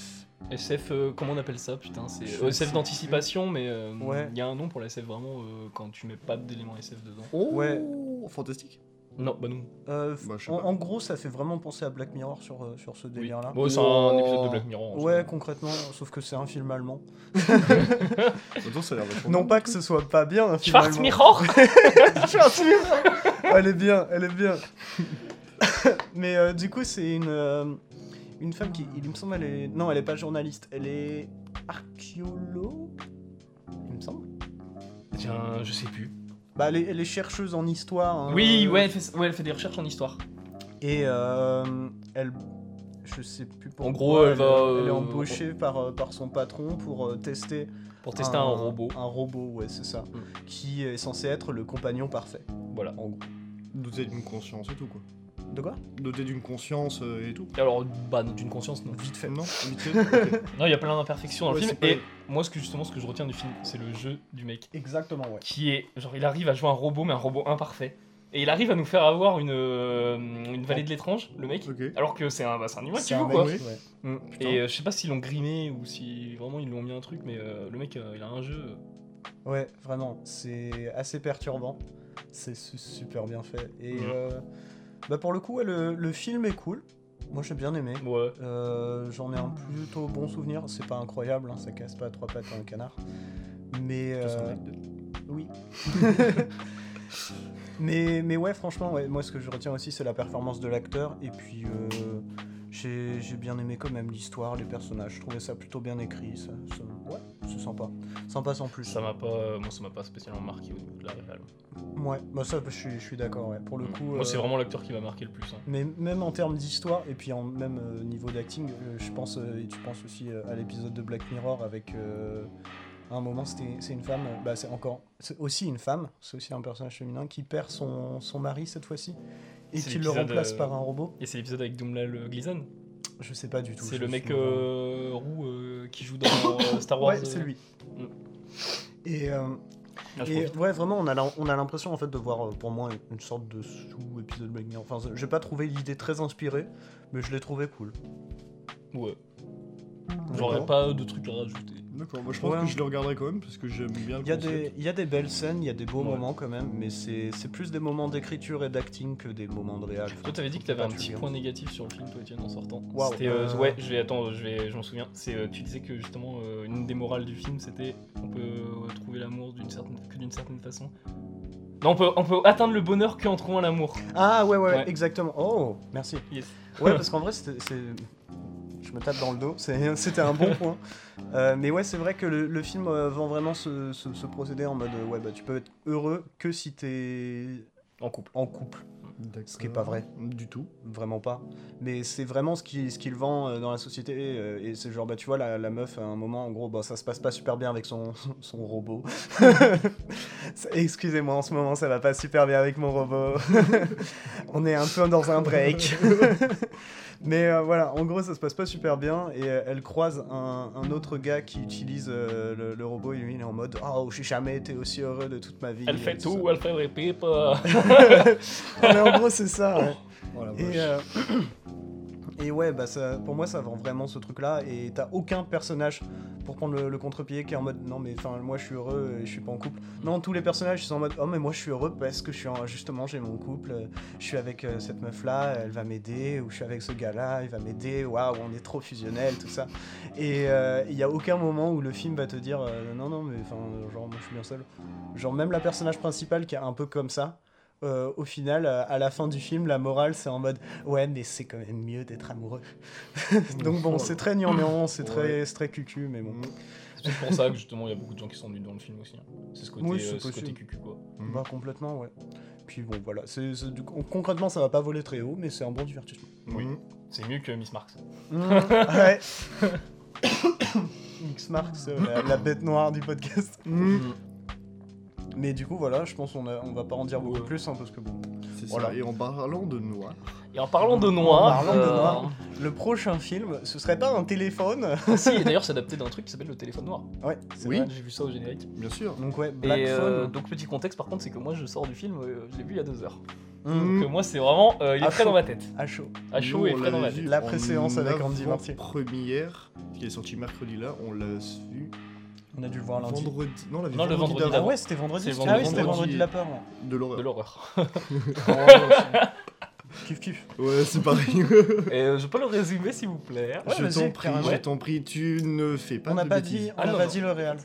Speaker 2: SF, euh, comment on appelle ça putain C'est
Speaker 1: Je
Speaker 2: euh, SF
Speaker 1: sais
Speaker 2: d'anticipation, mais euh, il
Speaker 1: Ouais.
Speaker 2: y a un nom pour la SF vraiment euh, quand tu mets pas d'éléments SF dedans.
Speaker 3: Oh,
Speaker 1: Ouais.
Speaker 3: fantastique.
Speaker 2: Non, bah non.
Speaker 1: Euh, f-
Speaker 3: Bah, je sais
Speaker 1: en,
Speaker 3: pas.
Speaker 1: en gros, ça fait vraiment penser à Black Mirror sur, euh, sur ce
Speaker 2: Oui.
Speaker 1: délire-là.
Speaker 2: Bon, c'est un
Speaker 3: Oh.
Speaker 2: épisode de Black Mirror. en
Speaker 1: Ouais,
Speaker 2: fait.
Speaker 1: concrètement, sauf que c'est un film allemand.
Speaker 3: Attends, ça a l'air vachement
Speaker 1: Oh. Non
Speaker 3: cool.
Speaker 1: pas que ce soit pas bien un film
Speaker 2: Schwarz
Speaker 1: allemand.
Speaker 2: Mirror
Speaker 1: Schwarzmirror Elle est bien, elle est bien. Mais euh, du coup, c'est une, euh, une femme qui, il me semble, elle est... Non, elle est pas journaliste, elle est archéologue, il me semble.
Speaker 2: Tiens, je sais plus.
Speaker 1: Bah, les, les chercheuses en histoire. hein,
Speaker 2: Oui,
Speaker 1: euh,
Speaker 2: ouais elle, fait, ouais, elle fait des recherches en histoire.
Speaker 1: Et euh, elle. Je sais plus pourquoi.
Speaker 2: En gros, elle va,
Speaker 1: elle est
Speaker 2: euh,
Speaker 1: embauchée par, euh, par son patron pour euh, tester.
Speaker 2: Pour
Speaker 1: Ah.
Speaker 2: tester un, robot. Mm.
Speaker 1: Un robot, ouais, c'est ça. Qui est censé être le compagnon parfait.
Speaker 2: Voilà, en gros.
Speaker 3: Doté d'une conscience et tout, quoi.
Speaker 1: De quoi
Speaker 3: Doté d'une conscience euh, et tout.
Speaker 2: Alors, bah, d'une conscience, non.
Speaker 1: Vite fait.
Speaker 3: Non vite fait Ok.
Speaker 2: Non, il y a plein d'imperfections dans
Speaker 3: Ouais,
Speaker 2: le film.
Speaker 3: c'est pas-
Speaker 2: Et moi, ce que, justement, ce que je retiens du film, c'est le jeu du mec.
Speaker 1: Exactement, ouais.
Speaker 2: Qui est. Genre, il arrive à jouer un robot, mais un robot imparfait. Et il arrive à nous faire avoir une, euh, une vallée de l'étrange, le mec.
Speaker 3: Ok.
Speaker 2: Alors que c'est un, bah, c'est un humain qui
Speaker 1: C'est
Speaker 2: joue,
Speaker 1: un
Speaker 2: quoi.
Speaker 1: mec, ouais.
Speaker 2: Mm.
Speaker 3: Putain.
Speaker 2: Et euh, je sais pas s'ils l'ont grimé ou si vraiment ils lui ont mis un truc, mais euh, le mec, euh, il a un jeu.
Speaker 1: Ouais, vraiment, c'est assez perturbant. C'est su- super bien fait. Et
Speaker 2: Mhm.
Speaker 1: euh, bah pour le coup, ouais, le, le film est cool. Moi, j'ai bien aimé.
Speaker 2: Ouais.
Speaker 1: Euh, J'en ai un plutôt bon souvenir. C'est pas incroyable, hein, ça casse pas trois pattes à un canard. Mais
Speaker 3: Tout ça,
Speaker 1: euh,
Speaker 3: mec, de-
Speaker 1: oui. mais mais ouais, franchement, ouais, moi ce que je retiens aussi, c'est la performance de l'acteur. Et puis euh, j'ai j'ai bien aimé quand même l'histoire, les personnages. Je trouvais ça plutôt bien écrit. Ça, ça- ouais, c'est sympa. Sympa sans plus.
Speaker 2: Ça m'a pas. Moi, ça m'a pas spécialement marqué au niveau de la réal. Mm.
Speaker 1: Ouais, bah ça, je suis, je suis d'accord, ouais. Pour le coup.
Speaker 2: Moi, c'est
Speaker 1: euh,
Speaker 2: vraiment l'acteur qui m'a marqué le plus. hein.
Speaker 1: Mais même en termes d'histoire, et puis en même euh, niveau d'acting, euh, je pense, euh, et tu penses aussi euh, à l'épisode de Black Mirror avec. euh, à un moment, c'était- c'est une femme, euh, bah c'est encore. C'est aussi une femme, c'est aussi un personnage féminin qui perd son, son mari cette fois-ci, et
Speaker 2: C'est
Speaker 1: qui le
Speaker 2: l'épisode,
Speaker 1: remplace
Speaker 2: euh,
Speaker 1: par un robot.
Speaker 2: Et c'est l'épisode avec Doomla le Gleason.
Speaker 1: Je sais pas du tout.
Speaker 2: C'est
Speaker 1: je
Speaker 2: le
Speaker 1: me
Speaker 2: mec
Speaker 1: souviens pas.
Speaker 2: euh, roux euh, qui joue dans euh, Star Wars.
Speaker 1: Ouais, c'est
Speaker 2: euh.
Speaker 1: lui.
Speaker 2: Mm.
Speaker 1: Et. euh,
Speaker 2: Ah, je
Speaker 1: Et
Speaker 2: profite.
Speaker 1: ouais, vraiment, on a la- on a l'impression en fait de voir euh, pour moi une sorte de sous-épisode Black Mirror. Enfin, j'ai pas trouvé l'idée très inspirée, mais je l'ai trouvé cool.
Speaker 2: Ouais. J'aurais
Speaker 1: euh, D'accord.
Speaker 2: pas de trucs à rajouter.
Speaker 3: D'accord, moi je pense
Speaker 1: Ouais.
Speaker 3: que je le regarderai quand même parce que j'aime bien le
Speaker 1: Il y, a
Speaker 3: concept.
Speaker 1: des, il y a des belles scènes, il y a des beaux
Speaker 2: Ouais.
Speaker 1: moments quand même, mais c'est c'est plus des moments d'écriture et d'acting que des moments de réal.
Speaker 2: Toi, t'avais dit que
Speaker 1: Faut
Speaker 2: t'avais un
Speaker 1: pas
Speaker 2: petit
Speaker 1: tuer.
Speaker 2: point négatif sur le film, toi, Étienne, en sortant.
Speaker 1: Waouh.
Speaker 2: C'était, euh,
Speaker 1: Euh.
Speaker 2: ouais, je vais, attends, je vais, je m'en souviens. C'est, euh, tu disais que justement, euh, une des morales du film, c'était, on peut euh, trouver l'amour d'une certaine, que d'une certaine façon. Non, on peut, on peut atteindre le bonheur qu'en trouvant l'amour.
Speaker 1: Ah ouais, ouais,
Speaker 2: Ouais.
Speaker 1: exactement. Oh, merci.
Speaker 2: Yes.
Speaker 1: Ouais, parce qu'en vrai, c'était- c'est. Je me tape dans le dos, c'est- c'était un bon point. Euh, mais ouais, c'est vrai que le, le film euh, vend vraiment ce, ce- ce procédé en mode euh, ouais, bah tu peux être heureux que si t'es
Speaker 2: En couple.
Speaker 1: en couple. Ce qui est pas vrai.
Speaker 3: Du tout.
Speaker 1: Vraiment pas. Mais c'est vraiment ce qu'il ce qu'il vend euh, dans la société. euh, Et c'est genre, bah, tu vois, la, la meuf, à un moment, en gros, bah, ça se passe pas super bien avec son, son robot. C'est- Excusez-moi, en ce moment, ça va pas super bien avec mon robot. On est un peu dans un break. Mais euh, voilà, en gros, ça se passe pas super bien. Et euh, elle croise un, un autre gars qui utilise euh, le, le robot. Et lui, il est en mode Oh, j'ai jamais été aussi heureux de toute ma vie.
Speaker 2: Elle
Speaker 1: Et
Speaker 2: fait
Speaker 1: ça.
Speaker 2: tout, elle fait répéter. pas.
Speaker 1: Non, mais en gros, c'est ça. ouais.
Speaker 3: Oh la vache.
Speaker 1: Et, euh, et ouais, bah ça, pour moi, ça vend vraiment ce truc-là. Et t'as aucun personnage pour prendre le, le contre-pied qui est en mode non, mais enfin, moi je suis heureux et je suis pas en couple. Non, tous les personnages ils sont en mode oh, mais moi je suis heureux parce que je suis en- justement, j'ai mon couple, euh, je suis avec euh, cette meuf-là, elle va m'aider, ou je suis avec ce gars-là, il va m'aider, waouh, on est trop fusionnel, tout ça. Et euh, il y a aucun moment où le film va te dire euh, non, non, mais enfin, genre, moi je suis bien seul. Genre, même la personnage principale qui est un peu comme ça. euh, au final, euh, à la fin du film, la morale c'est en mode ouais, mais c'est quand même mieux d'être amoureux. Donc bon, c'est très gnangnan, c'est très, c'est très cucu, mais bon.
Speaker 2: C'est peut-être pour ça que justement, il y a beaucoup de gens qui s'ennuient dans le film aussi. hein. C'est ce côté,
Speaker 1: Oui, c'est
Speaker 2: euh, ce côté
Speaker 1: possible.
Speaker 2: cucu, quoi.
Speaker 3: Mhm.
Speaker 1: Bah, complètement, ouais. Puis bon, voilà. c'est c'est- du coup, concrètement, ça va pas voler très haut, mais c'est un bon divertissement.
Speaker 3: Mm,
Speaker 2: Oui. C'est mieux que Miss Marx.
Speaker 1: ouais. Mix Marx, euh, la, la bête noire du podcast.
Speaker 2: Mm-hmm. Mm.
Speaker 1: Mais du coup, voilà, je pense qu'on a- on va pas en dire beaucoup
Speaker 2: Ouais.
Speaker 1: plus, hein, parce que bon.
Speaker 3: C'est ça.
Speaker 1: Voilà.
Speaker 3: Et en parlant de noir.
Speaker 2: Et en parlant de noir.
Speaker 1: En parlant de noir. Le prochain film, ce serait pas un téléphone
Speaker 2: euh, si, et d'ailleurs, c'est adapté d'un truc qui s'appelle le téléphone noir.
Speaker 1: Ouais, c'est
Speaker 3: Oui.
Speaker 1: vrai.
Speaker 2: Ouais, J'ai vu ça au générique.
Speaker 3: Bien sûr.
Speaker 1: Donc, ouais, Black
Speaker 2: Et euh,
Speaker 1: Phone.
Speaker 2: donc petit contexte par contre c'est que moi je sors du film, euh, je l'ai vu il y a deux heures.
Speaker 1: Mm,
Speaker 2: Donc euh, moi c'est vraiment, euh, il est
Speaker 1: À
Speaker 2: frais
Speaker 1: chaud.
Speaker 2: dans ma tête.
Speaker 1: à chaud.
Speaker 2: À chaud et frais dans ma tête.
Speaker 1: La préséance avec Andy Martin.
Speaker 3: Première, qui est sortie mercredi là, on l'a vu
Speaker 1: On a dû le voir lundi.
Speaker 3: vendredi. Non, on l'a vu
Speaker 2: Non, le vendredi
Speaker 1: Ah
Speaker 3: d'avant.
Speaker 1: ouais, c'était vendredi.
Speaker 2: C'est
Speaker 1: Ah oui, c'était
Speaker 2: vendredi.
Speaker 1: vendredi la peur. ouais.
Speaker 3: De
Speaker 2: De
Speaker 3: l'horreur.
Speaker 2: l'horreur.
Speaker 1: Kiff kiff.
Speaker 3: Ouais, c'est pareil.
Speaker 2: Et euh, je peux le résumer s'il vous plaît.
Speaker 1: Ouais,
Speaker 3: je
Speaker 1: vas-y,
Speaker 3: t'en prie,
Speaker 1: carrément.
Speaker 3: je t'en prie, tu ne fais pas
Speaker 1: on n'a
Speaker 3: de
Speaker 1: pas
Speaker 3: bêtises.
Speaker 1: dit, on
Speaker 2: Ah
Speaker 1: n'a
Speaker 2: non,
Speaker 1: pas
Speaker 2: non.
Speaker 1: dit le réel.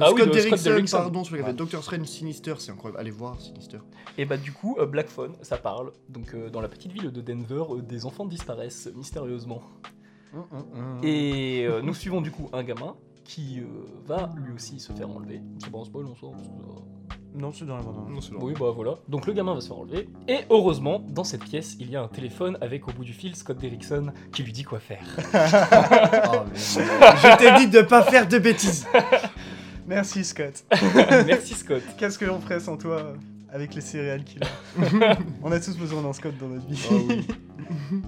Speaker 2: Ah oui,
Speaker 3: Scott
Speaker 2: de Scott
Speaker 3: Derrickson,
Speaker 2: Derrickson.
Speaker 3: pardon, je regardais Doctor Strange Sinister, c'est incroyable. Allez voir Sinister.
Speaker 2: Et bah du coup, euh, Black Phone, ça parle. Donc euh, dans la petite ville de Denver, euh, des enfants disparaissent mystérieusement.
Speaker 1: Ah.
Speaker 2: Et euh, nous suivons du coup un gamin qui euh, va lui aussi se faire enlever. C'est pas un spoil en soi, parce que, euh,
Speaker 1: Non, c'est dans la bande annonce.
Speaker 3: Non, c'est
Speaker 2: Oui, bah voilà. Donc le gamin va se faire enlever. Et heureusement, dans cette pièce, il y a un téléphone avec au bout du fil Scott Derrickson qui lui dit quoi faire.
Speaker 3: Ah,
Speaker 2: Ah,
Speaker 3: Je t'ai dit de pas faire de bêtises.
Speaker 1: Merci Scott.
Speaker 2: Merci Scott.
Speaker 1: Qu'est-ce que l'on ferait sans toi euh, avec les céréales qu'il a On a tous besoin d'un Scott dans notre vie.
Speaker 3: Ah oui.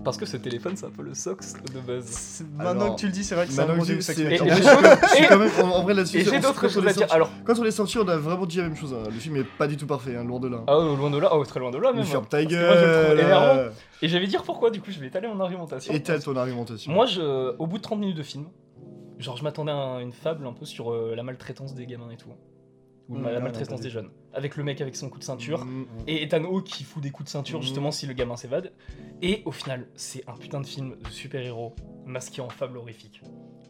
Speaker 2: Parce que ce téléphone, c'est un peu le sox de base.
Speaker 1: C'est- Maintenant
Speaker 3: Alors,
Speaker 1: que tu le dis, c'est vrai que c'est un
Speaker 3: Maintenant
Speaker 1: bon
Speaker 3: que
Speaker 1: dieu
Speaker 3: j'ai-
Speaker 1: que ça
Speaker 3: c'est-
Speaker 1: fait
Speaker 2: Et-
Speaker 1: attendre.
Speaker 2: et-
Speaker 3: Je suis quand même- en- en vrai, là-dessus,
Speaker 2: Et
Speaker 3: c'est-
Speaker 2: j'ai
Speaker 3: on-
Speaker 2: d'autres
Speaker 3: quand on
Speaker 2: choses
Speaker 3: est
Speaker 2: à dire.
Speaker 3: sorti-
Speaker 2: Alors,
Speaker 3: Quand on est sorti, on a vraiment dit la même chose. hein. Le film est pas du tout parfait, hein, loin de là.
Speaker 2: ah, euh, loin de là, oh, très loin de là
Speaker 3: Mais
Speaker 2: même.
Speaker 3: ferme ta
Speaker 2: Parce que moi, je le trouve
Speaker 3: gueule.
Speaker 2: énervant.
Speaker 3: euh,
Speaker 2: Et je vais dire pourquoi, du coup, je vais étaler mon argumentation.
Speaker 3: Étale ton argumentation.
Speaker 2: Moi, je, au bout de 30 minutes de film, genre, je m'attendais à un- une fable un peu sur euh, la maltraitance des gamins et tout. hein. Ou
Speaker 1: Mm,
Speaker 2: la
Speaker 1: ouais,
Speaker 2: maltraitance
Speaker 1: entendu.
Speaker 2: des jeunes. Avec le mec avec son coup de ceinture.
Speaker 3: Mm.
Speaker 2: Et Ethan Hawke qui fout des coups de ceinture
Speaker 1: Mhm.
Speaker 2: justement si le gamin s'évade. Et au final, c'est un putain de film de super-héros masqué en fable horrifique.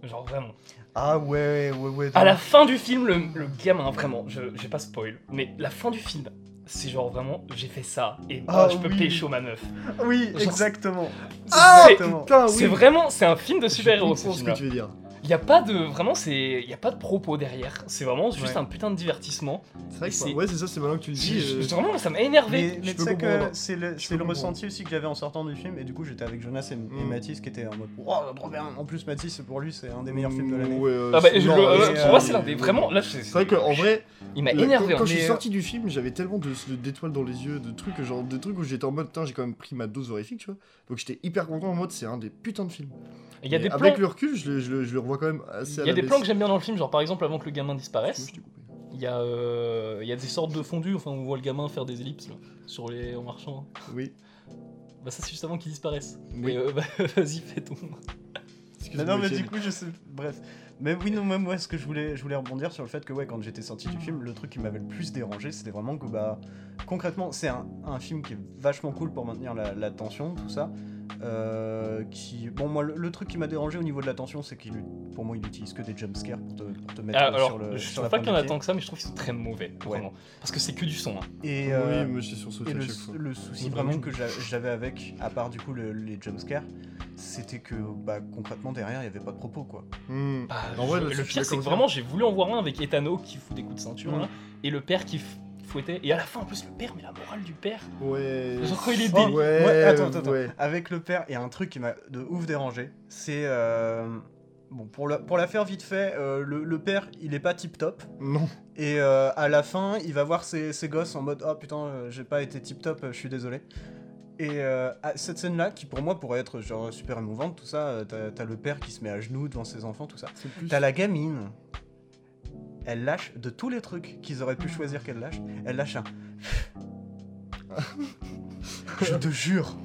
Speaker 2: Genre vraiment.
Speaker 1: Ah ouais, ouais, ouais.
Speaker 2: À
Speaker 1: donc-
Speaker 2: la fin du film, le, le gamin, vraiment, je, je vais pas spoil, mais la fin du film, c'est genre vraiment, j'ai fait ça et
Speaker 1: Ah
Speaker 2: oh, je peux
Speaker 1: oui.
Speaker 2: pécho ma meuf.
Speaker 1: Oui,
Speaker 2: Genre-
Speaker 1: exactement.
Speaker 2: Ah,
Speaker 1: Exactement.
Speaker 3: Putain, oui.
Speaker 2: C'est vraiment, c'est un film de
Speaker 3: Je
Speaker 2: super-héros
Speaker 3: comprends
Speaker 2: ce
Speaker 3: ce
Speaker 2: film-là.
Speaker 3: que tu veux dire.
Speaker 2: Il y a pas de, vraiment, c'est, il y a pas de propos derrière. C'est vraiment juste
Speaker 1: Ouais.
Speaker 2: un putain de divertissement.
Speaker 3: C'est vrai
Speaker 2: Et
Speaker 3: que
Speaker 2: c'est-
Speaker 3: ouais, c'est ça, c'est maintenant que tu le dis.
Speaker 2: J'ai-
Speaker 3: euh,
Speaker 2: j'ai- Vraiment, ça m'a énervé.
Speaker 1: Mais,
Speaker 3: Je
Speaker 1: mais
Speaker 3: peux
Speaker 1: tu sais que
Speaker 3: comprendre.
Speaker 1: c'est le,
Speaker 3: Je
Speaker 1: c'est
Speaker 3: peux
Speaker 1: le
Speaker 3: comprendre.
Speaker 1: ressenti aussi que j'avais en sortant du film, et du coup j'étais avec Jonas et, et
Speaker 3: Mm.
Speaker 1: Mathis qui était en mode Oh, trop bien En plus, Mathis, pour lui, c'est un des meilleurs films de l'année.
Speaker 3: Ouais, euh,
Speaker 2: Ah bah,
Speaker 3: c'est-
Speaker 2: je-
Speaker 3: non,
Speaker 2: le-
Speaker 3: ouais,
Speaker 2: euh,
Speaker 1: mais,
Speaker 2: pour moi,
Speaker 1: euh,
Speaker 2: c'est l'un des vraiment. Là, c'est
Speaker 3: C'est vrai qu'en vrai,
Speaker 2: il m'a
Speaker 3: la-
Speaker 2: énervé.
Speaker 3: quand, quand je suis
Speaker 2: mais, euh,
Speaker 3: sorti du film, j'avais tellement de, de- d'étoiles dans les yeux, de trucs, genre de trucs où j'étais en mode, putain, j'ai quand même pris ma dose horrifique, tu vois. Donc j'étais hyper content en mode, c'est un des putains de films.
Speaker 2: Il y a
Speaker 3: Mais
Speaker 2: des plans.
Speaker 3: avec le recul, je le, je le- je le revois quand même assez à
Speaker 2: Il y a
Speaker 3: la
Speaker 2: des
Speaker 3: baisse.
Speaker 2: plans que j'aime bien dans le film, genre par exemple avant que le gamin
Speaker 3: Excuse-moi,
Speaker 2: disparaisse,
Speaker 3: je t'ai coupé.
Speaker 2: il y, a, euh, il y a des sortes de fondus, enfin on voit le gamin faire des ellipses là, sur les en marchant.
Speaker 3: Oui.
Speaker 2: Bah ça c'est juste avant qu'ils disparaissent. Mais
Speaker 3: Oui.
Speaker 2: euh, bah, vas-y fais ton.
Speaker 1: Mais
Speaker 3: Excuse-moi,
Speaker 1: non, mais
Speaker 3: Étienne.
Speaker 1: du coup, je sais. Bref. Mais oui, non, moi, moi, ce que je voulais, je voulais rebondir sur le fait que, ouais, quand j'étais sorti du film, le truc qui m'avait le plus dérangé, c'était vraiment que, bah, concrètement, c'est un, un film qui est vachement cool pour maintenir la, la tension, tout ça. Euh, qui, bon, moi, le, le truc qui m'a dérangé au niveau de la tension, c'est qu'il, pour moi, il utilise que des jumpscares pour te, pour te mettre
Speaker 2: Ah,
Speaker 1: euh,
Speaker 2: alors
Speaker 1: sur le.
Speaker 2: je
Speaker 1: sur la
Speaker 2: trouve pas
Speaker 1: pointe
Speaker 2: qu'il y en a
Speaker 1: des
Speaker 2: tant que ça, mais je trouve qu'ils sont très mauvais vraiment. Parce que c'est que du son. hein.
Speaker 1: pieds. Et, euh,
Speaker 3: Oui, mais je suis sur ce
Speaker 1: Et
Speaker 3: à
Speaker 1: le,
Speaker 3: chaque fois.
Speaker 1: le souci
Speaker 3: Oui,
Speaker 2: bah,
Speaker 1: vraiment
Speaker 3: oui.
Speaker 1: que j'a- j'avais avec, à part du coup le- les jumpscares, c'était que bah, concrètement derrière il n'y avait pas de propos quoi.
Speaker 3: Hmm.
Speaker 2: Bah,
Speaker 3: En vrai,
Speaker 2: je-
Speaker 3: là, je
Speaker 2: le
Speaker 3: suis
Speaker 2: pire c'est
Speaker 3: d'accord
Speaker 2: que
Speaker 3: aussi.
Speaker 2: vraiment j'ai voulu en voir un avec Ethano qui fout des coups de ceinture
Speaker 1: Mm.
Speaker 2: là, et le père qui f- fouettait. Et à la fin en plus le père, mais la morale du père.
Speaker 3: Ouais.
Speaker 2: Genre quand il est
Speaker 1: Oh,
Speaker 2: dé-
Speaker 3: Ouais,
Speaker 1: Ouais, attends, attends, attends.
Speaker 3: ouais.
Speaker 1: Avec le père, il y a un truc qui m'a de ouf dérangé, c'est. euh, Bon, pour la, pour la faire vite fait, euh, le, le père il est pas tip top.
Speaker 3: Non.
Speaker 1: Et euh, à la fin, il va voir ses, ses gosses en mode Oh putain, euh, j'ai pas été tip top, euh, je suis désolé. Et euh, à- cette scène-là, qui pour moi pourrait être genre super émouvante, tout ça, euh, t'as- t'as le père qui se met à genoux devant ses enfants, tout ça.
Speaker 3: C'est plus.
Speaker 1: T'as la gamine. Elle lâche de tous les trucs qu'ils auraient pu choisir qu'elle lâche. Elle lâche un. je te jure.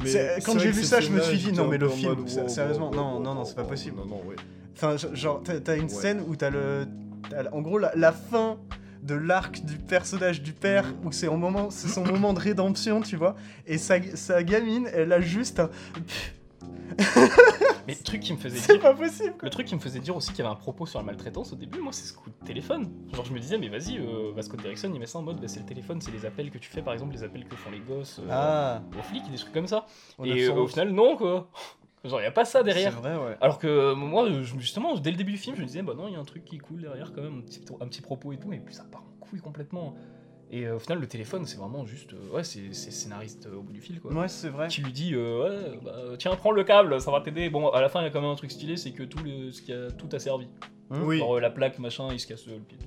Speaker 3: Mais
Speaker 1: c'est- quand
Speaker 3: vrai
Speaker 1: j'ai
Speaker 3: que
Speaker 1: vu
Speaker 3: cette
Speaker 1: ça, je me
Speaker 3: scène-là,
Speaker 1: suis dit,
Speaker 3: j'étais
Speaker 1: non,
Speaker 3: un
Speaker 1: mais
Speaker 3: peu
Speaker 1: le
Speaker 3: en
Speaker 1: film,
Speaker 3: mode,
Speaker 1: ça-
Speaker 3: wow,
Speaker 1: sérieusement,
Speaker 3: wow,
Speaker 1: non,
Speaker 3: wow,
Speaker 1: non, non,
Speaker 3: wow,
Speaker 1: c'est pas
Speaker 3: wow,
Speaker 1: possible.
Speaker 3: Non, non, ouais.
Speaker 1: Enfin, je- genre, t'as t'as une
Speaker 3: Ouais.
Speaker 1: scène où t'as le. t'as- en gros, la, la fin de l'arc du personnage du père, où c'est au moment, c'est son moment de rédemption, tu vois. Et sa, sa gamine, elle a juste un.
Speaker 2: Mais le truc qui me faisait
Speaker 1: C'est
Speaker 2: dire.
Speaker 1: pas possible, quoi.
Speaker 2: Le truc qui me faisait dire aussi qu'il y avait un propos sur la maltraitance au début, moi, c'est ce coup de téléphone. Genre, je me disais, mais vas-y, euh, bah, Scott Derrickson, il met ça en mode, bah, c'est le téléphone, c'est les appels que tu fais, par exemple, les appels que font les gosses euh,
Speaker 1: Ah,
Speaker 2: aux flics et des trucs comme ça.
Speaker 1: au
Speaker 2: et
Speaker 1: 911.
Speaker 2: euh, au final, non, quoi. Genre, il a pas ça derrière.
Speaker 1: C'est vrai, ouais.
Speaker 2: Alors que euh, moi, euh, je- justement, dès le début du film, je me disais, bah non, il y a un truc qui coule derrière, quand même, un petit, un petit propos et tout, mais puis ça part en couille complètement. Et euh, au final, le téléphone, c'est vraiment juste, euh, ouais, c'est c'est scénariste euh, au bout du fil, quoi
Speaker 1: Ouais, c'est vrai.
Speaker 2: qui lui dit euh, ouais, bah, tiens prends le câble ça va t'aider bon à la fin il y a quand même un truc stylé c'est que tout le, ce qui a tout a servi
Speaker 1: Hein
Speaker 3: Oui.
Speaker 2: genre euh, la plaque machin il se casse euh, le pied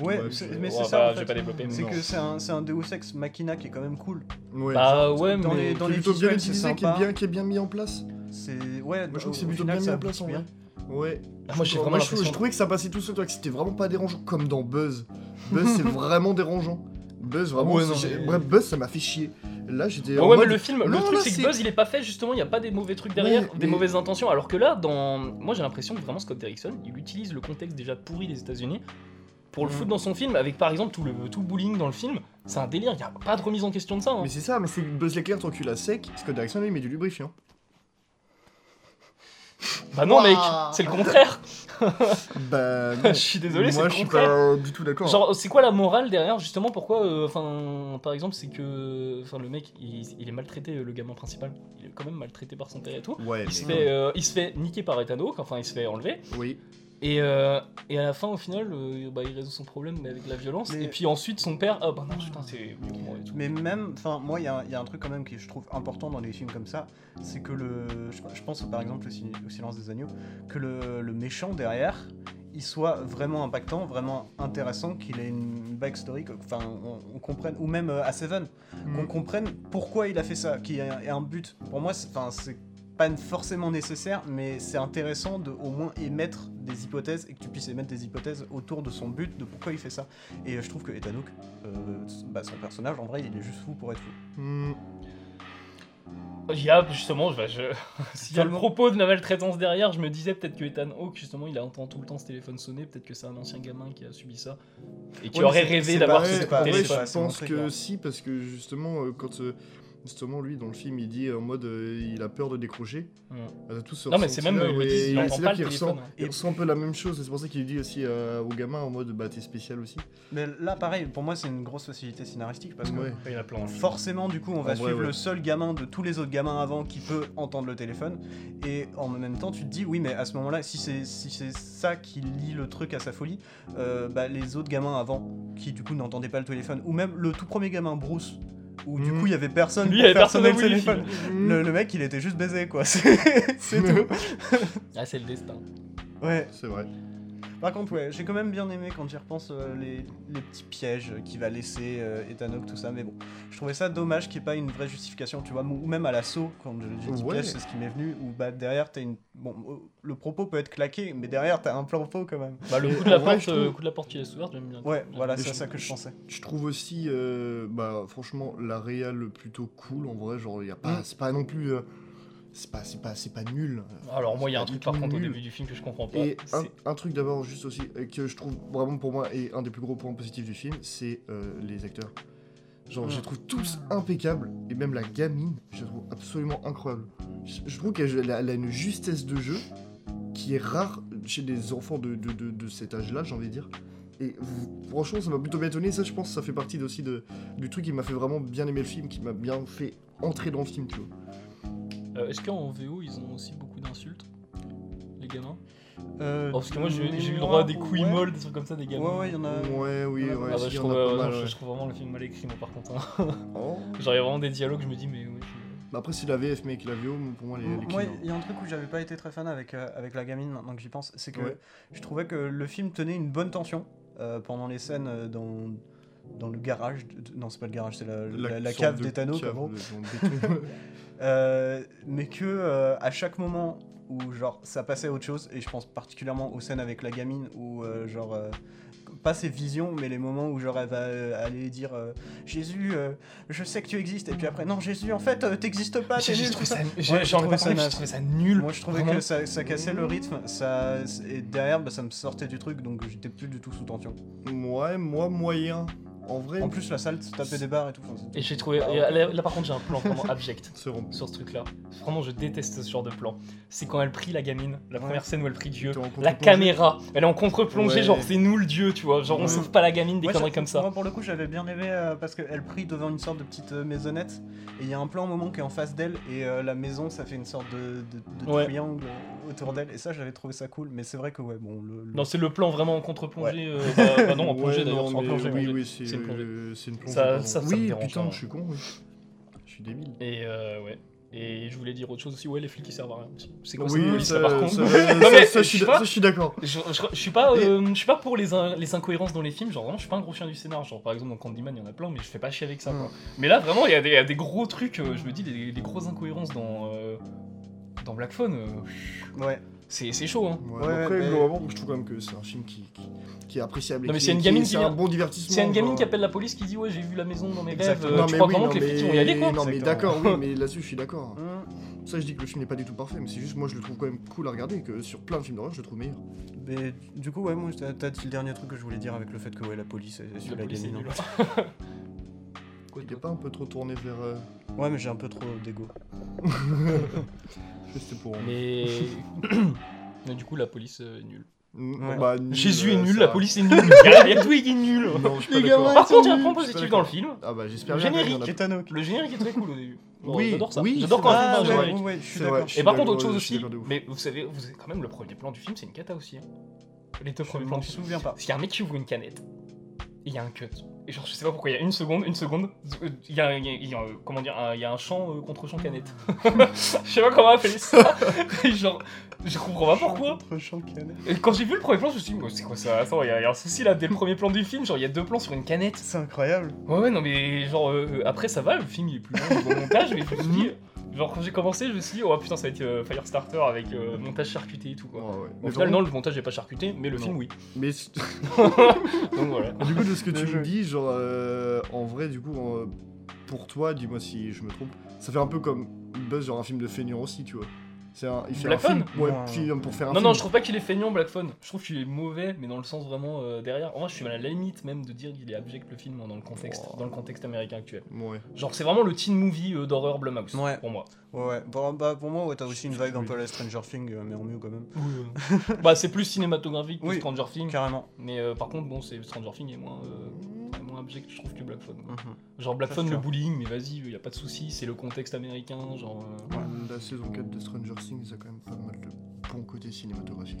Speaker 1: Ouais,
Speaker 3: Ouais,
Speaker 1: c'est-
Speaker 3: je-
Speaker 1: mais
Speaker 2: ouais,
Speaker 1: c'est
Speaker 2: bah,
Speaker 1: ça. en
Speaker 2: je
Speaker 1: fait.
Speaker 2: vais pas développer, mais
Speaker 1: C'est
Speaker 2: non.
Speaker 1: que c'est un, c'est un Deus Ex Machina qui est quand même cool.
Speaker 3: Ouais.
Speaker 2: bah ouais
Speaker 1: dans
Speaker 2: mais
Speaker 1: les- dans
Speaker 3: C'est plutôt bien
Speaker 1: visuels, c'est
Speaker 3: utilisé, qui est
Speaker 1: sympa.
Speaker 3: bien, qui est bien mis en place.
Speaker 1: C'est ouais.
Speaker 3: Moi, je
Speaker 1: au-
Speaker 3: trouve que c'est
Speaker 1: au
Speaker 3: plutôt
Speaker 1: final,
Speaker 3: bien mis
Speaker 1: ça
Speaker 3: en place en
Speaker 1: aboutit
Speaker 3: vrai. Ouais.
Speaker 2: Ah, moi j'ai
Speaker 3: Moi,
Speaker 2: vraiment
Speaker 3: je, trouve- je
Speaker 2: l'impression
Speaker 3: trouvais que ça passait tout seul, toi, que c'était vraiment pas dérangeant, comme dans Buzz. Buzz, c'est vraiment dérangeant.
Speaker 1: Ah
Speaker 3: Buzz, vraiment.
Speaker 2: Ouais, non,
Speaker 3: j'ai-
Speaker 2: mais-
Speaker 3: Bref, Buzz, ça m'a fait chier. Là, j'étais.
Speaker 1: Bah
Speaker 2: Ah
Speaker 3: en
Speaker 2: ouais mais
Speaker 3: mode-
Speaker 2: le film le
Speaker 3: Non,
Speaker 2: truc
Speaker 3: là,
Speaker 2: c'est que
Speaker 3: c'est-
Speaker 2: Buzz il est pas fait justement il y a pas des mauvais trucs derrière
Speaker 3: Ouais,
Speaker 2: des
Speaker 3: mais-
Speaker 2: mauvaises intentions alors que là dans moi j'ai l'impression que vraiment Scott Derrickson il utilise le contexte déjà pourri des États-Unis pour le
Speaker 3: Mm.
Speaker 1: Mhm.
Speaker 2: foutre dans son film avec par exemple tout le tout le bullying dans le film c'est un délire il y a pas de remise en question de ça hein.
Speaker 3: Mais c'est ça, mais c'est Buzz l'éclair, ton cul à sec. Parce que Direction, lui, il met du lubrifiant.
Speaker 2: bah non mec
Speaker 3: Ouah.
Speaker 2: c'est le contraire
Speaker 3: Bah.
Speaker 2: je
Speaker 3: non.
Speaker 2: suis désolé c'est
Speaker 3: Moi,
Speaker 2: le
Speaker 3: je suis
Speaker 2: contraire
Speaker 3: pas du tout d'accord.
Speaker 2: Genre, c'est quoi la morale derrière justement Pourquoi, euh, enfin, par exemple, c'est que, enfin, le mec, il, il est maltraité, euh, le gamin principal, il est quand même maltraité par son père et tout.
Speaker 3: Ouais,
Speaker 2: Il se
Speaker 3: mais-
Speaker 2: fait, euh, il se fait niquer par Ethan Hawke, enfin, il se fait enlever.
Speaker 3: Oui.
Speaker 2: Et, euh, et à la fin, au final, euh, bah, il résout son problème mais avec la violence.
Speaker 1: Mais-
Speaker 2: Et puis ensuite, son père, ah bah non, putain, c'est violent et tout.
Speaker 1: Mais même, enfin, moi, il y, a un- il y a un truc quand même que je trouve important dans les films comme ça, c'est que le. Je, je pense par exemple au, Sil- au Silence des Agneaux, que le, le méchant derrière, il soit vraiment impactant, vraiment intéressant, qu'il ait une backstory, que- enfin, on, on comprenne, ou même euh, à Seven,
Speaker 2: Mm.
Speaker 1: qu'on comprenne pourquoi il a fait ça, qu'il y ait un but. Pour moi, c'est- enfin, c'est pas forcément nécessaire, mais c'est intéressant de au moins émettre des hypothèses et que tu puisses émettre des hypothèses autour de son but, de pourquoi il fait ça. Et euh, je trouve que Etanouk, euh, bah, son personnage, en vrai, il est juste fou pour être fou.
Speaker 3: Mm.
Speaker 2: Il y a justement, bah, je... s'il y a le
Speaker 1: Totalement.
Speaker 2: propos de la maltraitance derrière, je me disais peut-être que Ethan Hawke, justement, il entend tout le temps ce téléphone sonner, peut-être que c'est un ancien gamin qui a subi ça et qui
Speaker 1: Ouais, mais
Speaker 2: aurait
Speaker 1: c'est-
Speaker 2: rêvé
Speaker 1: c'est
Speaker 2: d'avoir
Speaker 1: pareil,
Speaker 2: ce
Speaker 1: c'est pas-
Speaker 3: en vrai,
Speaker 2: téléphone.
Speaker 1: pas
Speaker 3: bah, je
Speaker 1: assez
Speaker 3: pense
Speaker 1: montré,
Speaker 3: que
Speaker 1: quoi.
Speaker 3: si, parce que justement, euh, quand euh, justement lui dans le film, il dit euh, en mode euh, il a peur de décrocher.
Speaker 2: Mm.
Speaker 3: On a tous ce
Speaker 2: Non, mais c'est même,
Speaker 3: ressenti-là,
Speaker 2: ils le
Speaker 3: ouais,
Speaker 2: disent, il
Speaker 3: et
Speaker 2: entend
Speaker 3: c'est
Speaker 2: pas
Speaker 3: là
Speaker 2: le
Speaker 3: qu'il
Speaker 2: téléphone.
Speaker 3: ressent,
Speaker 2: hein.
Speaker 3: il ressent un peu la même chose. et C'est pour ça qu'il dit aussi euh, au gamin en mode bah t'es spécial aussi.
Speaker 1: Mais là, pareil, pour moi, c'est une grosse facilité scénaristique parce que.
Speaker 3: Ouais.
Speaker 2: Il y en a plein. hein.
Speaker 1: Forcément, du coup, on va
Speaker 3: En vrai,
Speaker 1: suivre
Speaker 3: ouais.
Speaker 1: le seul gamin de tous les autres gamins avant qui peut entendre le téléphone. Et en même temps, tu te dis, oui, mais à ce moment-là, si c'est si c'est ça qui lie le truc à sa folie, euh, bah, les autres gamins avant qui, du coup, n'entendaient pas le téléphone, ou même le tout premier gamin, Bruce, où du
Speaker 3: Mhm.
Speaker 1: coup, il y avait personne
Speaker 2: Lui, il
Speaker 1: pour
Speaker 2: y avait
Speaker 1: faire
Speaker 2: personne
Speaker 1: sonner
Speaker 2: au bout
Speaker 1: le
Speaker 2: du
Speaker 1: téléphone.
Speaker 2: fil.
Speaker 1: Le, le mec, il était juste baisé, quoi. C'est c'est tout.
Speaker 2: Ah, c'est le destin.
Speaker 1: Ouais.
Speaker 3: C'est vrai.
Speaker 1: Par contre, ouais, j'ai quand même bien aimé quand j'y repense euh, les, les petits pièges qu'il va laisser euh, Ethan Hawke, tout ça, mais bon, je trouvais ça dommage qu'il n'y ait pas une vraie justification, tu vois, ou même à l'assaut, quand je- j'ai dit
Speaker 3: Ouais.
Speaker 1: piège, c'est ce qui m'est venu, où bah, derrière, t'as une. Bon, euh, le propos peut être claqué, mais derrière, t'as un plan faux quand même.
Speaker 2: Bah, le
Speaker 3: Et
Speaker 2: coup de la
Speaker 3: en vrai,
Speaker 2: porte,
Speaker 3: je trouve-
Speaker 2: euh, coup de la porte qui laisse ouverte, j'aime bien.
Speaker 1: Ouais, voilà,
Speaker 3: Mais
Speaker 1: c'est
Speaker 3: je-
Speaker 1: ça que je pensais.
Speaker 3: Je trouve aussi, euh, bah, franchement, la réal plutôt cool en vrai. Genre, y a pas,
Speaker 1: Mm.
Speaker 3: c'est pas non plus, euh, c'est pas, c'est pas, c'est pas nul. euh,
Speaker 2: Alors, moi, il y a un
Speaker 3: c'est pas
Speaker 2: truc
Speaker 3: du
Speaker 2: par
Speaker 3: tout
Speaker 2: contre au
Speaker 3: nul.
Speaker 2: début du film que je comprends pas.
Speaker 3: Et
Speaker 2: c'est-
Speaker 3: un, un truc d'abord juste aussi euh, que je trouve vraiment pour moi et un des plus gros points positifs du film, c'est euh, les acteurs. Genre, je les trouve tous impeccables et même la gamine, je la trouve absolument incroyable. Je, je trouve qu'elle elle a, elle a une justesse de jeu qui est rare chez des enfants de, de- de- de cet âge-là, j'ai envie de dire. Et v- franchement, ça m'a plutôt bien étonné. Ça, je pense, ça fait partie de- aussi de, du truc qui m'a fait vraiment bien aimer le film, qui m'a bien fait entrer dans le film, tu vois.
Speaker 2: Euh, Est-ce qu'en VO, ils ont aussi beaucoup d'insultes Les gamins
Speaker 1: Euh,
Speaker 2: Oh, Parce que moi, j'ai j'ai eu le
Speaker 1: mémoire,
Speaker 2: droit à des couilles
Speaker 1: ouais.
Speaker 2: molles, des trucs comme ça, des
Speaker 1: Ouais,
Speaker 2: gamins.
Speaker 1: ouais, il y en a.
Speaker 3: Ouais, oui,
Speaker 1: Ah
Speaker 3: ouais,
Speaker 2: Ah bah,
Speaker 3: si,
Speaker 2: je,
Speaker 3: y en
Speaker 2: trouve,
Speaker 3: a pas
Speaker 2: euh, non,
Speaker 3: mal,
Speaker 2: je-
Speaker 3: ouais.
Speaker 2: je trouve vraiment le film mal écrit, moi, par contre. hein.
Speaker 3: Oh.
Speaker 2: Genre, il y a vraiment des dialogues, je me dis, mais ouais, je-
Speaker 3: Bah Après, c'est la VF, mais que la VO, pour moi, les, les
Speaker 1: Moi,
Speaker 3: clean, hein.
Speaker 1: il y a un truc où j'avais pas été très fan avec, euh, avec la gamine, maintenant que j'y pense, c'est que
Speaker 3: Ouais.
Speaker 1: je trouvais que le film tenait une bonne tension euh, pendant les scènes euh, dans, dans le garage. de- non, c'est pas le garage, c'est la, la- la
Speaker 3: hein. sorte
Speaker 1: cave
Speaker 3: de
Speaker 1: d'Ethano,
Speaker 3: cave,
Speaker 1: pardon.
Speaker 3: le- dans le béton.
Speaker 1: Euh, mais que euh, à chaque moment où genre ça passait à autre chose, et je pense particulièrement aux scènes avec la gamine où euh, genre euh, pas ses visions, mais les moments où genre elle va euh, aller dire euh, Jésus, euh, je sais que tu existes, et puis après non Jésus, en fait euh, t'existes
Speaker 3: Ah,
Speaker 1: pas, t'es
Speaker 2: J'ai- j'ai
Speaker 1: nul, tout
Speaker 2: trouvé
Speaker 1: ça.
Speaker 2: ça-
Speaker 1: Ouais,
Speaker 2: j'ai-
Speaker 1: je
Speaker 2: J'en ai
Speaker 1: trouve
Speaker 2: pas
Speaker 1: ça
Speaker 2: parlé, mais j'ai
Speaker 1: naze.
Speaker 2: trouvé ça nul.
Speaker 1: Moi je trouvais
Speaker 2: Vraiment.
Speaker 1: que ça, ça cassait le rythme, ça, et derrière bah, ça me sortait du truc donc j'étais plus du tout sous tension.
Speaker 3: ouais, moi, moyen. En vrai,
Speaker 1: En plus la salle se tapait des barres et tout. enfin,
Speaker 2: Et
Speaker 1: c'était-
Speaker 2: j'ai trouvé. et Là, là, par contre, j'ai un plan vraiment abject
Speaker 3: se rompre.
Speaker 2: sur ce truc-là. Vraiment, je déteste ce genre de plan. C'est quand elle prie la gamine, la
Speaker 1: Ouais.
Speaker 2: première scène où elle prie Dieu.
Speaker 3: T'es en
Speaker 2: La
Speaker 3: contre-plongée.
Speaker 2: caméra, elle est en contre-plongée,
Speaker 3: Ouais.
Speaker 2: genre c'est nous le dieu, tu vois. Genre on
Speaker 1: Ouais.
Speaker 2: sauve pas la gamine des
Speaker 1: Ouais,
Speaker 2: conneries
Speaker 1: ça-
Speaker 2: comme ça.
Speaker 1: Moi pour le coup j'avais bien aimé euh, parce qu'elle prie devant une sorte de petite euh, maisonnette et il y a un plan au moment qui est en face d'elle et euh, la maison ça fait une sorte de, de- de
Speaker 2: Ouais.
Speaker 1: triangle autour d'elle et ça j'avais trouvé ça cool mais c'est vrai que ouais bon le, le-
Speaker 2: Non, c'est le plan vraiment en contre-plongée. euh, bah, bah non, en plongée
Speaker 3: Ouais,
Speaker 2: d'ailleurs,
Speaker 3: non,
Speaker 2: c'est en
Speaker 3: mais
Speaker 2: plongée.
Speaker 3: Oui,
Speaker 2: en
Speaker 3: oui,
Speaker 2: plongée.
Speaker 3: c'est
Speaker 2: C'est une plongée.
Speaker 3: euh, c'est une plongée.
Speaker 2: Ça-
Speaker 3: pardon.
Speaker 2: ça, ça me
Speaker 3: oui,
Speaker 2: dérange,
Speaker 3: putain,
Speaker 2: hein.
Speaker 3: je suis con, oui. Je suis débile.
Speaker 2: Et euh, ouais. Et je voulais dire autre chose aussi, ouais, les flics ils servent à rien. aussi. C'est quoi cette
Speaker 3: Oui,
Speaker 2: police
Speaker 3: ça,
Speaker 2: là par contre
Speaker 3: ça-
Speaker 2: Non, mais
Speaker 3: ça- ça, je suis
Speaker 2: je sais
Speaker 3: d'a-
Speaker 2: pas.
Speaker 3: ça, je suis d'accord.
Speaker 2: je, je, je suis pas, euh, je suis pas pour les, in- les incohérences dans les films, genre vraiment je suis pas un gros chien du scénar, genre par exemple dans Candyman il y en a plein mais je fais pas chier avec ça quoi. Mais là vraiment il y, a des- il y a des gros trucs, euh, je me dis des, des grosses incohérences dans, euh, dans Black Phone, euh,
Speaker 1: ouais
Speaker 2: c'est c'est chaud hein.
Speaker 3: Ouais,
Speaker 1: Ouais,
Speaker 3: après,
Speaker 1: mais-
Speaker 3: globalement, je trouve quand même que c'est un film qui, qui, qui est appréciable. et
Speaker 2: Non, mais
Speaker 3: qui-
Speaker 2: c'est une gamine
Speaker 3: qui
Speaker 2: qui
Speaker 3: est un
Speaker 2: vient-
Speaker 3: bon divertissement.
Speaker 2: C'est une gamine
Speaker 3: genre.
Speaker 2: qui appelle la police qui dit ouais j'ai vu la maison dans mes rêves,
Speaker 1: Exactement.
Speaker 2: euh,
Speaker 3: Non,
Speaker 2: tu
Speaker 3: mais
Speaker 2: crois
Speaker 3: oui,
Speaker 2: vraiment
Speaker 3: non,
Speaker 2: que les flics ils
Speaker 3: mais-
Speaker 2: vont y aller quoi
Speaker 3: Non, mais
Speaker 1: Exactement.
Speaker 3: d'accord, oui, mais là-dessus, je suis d'accord.
Speaker 1: Hum,
Speaker 3: Ça, je dis que le film n'est pas du tout parfait, mais c'est juste, moi, je le trouve quand même cool à regarder. Que sur plein de films d'horreur, je le trouve meilleur.
Speaker 1: mais du coup ouais moi t'as t'as dit le dernier truc que je voulais dire avec le fait que ouais la police est sur
Speaker 2: La
Speaker 1: la,
Speaker 2: police,
Speaker 1: gamine
Speaker 2: c'est
Speaker 1: hein.
Speaker 2: nul. Quoi,
Speaker 3: Il est
Speaker 2: toi
Speaker 3: pas un peu trop tourné vers. euh,
Speaker 1: ouais mais j'ai un peu trop d'ego
Speaker 3: C'était pour.
Speaker 2: Mais... mais du coup la police euh, est nulle.
Speaker 3: Mm,
Speaker 1: Ouais.
Speaker 3: bah, nul,
Speaker 2: Jésus est
Speaker 3: euh,
Speaker 2: nul,
Speaker 3: ça
Speaker 2: la
Speaker 3: va.
Speaker 2: police est nulle, il y a- il y a tout qui est nul.
Speaker 3: Non, je suis pas
Speaker 1: Les
Speaker 3: d'accord.
Speaker 1: gamins.
Speaker 2: Par contre il y a un point
Speaker 3: Je suis pas
Speaker 2: positif
Speaker 3: d'accord.
Speaker 2: dans le film,
Speaker 3: Ah bah j'espère
Speaker 2: Le
Speaker 3: bien. qu'il y en a
Speaker 2: générique.
Speaker 1: Ethanok
Speaker 2: le générique est très cool au début. Genre,
Speaker 3: Oui,
Speaker 2: j'adore ça.
Speaker 3: oui,
Speaker 2: j'adore
Speaker 3: c'est
Speaker 2: quand
Speaker 3: vrai.
Speaker 2: un
Speaker 1: ah
Speaker 2: film fait un
Speaker 1: ouais,
Speaker 2: générique.
Speaker 1: ouais, ouais, je suis
Speaker 3: C'est vrai.
Speaker 1: d'accord
Speaker 2: Et par contre,
Speaker 3: d'accord,
Speaker 2: autre chose
Speaker 3: je suis
Speaker 2: aussi,
Speaker 3: d'accord de ouf.
Speaker 2: mais vous savez, vous savez quand même le premier plan du film, c'est une cata aussi. hein. les deux
Speaker 1: Je
Speaker 2: premiers plans
Speaker 1: m'en
Speaker 2: du film.
Speaker 1: souviens pas.
Speaker 2: Parce qu'il y a un mec qui ouvre une canette, et il y a un cut. Et genre, je sais pas pourquoi, il y a une seconde, une seconde, euh, il y a, il y a- il y a, euh, comment dire, un- il y a un champ euh, contre champ canette. je sais pas comment appeler ça. Et genre, je comprends pas pourquoi.
Speaker 1: Contre champ canette.
Speaker 2: Et quand j'ai vu le premier plan, je me suis dit, mais c'est quoi ça Attends, il y, a- il y a un souci là, dès le premier plan du film, genre, il y a deux plans sur une canette.
Speaker 1: C'est incroyable.
Speaker 2: Ouais, ouais, non, mais genre, euh, euh, après, ça va, le film, il est plus long au montage, mais je me suis dit, genre, quand j'ai commencé, je me suis dit, oh putain, ça va être euh, Firestarter avec euh, montage charcuté et tout, quoi.
Speaker 3: Ouais, ouais.
Speaker 2: Au
Speaker 3: Mais
Speaker 2: final,
Speaker 3: vraiment-
Speaker 2: non, le montage n'est pas charcuté, mais le
Speaker 3: Non.
Speaker 2: film, oui.
Speaker 3: mais c-
Speaker 2: Donc voilà.
Speaker 3: du coup, de ce que
Speaker 1: Le
Speaker 3: tu
Speaker 1: jeu.
Speaker 3: me dis, genre, euh, en vrai, du coup, en- pour toi, dis-moi si je me trompe, ça fait un peu comme Buzz, genre un film de feignant aussi, tu vois. C'est un, il fait
Speaker 2: Black
Speaker 3: un film,
Speaker 1: Phone
Speaker 3: ouais,
Speaker 1: Non.
Speaker 3: puis, euh, pour faire un
Speaker 2: Non,
Speaker 3: film.
Speaker 2: non, je trouve pas qu'il est feignant, Black Phone. Je trouve qu'il est mauvais, mais dans le sens vraiment euh, derrière. En vrai, je suis à la limite même de dire qu'il est abject le film hein, dans le contexte,
Speaker 3: Oh.
Speaker 2: dans le contexte américain actuel.
Speaker 3: Ouais.
Speaker 2: Genre, c'est vraiment le teen movie euh, d'horreur Blumhouse
Speaker 1: Ouais.
Speaker 2: pour moi.
Speaker 1: Ouais, ouais. Bon, bah, pour moi, ouais, t'as aussi une vague un
Speaker 3: Oui.
Speaker 1: peu à la Stranger Things, euh, mais en mieux quand même.
Speaker 2: bah, c'est plus cinématographique que
Speaker 1: Oui.
Speaker 2: Stranger Things,
Speaker 1: Carrément.
Speaker 2: mais euh, par contre, bon, c'est Stranger Things est moins, euh, est moins abject, je trouve, que Black Phone. quoi.
Speaker 1: Mhm.
Speaker 2: Genre, Black
Speaker 1: Ça,
Speaker 2: Phone,
Speaker 1: c'est
Speaker 2: le
Speaker 1: sûr.
Speaker 2: bullying, mais vas-y, y a pas de souci, c'est le contexte américain, genre. euh,
Speaker 3: La saison 4 de Stranger Things a quand même pas mal de bon côté cinématographique.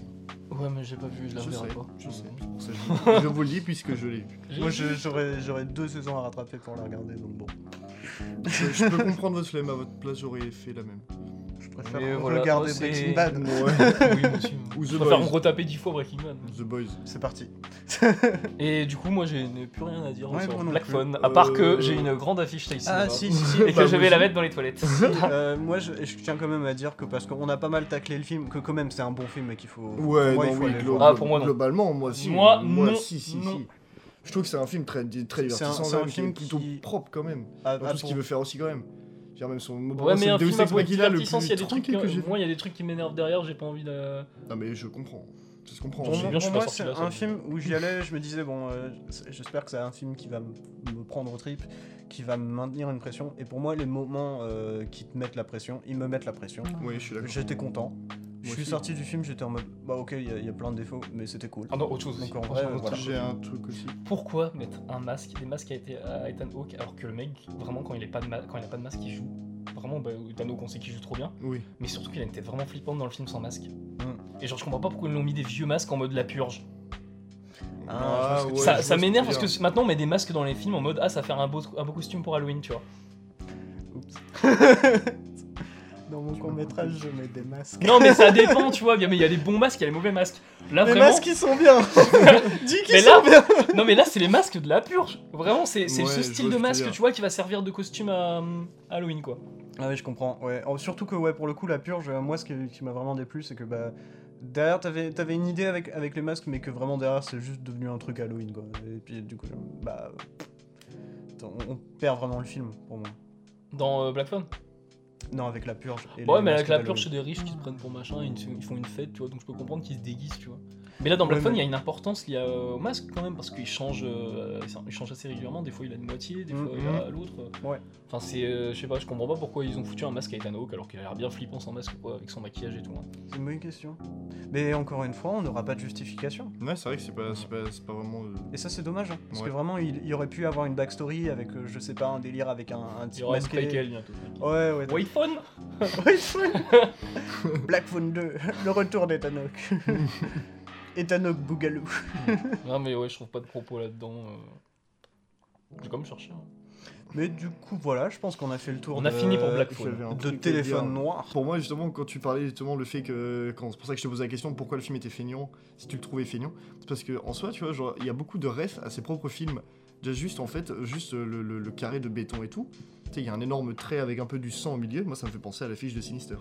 Speaker 2: Ouais, mais j'ai pas vu, je la
Speaker 3: je sais,
Speaker 2: reverrai pas.
Speaker 3: je sais. C'est pour ça que je, vous- je vous le dis puisque je l'ai vu.
Speaker 2: J'ai-
Speaker 1: Moi, je- j'aurais j'aurais deux saisons à rattraper pour la regarder, donc bon.
Speaker 3: Je, je peux comprendre votre flemme, à votre place j'aurais fait la même.
Speaker 1: Je préfère
Speaker 2: Mais voilà,
Speaker 1: regarder
Speaker 2: moi, c'est-
Speaker 1: Breaking Bad.
Speaker 2: oui, moi aussi.
Speaker 3: Ou The
Speaker 2: Je préfère me
Speaker 3: Boys.
Speaker 2: retaper dix fois Breaking Bad.
Speaker 3: The Boys.
Speaker 1: C'est parti.
Speaker 2: Et du coup, moi, je n'ai plus rien à dire
Speaker 1: Ouais,
Speaker 2: sur
Speaker 1: moi non
Speaker 2: Black
Speaker 1: plus.
Speaker 2: Phone, à part que
Speaker 3: Euh,
Speaker 2: j'ai une grande affiche Stacy.
Speaker 1: Ah, si, si, si.
Speaker 2: Et que
Speaker 3: Bah,
Speaker 2: je vais
Speaker 3: moi
Speaker 2: la
Speaker 3: aussi.
Speaker 2: mettre dans les toilettes.
Speaker 1: Euh, moi, je, je tiens quand même à dire que parce qu'on a pas mal taclé le film, que quand même c'est un bon film et qu'il faut.
Speaker 3: Ouais,
Speaker 1: moi,
Speaker 3: non,
Speaker 1: il faut
Speaker 3: oui,
Speaker 1: aller le
Speaker 3: glo-
Speaker 1: voir.
Speaker 2: Ah, pour moi, non.
Speaker 3: globalement, moi si.
Speaker 2: Moi, non,
Speaker 3: si, si,
Speaker 2: non.
Speaker 3: si. Je trouve que c'est un film très, très divertissant,
Speaker 1: c'est un
Speaker 3: même, qui est
Speaker 1: film
Speaker 3: plutôt
Speaker 1: qui-
Speaker 3: propre quand même.
Speaker 1: Ah,
Speaker 3: Dans
Speaker 1: ah,
Speaker 3: tout ce
Speaker 1: pour-
Speaker 3: qu'il veut faire aussi quand même. Je veux dire, même son.
Speaker 2: Ouais, mais
Speaker 3: c'est
Speaker 2: un
Speaker 3: le Deus
Speaker 2: film à
Speaker 3: Ex
Speaker 2: bout de
Speaker 3: Machina le
Speaker 2: divertissant,
Speaker 3: plus
Speaker 2: s'il y a des trucs,
Speaker 3: tranquille que j'ai
Speaker 2: euh,
Speaker 3: vu.
Speaker 2: moi, il y a des trucs qui m'énervent derrière, j'ai pas envie de...
Speaker 3: Non, mais je comprends. Ça se comprend.
Speaker 1: Pour
Speaker 2: sais
Speaker 1: moi,
Speaker 2: bien, je suis
Speaker 1: pour
Speaker 2: pas
Speaker 1: moi,
Speaker 2: sorti
Speaker 1: c'est
Speaker 2: de la
Speaker 1: un
Speaker 2: salle.
Speaker 1: film où j'y allais, je me disais, bon, euh, c'est- j'espère que c'est un film qui va m- me prendre au trip, qui va me maintenir une pression. Et pour moi, les moments euh, qui te mettent la pression, ils me mettent la pression.
Speaker 3: Oui, je suis d'accord.
Speaker 1: J'étais content. je suis
Speaker 3: aussi.
Speaker 1: sorti du film, j'étais en mode, bah ok, il y, a- il y a plein de défauts, mais c'était cool.
Speaker 2: Ah non, autre chose. aussi.
Speaker 1: Donc en vrai,
Speaker 2: Franchement,
Speaker 1: euh,
Speaker 2: autre
Speaker 1: voilà.
Speaker 2: chose.
Speaker 3: J'ai un truc aussi.
Speaker 2: Pourquoi mettre un masque, des masques à Ethan- à Ethan Hawke, alors que le mec, vraiment, quand il, est pas de ma- quand il a pas de masque, il joue. Vraiment, bah, Ethan Hawke, on sait qu'il joue trop bien.
Speaker 3: Oui.
Speaker 2: Mais surtout qu'il a une tête vraiment flippante dans le film sans masque.
Speaker 1: Mm.
Speaker 2: Et genre, je comprends pas pourquoi ils l'ont mis des vieux masques en mode la purge.
Speaker 1: Ah, je vois ce que tu-
Speaker 2: ça ça m'énerve parce que c- maintenant, on met des masques dans les films en mode, ah, ça va faire un beau, un beau costume pour Halloween, tu vois.
Speaker 1: Dans mon court métrage, je mets des masques.
Speaker 2: Non, mais ça dépend, tu vois. bien, Mais il y a les bons masques, il y a les mauvais masques.
Speaker 1: Les
Speaker 2: Là, Ah, vraiment.
Speaker 1: masques, ils sont bien Dis
Speaker 2: Mais
Speaker 1: qu'ils sont
Speaker 2: là-
Speaker 1: bien
Speaker 2: Non, mais là, c'est les masques de la purge. Vraiment, c'est c'est
Speaker 3: Ouais,
Speaker 2: ce
Speaker 3: je
Speaker 2: style de
Speaker 3: vois ce que tu veux
Speaker 2: masque,
Speaker 3: dire.
Speaker 2: tu vois, qui va servir de costume à euh, Halloween, quoi.
Speaker 1: Ah oui, je comprends. Ouais. Oh, surtout que ouais, pour le coup, la purge, euh, moi, ce qui, qui m'a vraiment déplu, c'est que bah, derrière, t'avais avais une idée avec, avec les masques, mais que vraiment derrière, c'est juste devenu un truc Halloween, quoi. Et puis, du coup, genre, bah. euh, On, on perd vraiment le film, pour moi.
Speaker 2: Dans euh, Black Phone.
Speaker 1: Non, avec la purge. et les
Speaker 2: Ouais, mais
Speaker 1: masques
Speaker 2: avec la
Speaker 1: d'Halloween.
Speaker 2: purge, c'est des riches qui se prennent pour machin, ils, ils font une fête, tu vois. Donc je peux comprendre qu'ils se déguisent, tu vois. Mais là, dans Black
Speaker 1: Ouais,
Speaker 2: Phone, il
Speaker 1: mais-
Speaker 2: y a une importance liée à, euh, au masque quand même, parce qu'il change, euh, il change assez régulièrement. Des fois, il a une moitié, des
Speaker 1: Mhm.
Speaker 2: fois, il a l'autre.
Speaker 1: Ouais.
Speaker 2: Enfin, c'est. euh, je sais pas, je comprends pas pourquoi ils ont foutu un masque à Ethan Hawke alors qu'il a l'air bien flippant sans masque, quoi, avec son maquillage et tout. hein.
Speaker 1: C'est une bonne question. Mais encore une fois, on n'aura pas de justification.
Speaker 3: Ouais, c'est vrai que c'est pas, c'est pas, c'est pas vraiment. euh,
Speaker 1: Et ça, c'est dommage. hein, parce
Speaker 3: Ouais.
Speaker 1: que vraiment, il, il aurait pu avoir une backstory avec, euh, je sais pas, un délire avec un, un
Speaker 2: Il y
Speaker 1: type
Speaker 2: aura une
Speaker 1: masqué.
Speaker 2: préquelle bientôt.
Speaker 1: Ouais, ouais.
Speaker 2: White Phone
Speaker 1: Ouais, c'est vrai. Black Phone 2, le retour d'Ethanok. Ethanok Bougalou.
Speaker 2: Non mais ouais, je trouve pas de propos là-dedans. euh. J'ai quand même cherché. hein.
Speaker 1: Mais du coup, voilà, je pense qu'on a fait le tour
Speaker 2: On a
Speaker 1: de-
Speaker 2: fini pour Black
Speaker 3: j'avais
Speaker 2: Phone.
Speaker 3: un
Speaker 1: de
Speaker 3: truc à
Speaker 1: téléphone
Speaker 3: dire.
Speaker 1: noir.
Speaker 3: Pour moi, justement, quand tu parlais justement le fait que. quand- C'est pour ça que je te posais la question pourquoi le film était feignant, si tu le trouvais feignant. C'est parce que, en soi, tu vois, genre, il y a beaucoup de refs à ses propres films. Déjà, juste, en fait, juste euh, le, le- le carré de béton et tout. Tu sais, il y a un énorme trait avec un peu du sang au milieu. Moi, ça me fait penser à l'affiche de Sinister.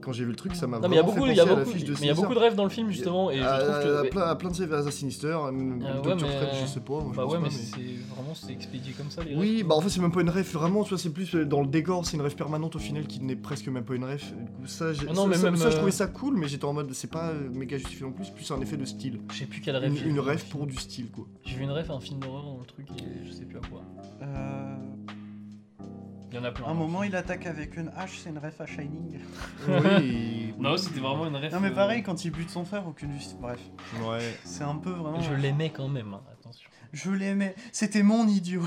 Speaker 3: Quand j'ai vu le truc, ça m'a
Speaker 2: Non mais il y a
Speaker 3: vraiment
Speaker 2: beaucoup,
Speaker 3: fait
Speaker 2: il y a
Speaker 3: penser à
Speaker 2: beaucoup,
Speaker 3: l'affiche de hein.
Speaker 2: mais il y a
Speaker 3: Sinister.
Speaker 2: beaucoup de rêves dans le film justement et je
Speaker 3: à,
Speaker 2: trouve
Speaker 3: à
Speaker 2: que bah,
Speaker 3: plein, à plein de ces à Sinister, même
Speaker 2: ouais,
Speaker 3: Dr.
Speaker 2: mais-
Speaker 3: Fred, je sais pas, moi, je
Speaker 2: bah
Speaker 3: pense
Speaker 2: ouais
Speaker 3: pas,
Speaker 2: mais
Speaker 3: mais-
Speaker 2: c'est vraiment c'est expédié comme ça les
Speaker 3: Oui,
Speaker 2: rêves.
Speaker 3: bah en fait c'est même pas une ref vraiment, tu vois, c'est plus euh, dans le décor, c'est une ref permanente au final qui n'est presque même pas une ref. Du coup, ça, j'ai-
Speaker 2: Ah non,
Speaker 3: ça,
Speaker 2: mais
Speaker 3: ça-
Speaker 2: même,
Speaker 3: ça, je
Speaker 2: euh,
Speaker 3: trouvais ça cool, mais j'étais en mode c'est pas euh, méga justifié non plus, plus un effet de style.
Speaker 2: Je sais plus quelle rêve.
Speaker 3: Une,
Speaker 2: j'ai
Speaker 3: une
Speaker 2: vu.
Speaker 3: ref pour du style quoi.
Speaker 2: J'ai vu une rêve à un film d'horreur dans le truc et je sais plus à quoi. Il y en a plein.
Speaker 1: Euh, un moment, il attaque avec une hache, c'est une ref à Shining.
Speaker 3: oui.
Speaker 2: Non c'était vraiment une rêve. euh,
Speaker 1: Non, mais pareil, quand il bute son frère, aucune justice. Bref,
Speaker 3: Ouais.
Speaker 1: c'est un peu vraiment.
Speaker 2: Je l'aimais quand même. hein, Attention.
Speaker 1: Je l'aimais. C'était mon idiot.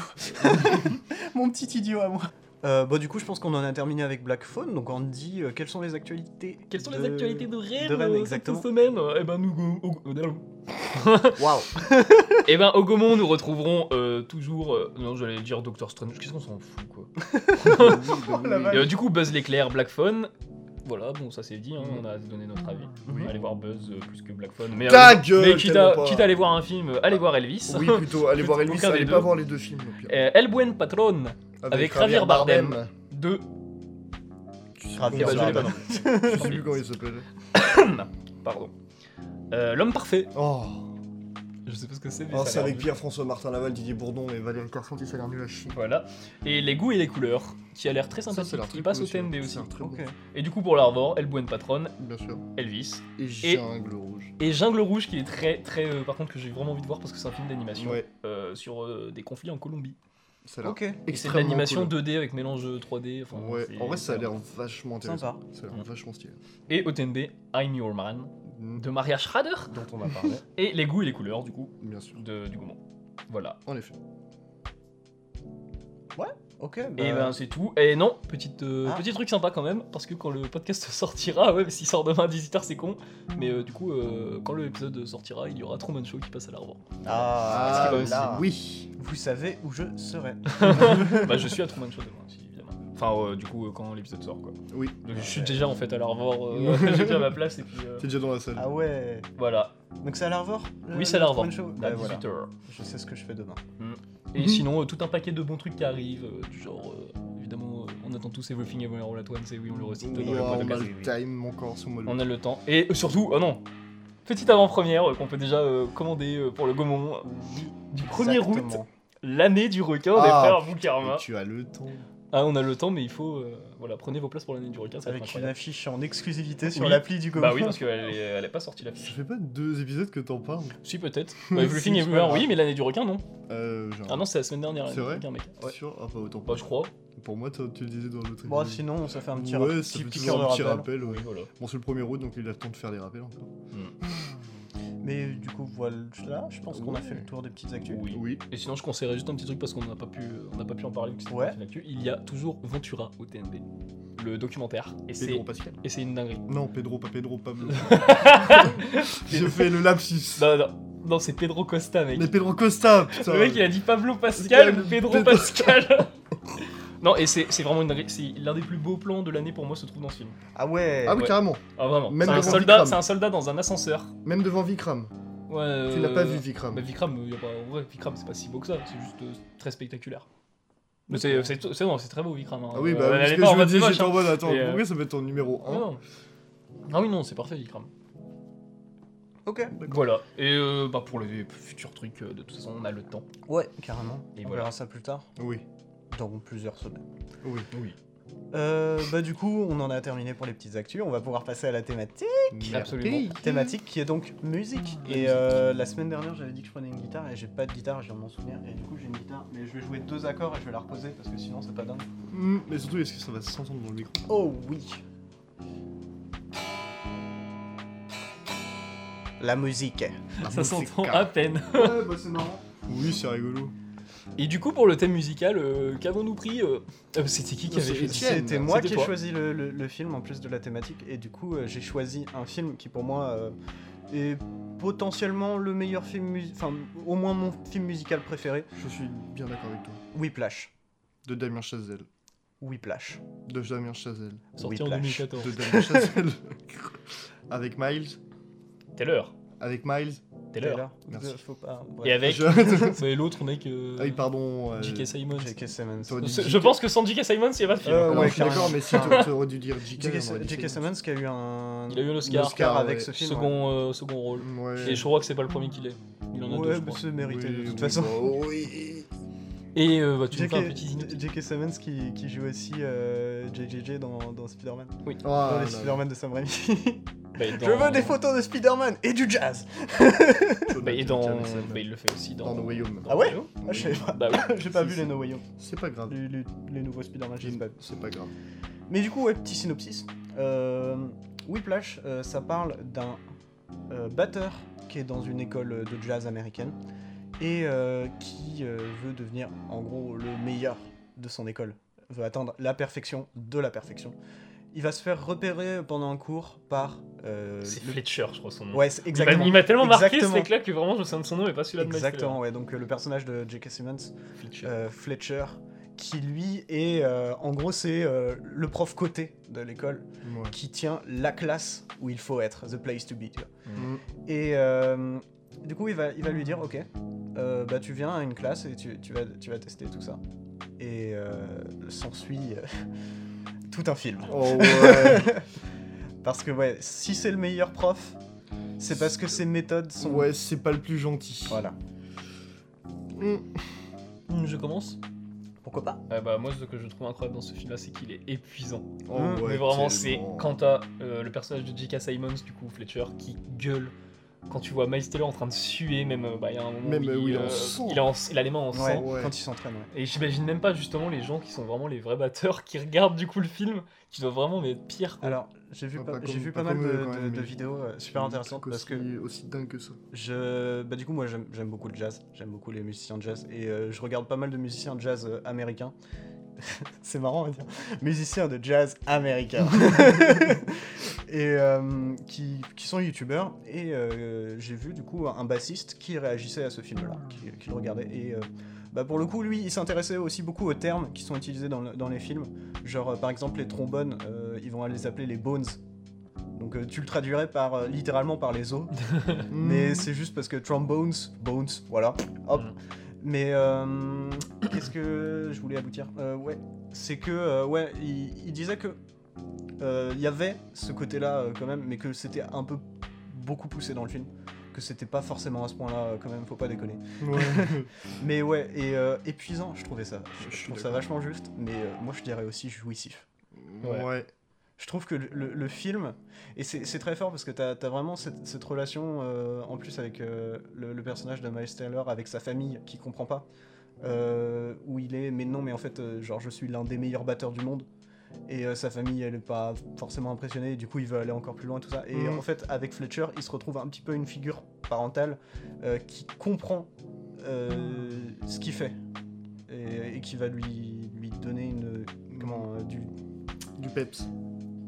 Speaker 1: mon petit idiot à moi. Euh, bah, du coup, je pense qu'on en a terminé avec Black Phone, donc on dit euh, quelles sont les actualités.
Speaker 2: Quelles sont
Speaker 1: de-
Speaker 2: les actualités de Rennes,
Speaker 1: de Rennes,
Speaker 2: euh,
Speaker 1: exactement.
Speaker 2: cette semaine Eh ben, nous, go- au- au-
Speaker 3: Waouh
Speaker 2: eh ben, au Gaumont, nous retrouverons euh, toujours. euh, non, j'allais dire Doctor Strange. Qu'est-ce qu'on s'en fout, quoi
Speaker 1: la
Speaker 2: Et,
Speaker 1: vache.
Speaker 2: euh, Du coup, Buzz l'éclair, Black Phone. Voilà, bon, ça c'est dit, hein, on a donné notre avis.
Speaker 1: Oui.
Speaker 2: Allez voir Buzz euh, plus que Black Phone. Mais,
Speaker 3: Ta
Speaker 2: euh,
Speaker 3: gueule,
Speaker 2: mais quitte, à,
Speaker 3: tellement pas.
Speaker 2: quitte à aller voir un film, euh, allez voir Elvis.
Speaker 3: Oui, plutôt, allez voir Elvis,
Speaker 2: Aucun des
Speaker 3: allez
Speaker 2: deux.
Speaker 3: pas voir les deux films. au pire.
Speaker 2: Euh, El Buen Patron avec Javier Bardem. de.
Speaker 3: Bah, Je sais
Speaker 1: Javier
Speaker 3: plus comment il
Speaker 2: Bardem.
Speaker 3: s'appelle. Je sais plus comment il s'appelle.
Speaker 2: Pardon. Euh, L'homme parfait.
Speaker 3: Oh,
Speaker 2: Je sais pas ce que c'est, mais
Speaker 3: Ah,
Speaker 2: ça a
Speaker 3: c'est
Speaker 2: l'air
Speaker 3: avec
Speaker 2: de-
Speaker 3: Pierre-François Martin Laval, Didier Bourdon et Valérie Carcenti, ça a l'air nul à chier.
Speaker 2: Voilà. Et les goûts et les couleurs, qui a l'air très
Speaker 3: Ça,
Speaker 2: sympathique,
Speaker 3: ça a l'air
Speaker 2: qui
Speaker 3: très
Speaker 2: passe
Speaker 3: cool
Speaker 2: au TND
Speaker 3: aussi.
Speaker 2: aussi.
Speaker 3: C'est un très bon-
Speaker 1: Ok.
Speaker 2: Et du coup, pour l'Arvor, El Buen Patron,
Speaker 3: Bien sûr.
Speaker 2: Elvis.
Speaker 3: Et Jungle Rouge.
Speaker 2: Et Jungle Rouge, qui est très, très. euh, par contre, que j'ai vraiment envie de voir parce que c'est un film d'animation
Speaker 3: Ouais,
Speaker 2: euh, sur euh, des conflits en Colombie.
Speaker 3: ça a l'air
Speaker 1: Ok,
Speaker 2: Et c'est de
Speaker 3: extrêmement
Speaker 2: l'animation
Speaker 3: cool.
Speaker 2: 2D avec mélange 3D. Enfin,
Speaker 3: Ouais,
Speaker 2: c'est-
Speaker 3: en vrai, ça a l'air vachement intéressant.
Speaker 1: sympa.
Speaker 3: Ça a l'air
Speaker 2: Mm.
Speaker 3: vachement stylé.
Speaker 2: Et au TND, I'm Your Man,
Speaker 3: Mm,
Speaker 2: de Maria Schrader.
Speaker 1: Dont on a parlé.
Speaker 2: Et les goûts et les couleurs, du coup,
Speaker 3: Bien sûr.
Speaker 2: de, du moment. Voilà.
Speaker 3: En effet.
Speaker 1: ok,
Speaker 2: Et
Speaker 1: bah,
Speaker 2: ben c'est tout. Et non, petite, euh,
Speaker 1: Ah.
Speaker 2: petit truc sympa quand même, parce que quand le podcast sortira, ouais, mais s'il sort demain à 18h, c'est con. Mais euh, du coup, euh, quand l'épisode sortira, il y aura Truman Show qui passe à l'arbre.
Speaker 1: Ah,
Speaker 2: parce que
Speaker 1: là.
Speaker 3: oui.
Speaker 1: Vous savez où je serai.
Speaker 2: bah, je suis à Truman Show demain, si, évidemment. Enfin, euh, du coup, euh, quand l'épisode sort, quoi.
Speaker 3: Oui.
Speaker 2: Donc, je suis déjà en fait à l'arbre, euh, j'ai déjà ma place, et puis euh,
Speaker 3: T'es déjà dans la salle.
Speaker 1: Ah ouais.
Speaker 2: voilà,
Speaker 1: Donc c'est à l'Arvor le-
Speaker 2: Oui, c'est à
Speaker 1: le
Speaker 2: l'Arvor.
Speaker 1: Truman Show
Speaker 2: à
Speaker 1: Bah, voilà.
Speaker 2: 18h.
Speaker 1: Je sais ce que je fais demain.
Speaker 2: Et
Speaker 3: Mhm.
Speaker 2: sinon, euh, tout un paquet de bons trucs qui arrivent, euh, du genre, euh, évidemment, euh, on attend tous Everything Everywhere All At Once, et oui, on le recite dans
Speaker 3: Oui,
Speaker 2: le
Speaker 3: on a
Speaker 2: podcast.
Speaker 3: le time encore sur moi.
Speaker 2: On a le temps. Et surtout, oh non Petite avant-première euh, qu'on peut déjà euh, commander euh, pour le Gaumont. Du 1er août,
Speaker 1: Exactement.
Speaker 2: l'année du requin des
Speaker 3: Ah,
Speaker 2: frères Boukarma.
Speaker 3: Tu as le temps.
Speaker 2: Ah, on a le temps, mais il faut. euh, voilà, prenez vos places pour l'année du requin, ça va être
Speaker 1: Avec une
Speaker 2: incroyable.
Speaker 1: affiche en exclusivité sur
Speaker 2: Oui.
Speaker 1: l'appli du Gaumont.
Speaker 2: Bah oui, parce qu'elle est, elle est pas sortie la
Speaker 3: Je
Speaker 2: fiche.
Speaker 3: fais pas deux épisodes que t'en parles.
Speaker 2: Si, peut-être. Bah, Everything
Speaker 3: Si, c'est
Speaker 2: Everywhere,
Speaker 3: pas
Speaker 2: oui,
Speaker 3: grave.
Speaker 2: mais l'année du requin, non.
Speaker 3: Euh, genre.
Speaker 2: Ah non, c'est la semaine dernière, l'année
Speaker 3: C'est
Speaker 2: du
Speaker 3: vrai
Speaker 2: requin, mec.
Speaker 3: T'es
Speaker 2: Ouais.
Speaker 3: sûr Ah bah autant pas.
Speaker 2: Bah, je crois.
Speaker 3: Pour moi, t'as- tu le disais dans l'autre
Speaker 1: Bon,
Speaker 3: épisode.
Speaker 1: sinon, on se fait un petit, ra-
Speaker 3: Ouais, ça
Speaker 1: petit
Speaker 3: fait
Speaker 1: piqueur
Speaker 3: toujours
Speaker 1: de
Speaker 3: un petit
Speaker 1: rappel.
Speaker 3: rappel. ouais.
Speaker 2: Oui, voilà.
Speaker 3: Bon, c'est le 1er août, donc il a le temps de faire les rappels encore.
Speaker 1: Mais du coup, voilà, je pense qu'on a fait le tour des petites actus.
Speaker 2: Oui.
Speaker 3: Oui.
Speaker 2: Et sinon, je conseillerais juste un petit truc parce qu'on n'a pas pu, euh, on n'a pas pu en parler. vu que c'était
Speaker 1: Ouais.
Speaker 2: une actu. Il y a toujours Ventura au TND, le documentaire. Et c'est,
Speaker 3: Pedro Pascal.
Speaker 2: et c'est une dinguerie.
Speaker 3: Non, Pedro, pas Pedro, Pablo. J'ai fait le lapsus.
Speaker 2: Non, non, non, c'est Pedro Costa, mec.
Speaker 3: Mais Pedro Costa, putain.
Speaker 2: Le mec, il a dit Pablo Pascal
Speaker 3: Putain,
Speaker 2: ou Pedro
Speaker 3: Pedro-
Speaker 2: Pascal. non, et c'est c'est vraiment une dinguerie. C'est l'un des plus beaux plans de l'année pour moi se trouve dans ce film.
Speaker 1: Ah ouais
Speaker 3: Ah oui,
Speaker 2: Ouais.
Speaker 3: carrément.
Speaker 2: Ah, vraiment.
Speaker 3: Même
Speaker 2: C'est un,
Speaker 3: devant
Speaker 2: soldat,
Speaker 3: Vikram.
Speaker 2: c'est un soldat dans un ascenseur.
Speaker 3: Même devant Vikram.
Speaker 2: Ouais, euh,
Speaker 3: Tu n'as pas vu Vikram.
Speaker 2: Bah, Vikram, euh, y a pas... en vrai, Vikram, c'est pas si beau que ça. C'est juste euh, très spectaculaire. Mais c'est c'est- c'est bon, c'est très beau, Vikram. hein.
Speaker 3: Ah oui,
Speaker 2: Euh,
Speaker 3: bah,
Speaker 2: elle
Speaker 3: parce
Speaker 2: est
Speaker 3: que
Speaker 2: pas en
Speaker 3: je me
Speaker 2: mode
Speaker 3: dis,
Speaker 2: moche,
Speaker 3: j'étais
Speaker 2: hein.
Speaker 3: en mode, attends,
Speaker 2: Et, euh,
Speaker 3: pourquoi ça peut être ton numéro
Speaker 2: Ah
Speaker 3: 1
Speaker 2: non. Ah oui, non, c'est parfait, Vikram.
Speaker 1: Ok.
Speaker 2: Voilà. Et euh, bah, pour les futurs trucs, euh, de toute façon, on a le temps.
Speaker 1: Ouais, carrément.
Speaker 2: Et
Speaker 1: on
Speaker 2: voilà.
Speaker 1: verra ça plus tard,
Speaker 3: Oui,
Speaker 1: dans plusieurs semaines.
Speaker 3: oui.
Speaker 2: Oui.
Speaker 1: Euh, bah du coup, on en a terminé pour les petites actus. On va pouvoir passer à la thématique,
Speaker 2: Absolument.
Speaker 1: thématique qui est donc musique.
Speaker 3: La
Speaker 1: Et
Speaker 3: musique.
Speaker 1: euh, la semaine dernière, j'avais dit que je prenais une guitare et j'ai pas de guitare, je viens de m'en souvenir. Et du coup, j'ai une guitare, mais je vais jouer deux accords et je vais la reposer parce que sinon, c'est pas dingue.
Speaker 3: Mm, Mais surtout, est-ce que ça va s'entendre dans le micro
Speaker 1: Oh oui. La musique.
Speaker 3: Ah,
Speaker 2: Ça s'entend à peine.
Speaker 3: Ouais, bah c'est marrant. Oui, c'est rigolo.
Speaker 2: Et du coup, pour le thème musical, euh, qu'avons-nous pris euh, euh, C'était qui qui
Speaker 3: Non,
Speaker 2: avait
Speaker 3: c'est
Speaker 2: choisi
Speaker 3: Étienne.
Speaker 1: C'était moi
Speaker 2: C'était
Speaker 1: qui ai
Speaker 2: toi.
Speaker 1: choisi le, le- le film en plus de la thématique et du coup euh, j'ai choisi un film qui pour moi euh, est potentiellement le meilleur film, mus- enfin au moins mon film musical préféré,
Speaker 3: Je suis bien d'accord avec toi.
Speaker 1: Whiplash.
Speaker 3: De Damien Chazelle.
Speaker 1: Whiplash.
Speaker 3: De Damien Chazelle.
Speaker 2: Sorti en
Speaker 1: Whiplash.
Speaker 2: 2014.
Speaker 3: De Damien Chazelle. avec Miles.
Speaker 2: Taylor.
Speaker 3: Avec Miles.
Speaker 2: Taylor.
Speaker 1: Taylor.
Speaker 3: Merci.
Speaker 1: Euh, Faut pas.
Speaker 2: Et avec.
Speaker 3: Je-
Speaker 2: C'est l'autre mec. euh,
Speaker 3: Ah oui, pardon. euh,
Speaker 2: J.K. Simons.
Speaker 1: J.K. Simmons.
Speaker 3: T'aurais dû-
Speaker 2: C'est- Je pense que sans J.K. Simons, il n'y a pas de film.
Speaker 1: Euh,
Speaker 3: Alors,
Speaker 1: ouais,
Speaker 3: je suis d'accord,
Speaker 1: carrément.
Speaker 3: mais si tu aurais dû dire JK.
Speaker 1: J.K.
Speaker 3: on aurait dit
Speaker 1: J.K.
Speaker 3: ça.
Speaker 1: Simmons qui a eu un
Speaker 2: Il a eu un Oscar.
Speaker 1: Oscar avec
Speaker 3: ouais.
Speaker 1: ce film. ouais.
Speaker 2: Second, euh, second rôle.
Speaker 3: Ouais.
Speaker 2: Et je crois que c'est pas le premier qu'il est. hein. Il en a deux,
Speaker 1: Ouais,
Speaker 2: je
Speaker 1: mais
Speaker 2: crois.
Speaker 1: c'est mérité
Speaker 3: Oui,
Speaker 1: de toute
Speaker 3: oui,
Speaker 1: façon.
Speaker 3: bah, oui.
Speaker 2: Et euh, bah, tu me fais un
Speaker 1: J.K.
Speaker 2: petit zignot.
Speaker 1: J.K. Simmons qui, qui joue aussi euh, JJJ dans, dans Spider-Man.
Speaker 3: Ah,
Speaker 1: dans
Speaker 3: là,
Speaker 1: les Spider-Man de Sam Raimi.
Speaker 2: Bah, et dans-
Speaker 1: Je veux des photos de Spider-Man et du jazz.
Speaker 3: là.
Speaker 2: Bah, et dans...
Speaker 3: Jonathan Cameron.
Speaker 2: bah, il le fait aussi dans.
Speaker 3: Dans No Way Home.
Speaker 2: dans
Speaker 1: Ah ouais
Speaker 2: No Way Home.
Speaker 1: Ah, je savais pas.
Speaker 2: Bah oui.
Speaker 1: J'ai pas
Speaker 3: Si,
Speaker 1: vu
Speaker 3: si.
Speaker 1: les No Way Home.
Speaker 3: C'est pas grave.
Speaker 1: Les, les- les nouveaux Spider-Man, je sais pas.
Speaker 3: C'est pas grave.
Speaker 1: Mais du coup, ouais, petit synopsis. Euh, Whiplash, euh, ça parle d'un euh, batteur qui est dans une école euh, de jazz américaine et euh, qui euh, veut devenir en gros le meilleur de son école. veut attendre la perfection de la perfection. Il va se faire repérer pendant un cours par. euh,
Speaker 2: C'est Fletcher, je crois, son nom.
Speaker 1: Ouais, c'est-
Speaker 2: Il m'a-
Speaker 1: exactement.
Speaker 2: Il m'a tellement marqué ce
Speaker 1: Exactement.
Speaker 2: mec-là que vraiment je me souviens de son nom et pas celui-là de Michael.
Speaker 1: Exactement, ouais. Donc euh, le personnage de J.K. Simmons,
Speaker 2: Fletcher.
Speaker 1: euh, Fletcher, qui lui est. euh, en gros, c'est euh, le prof côté de l'école
Speaker 3: Ouais.
Speaker 1: qui tient la classe où il faut être, the place to be. tu vois.
Speaker 3: Mm.
Speaker 1: Et euh, du coup, il va, il va lui dire, ok, euh, bah tu viens à une classe et tu, tu vas, tu vas tester tout ça. Et euh, s'ensuit euh, tout un film.
Speaker 3: Oh ouais.
Speaker 1: Parce que ouais, si c'est le meilleur prof, c'est parce que ses méthodes sont.
Speaker 3: ouais, c'est pas le plus gentil.
Speaker 1: Voilà.
Speaker 3: Mm.
Speaker 2: Hmm, Je commence
Speaker 1: Pourquoi pas
Speaker 2: Ah bah, Moi, ce que je trouve incroyable dans ce film-là, c'est qu'il est épuisant.
Speaker 3: Oh
Speaker 1: Mm.
Speaker 3: ouais,
Speaker 2: Mais vraiment, c'est
Speaker 3: tellement.
Speaker 2: quand t'as euh, le personnage de J.K. Simons, du coup, Fletcher, qui gueule. Quand tu vois Miles Taylor en train de suer, même euh, bah, il y a un moment
Speaker 3: Même, euh,
Speaker 2: où
Speaker 3: où
Speaker 2: il,
Speaker 3: il est en sang.
Speaker 2: il a en- il a les mains en
Speaker 1: Ouais,
Speaker 2: sang.
Speaker 3: Ouais.
Speaker 1: quand il s'entraîne, ouais.
Speaker 2: Et j'imagine même pas justement les gens qui sont vraiment les vrais batteurs qui regardent du coup le film, qui doivent vraiment mais être pire. quoi.
Speaker 1: Alors, j'ai vu,
Speaker 3: Ouais,
Speaker 1: pas,
Speaker 3: pas
Speaker 1: j'ai
Speaker 3: comme-
Speaker 1: vu
Speaker 3: pas
Speaker 1: pas, mal
Speaker 3: comme
Speaker 1: de,
Speaker 3: eux, quand
Speaker 1: de-
Speaker 3: même,
Speaker 1: de
Speaker 3: mais-
Speaker 1: vidéos euh, super intéressantes parce que
Speaker 3: Aussi- aussi dingue que ça.
Speaker 1: Je, bah du coup, moi j'aime j'aime beaucoup le jazz, j'aime beaucoup les musiciens de jazz et euh, je regarde pas mal de musiciens de jazz euh, américains. C'est marrant à dire. Musiciens de jazz américains. et euh, qui, qui sont youtubeurs. Et euh, j'ai vu du coup un bassiste qui réagissait à ce film-là, qui, qui le regardait. Et euh, bah, pour le coup, lui, il s'intéressait aussi beaucoup aux termes qui sont utilisés dans, le- dans les films. Genre euh, par exemple les trombones, euh, ils vont les appeler les bones. Donc euh, tu le traduirais par, euh, littéralement par les os
Speaker 3: Hmm.
Speaker 1: mais c'est juste parce que trombones, bones, voilà, hop.
Speaker 2: Mm.
Speaker 1: Mais euh, qu'est-ce que je voulais aboutir Euh, Ouais, c'est que euh, ouais, il, il disait que euh, il y avait ce côté-là euh, quand même, mais que c'était un peu beaucoup poussé dans le film, que c'était pas forcément à ce point-là euh, quand même, faut pas déconner.
Speaker 3: Ouais.
Speaker 1: Mais ouais, et euh, épuisant, je trouvais ça. Je,
Speaker 3: Je suis
Speaker 1: trouve ça
Speaker 3: d'accord.
Speaker 1: vachement juste, mais euh, moi je dirais aussi jouissif.
Speaker 2: Ouais.
Speaker 3: Ouais.
Speaker 1: Je trouve que le, le- le film, et c'est c'est très fort parce que t'as as vraiment cette, cette relation euh, en plus avec euh, le, le personnage de Miles Taylor, avec sa famille qui comprend pas, euh, où il est, mais non, mais en fait, euh, genre, je suis l'un des meilleurs batteurs du monde, et euh, sa famille, elle est pas forcément impressionnée, et du coup, il veut aller encore plus loin, et tout ça. Et
Speaker 3: Mhm.
Speaker 1: en fait, avec Fletcher, il se retrouve un petit peu une figure parentale euh, qui comprend euh, ce qu'il fait, et, et qui va lui, lui donner une. Comment. euh, du.
Speaker 3: Du peps.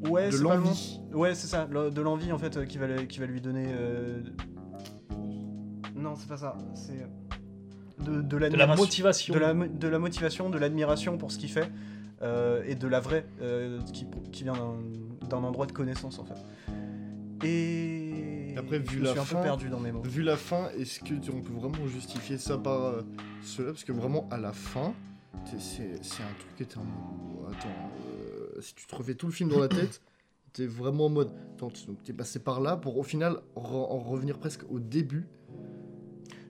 Speaker 1: Ouais,
Speaker 3: de
Speaker 1: c'est pas le mot.
Speaker 3: l'envie.
Speaker 1: Ouais, c'est ça, le- de l'envie en fait euh, qui va, le- qui va lui donner. euh, Non, c'est pas ça, c'est. euh, De, de
Speaker 2: de la
Speaker 1: l'admiration.
Speaker 2: motivation.
Speaker 1: De la, mo- de la motivation, de l'admiration pour ce qu'il fait, euh, et de la vraie, euh, qui, qui vient d'un- d'un endroit de connaissance en fait. Et.
Speaker 3: Après, vu
Speaker 1: je me
Speaker 3: la
Speaker 1: suis un
Speaker 3: fin-
Speaker 1: peu perdu dans mes mots.
Speaker 3: Vu la fin, est-ce que tu- on peut vraiment justifier ça par euh, cela Parce que vraiment, à la fin, t'es- c'est c'est un truc qui était en mode, oh, Attends, euh, si tu te refais tout le film dans la tête, t'es vraiment en mode. Attends, tu- donc t'es passé par là pour au final re- en revenir presque au début.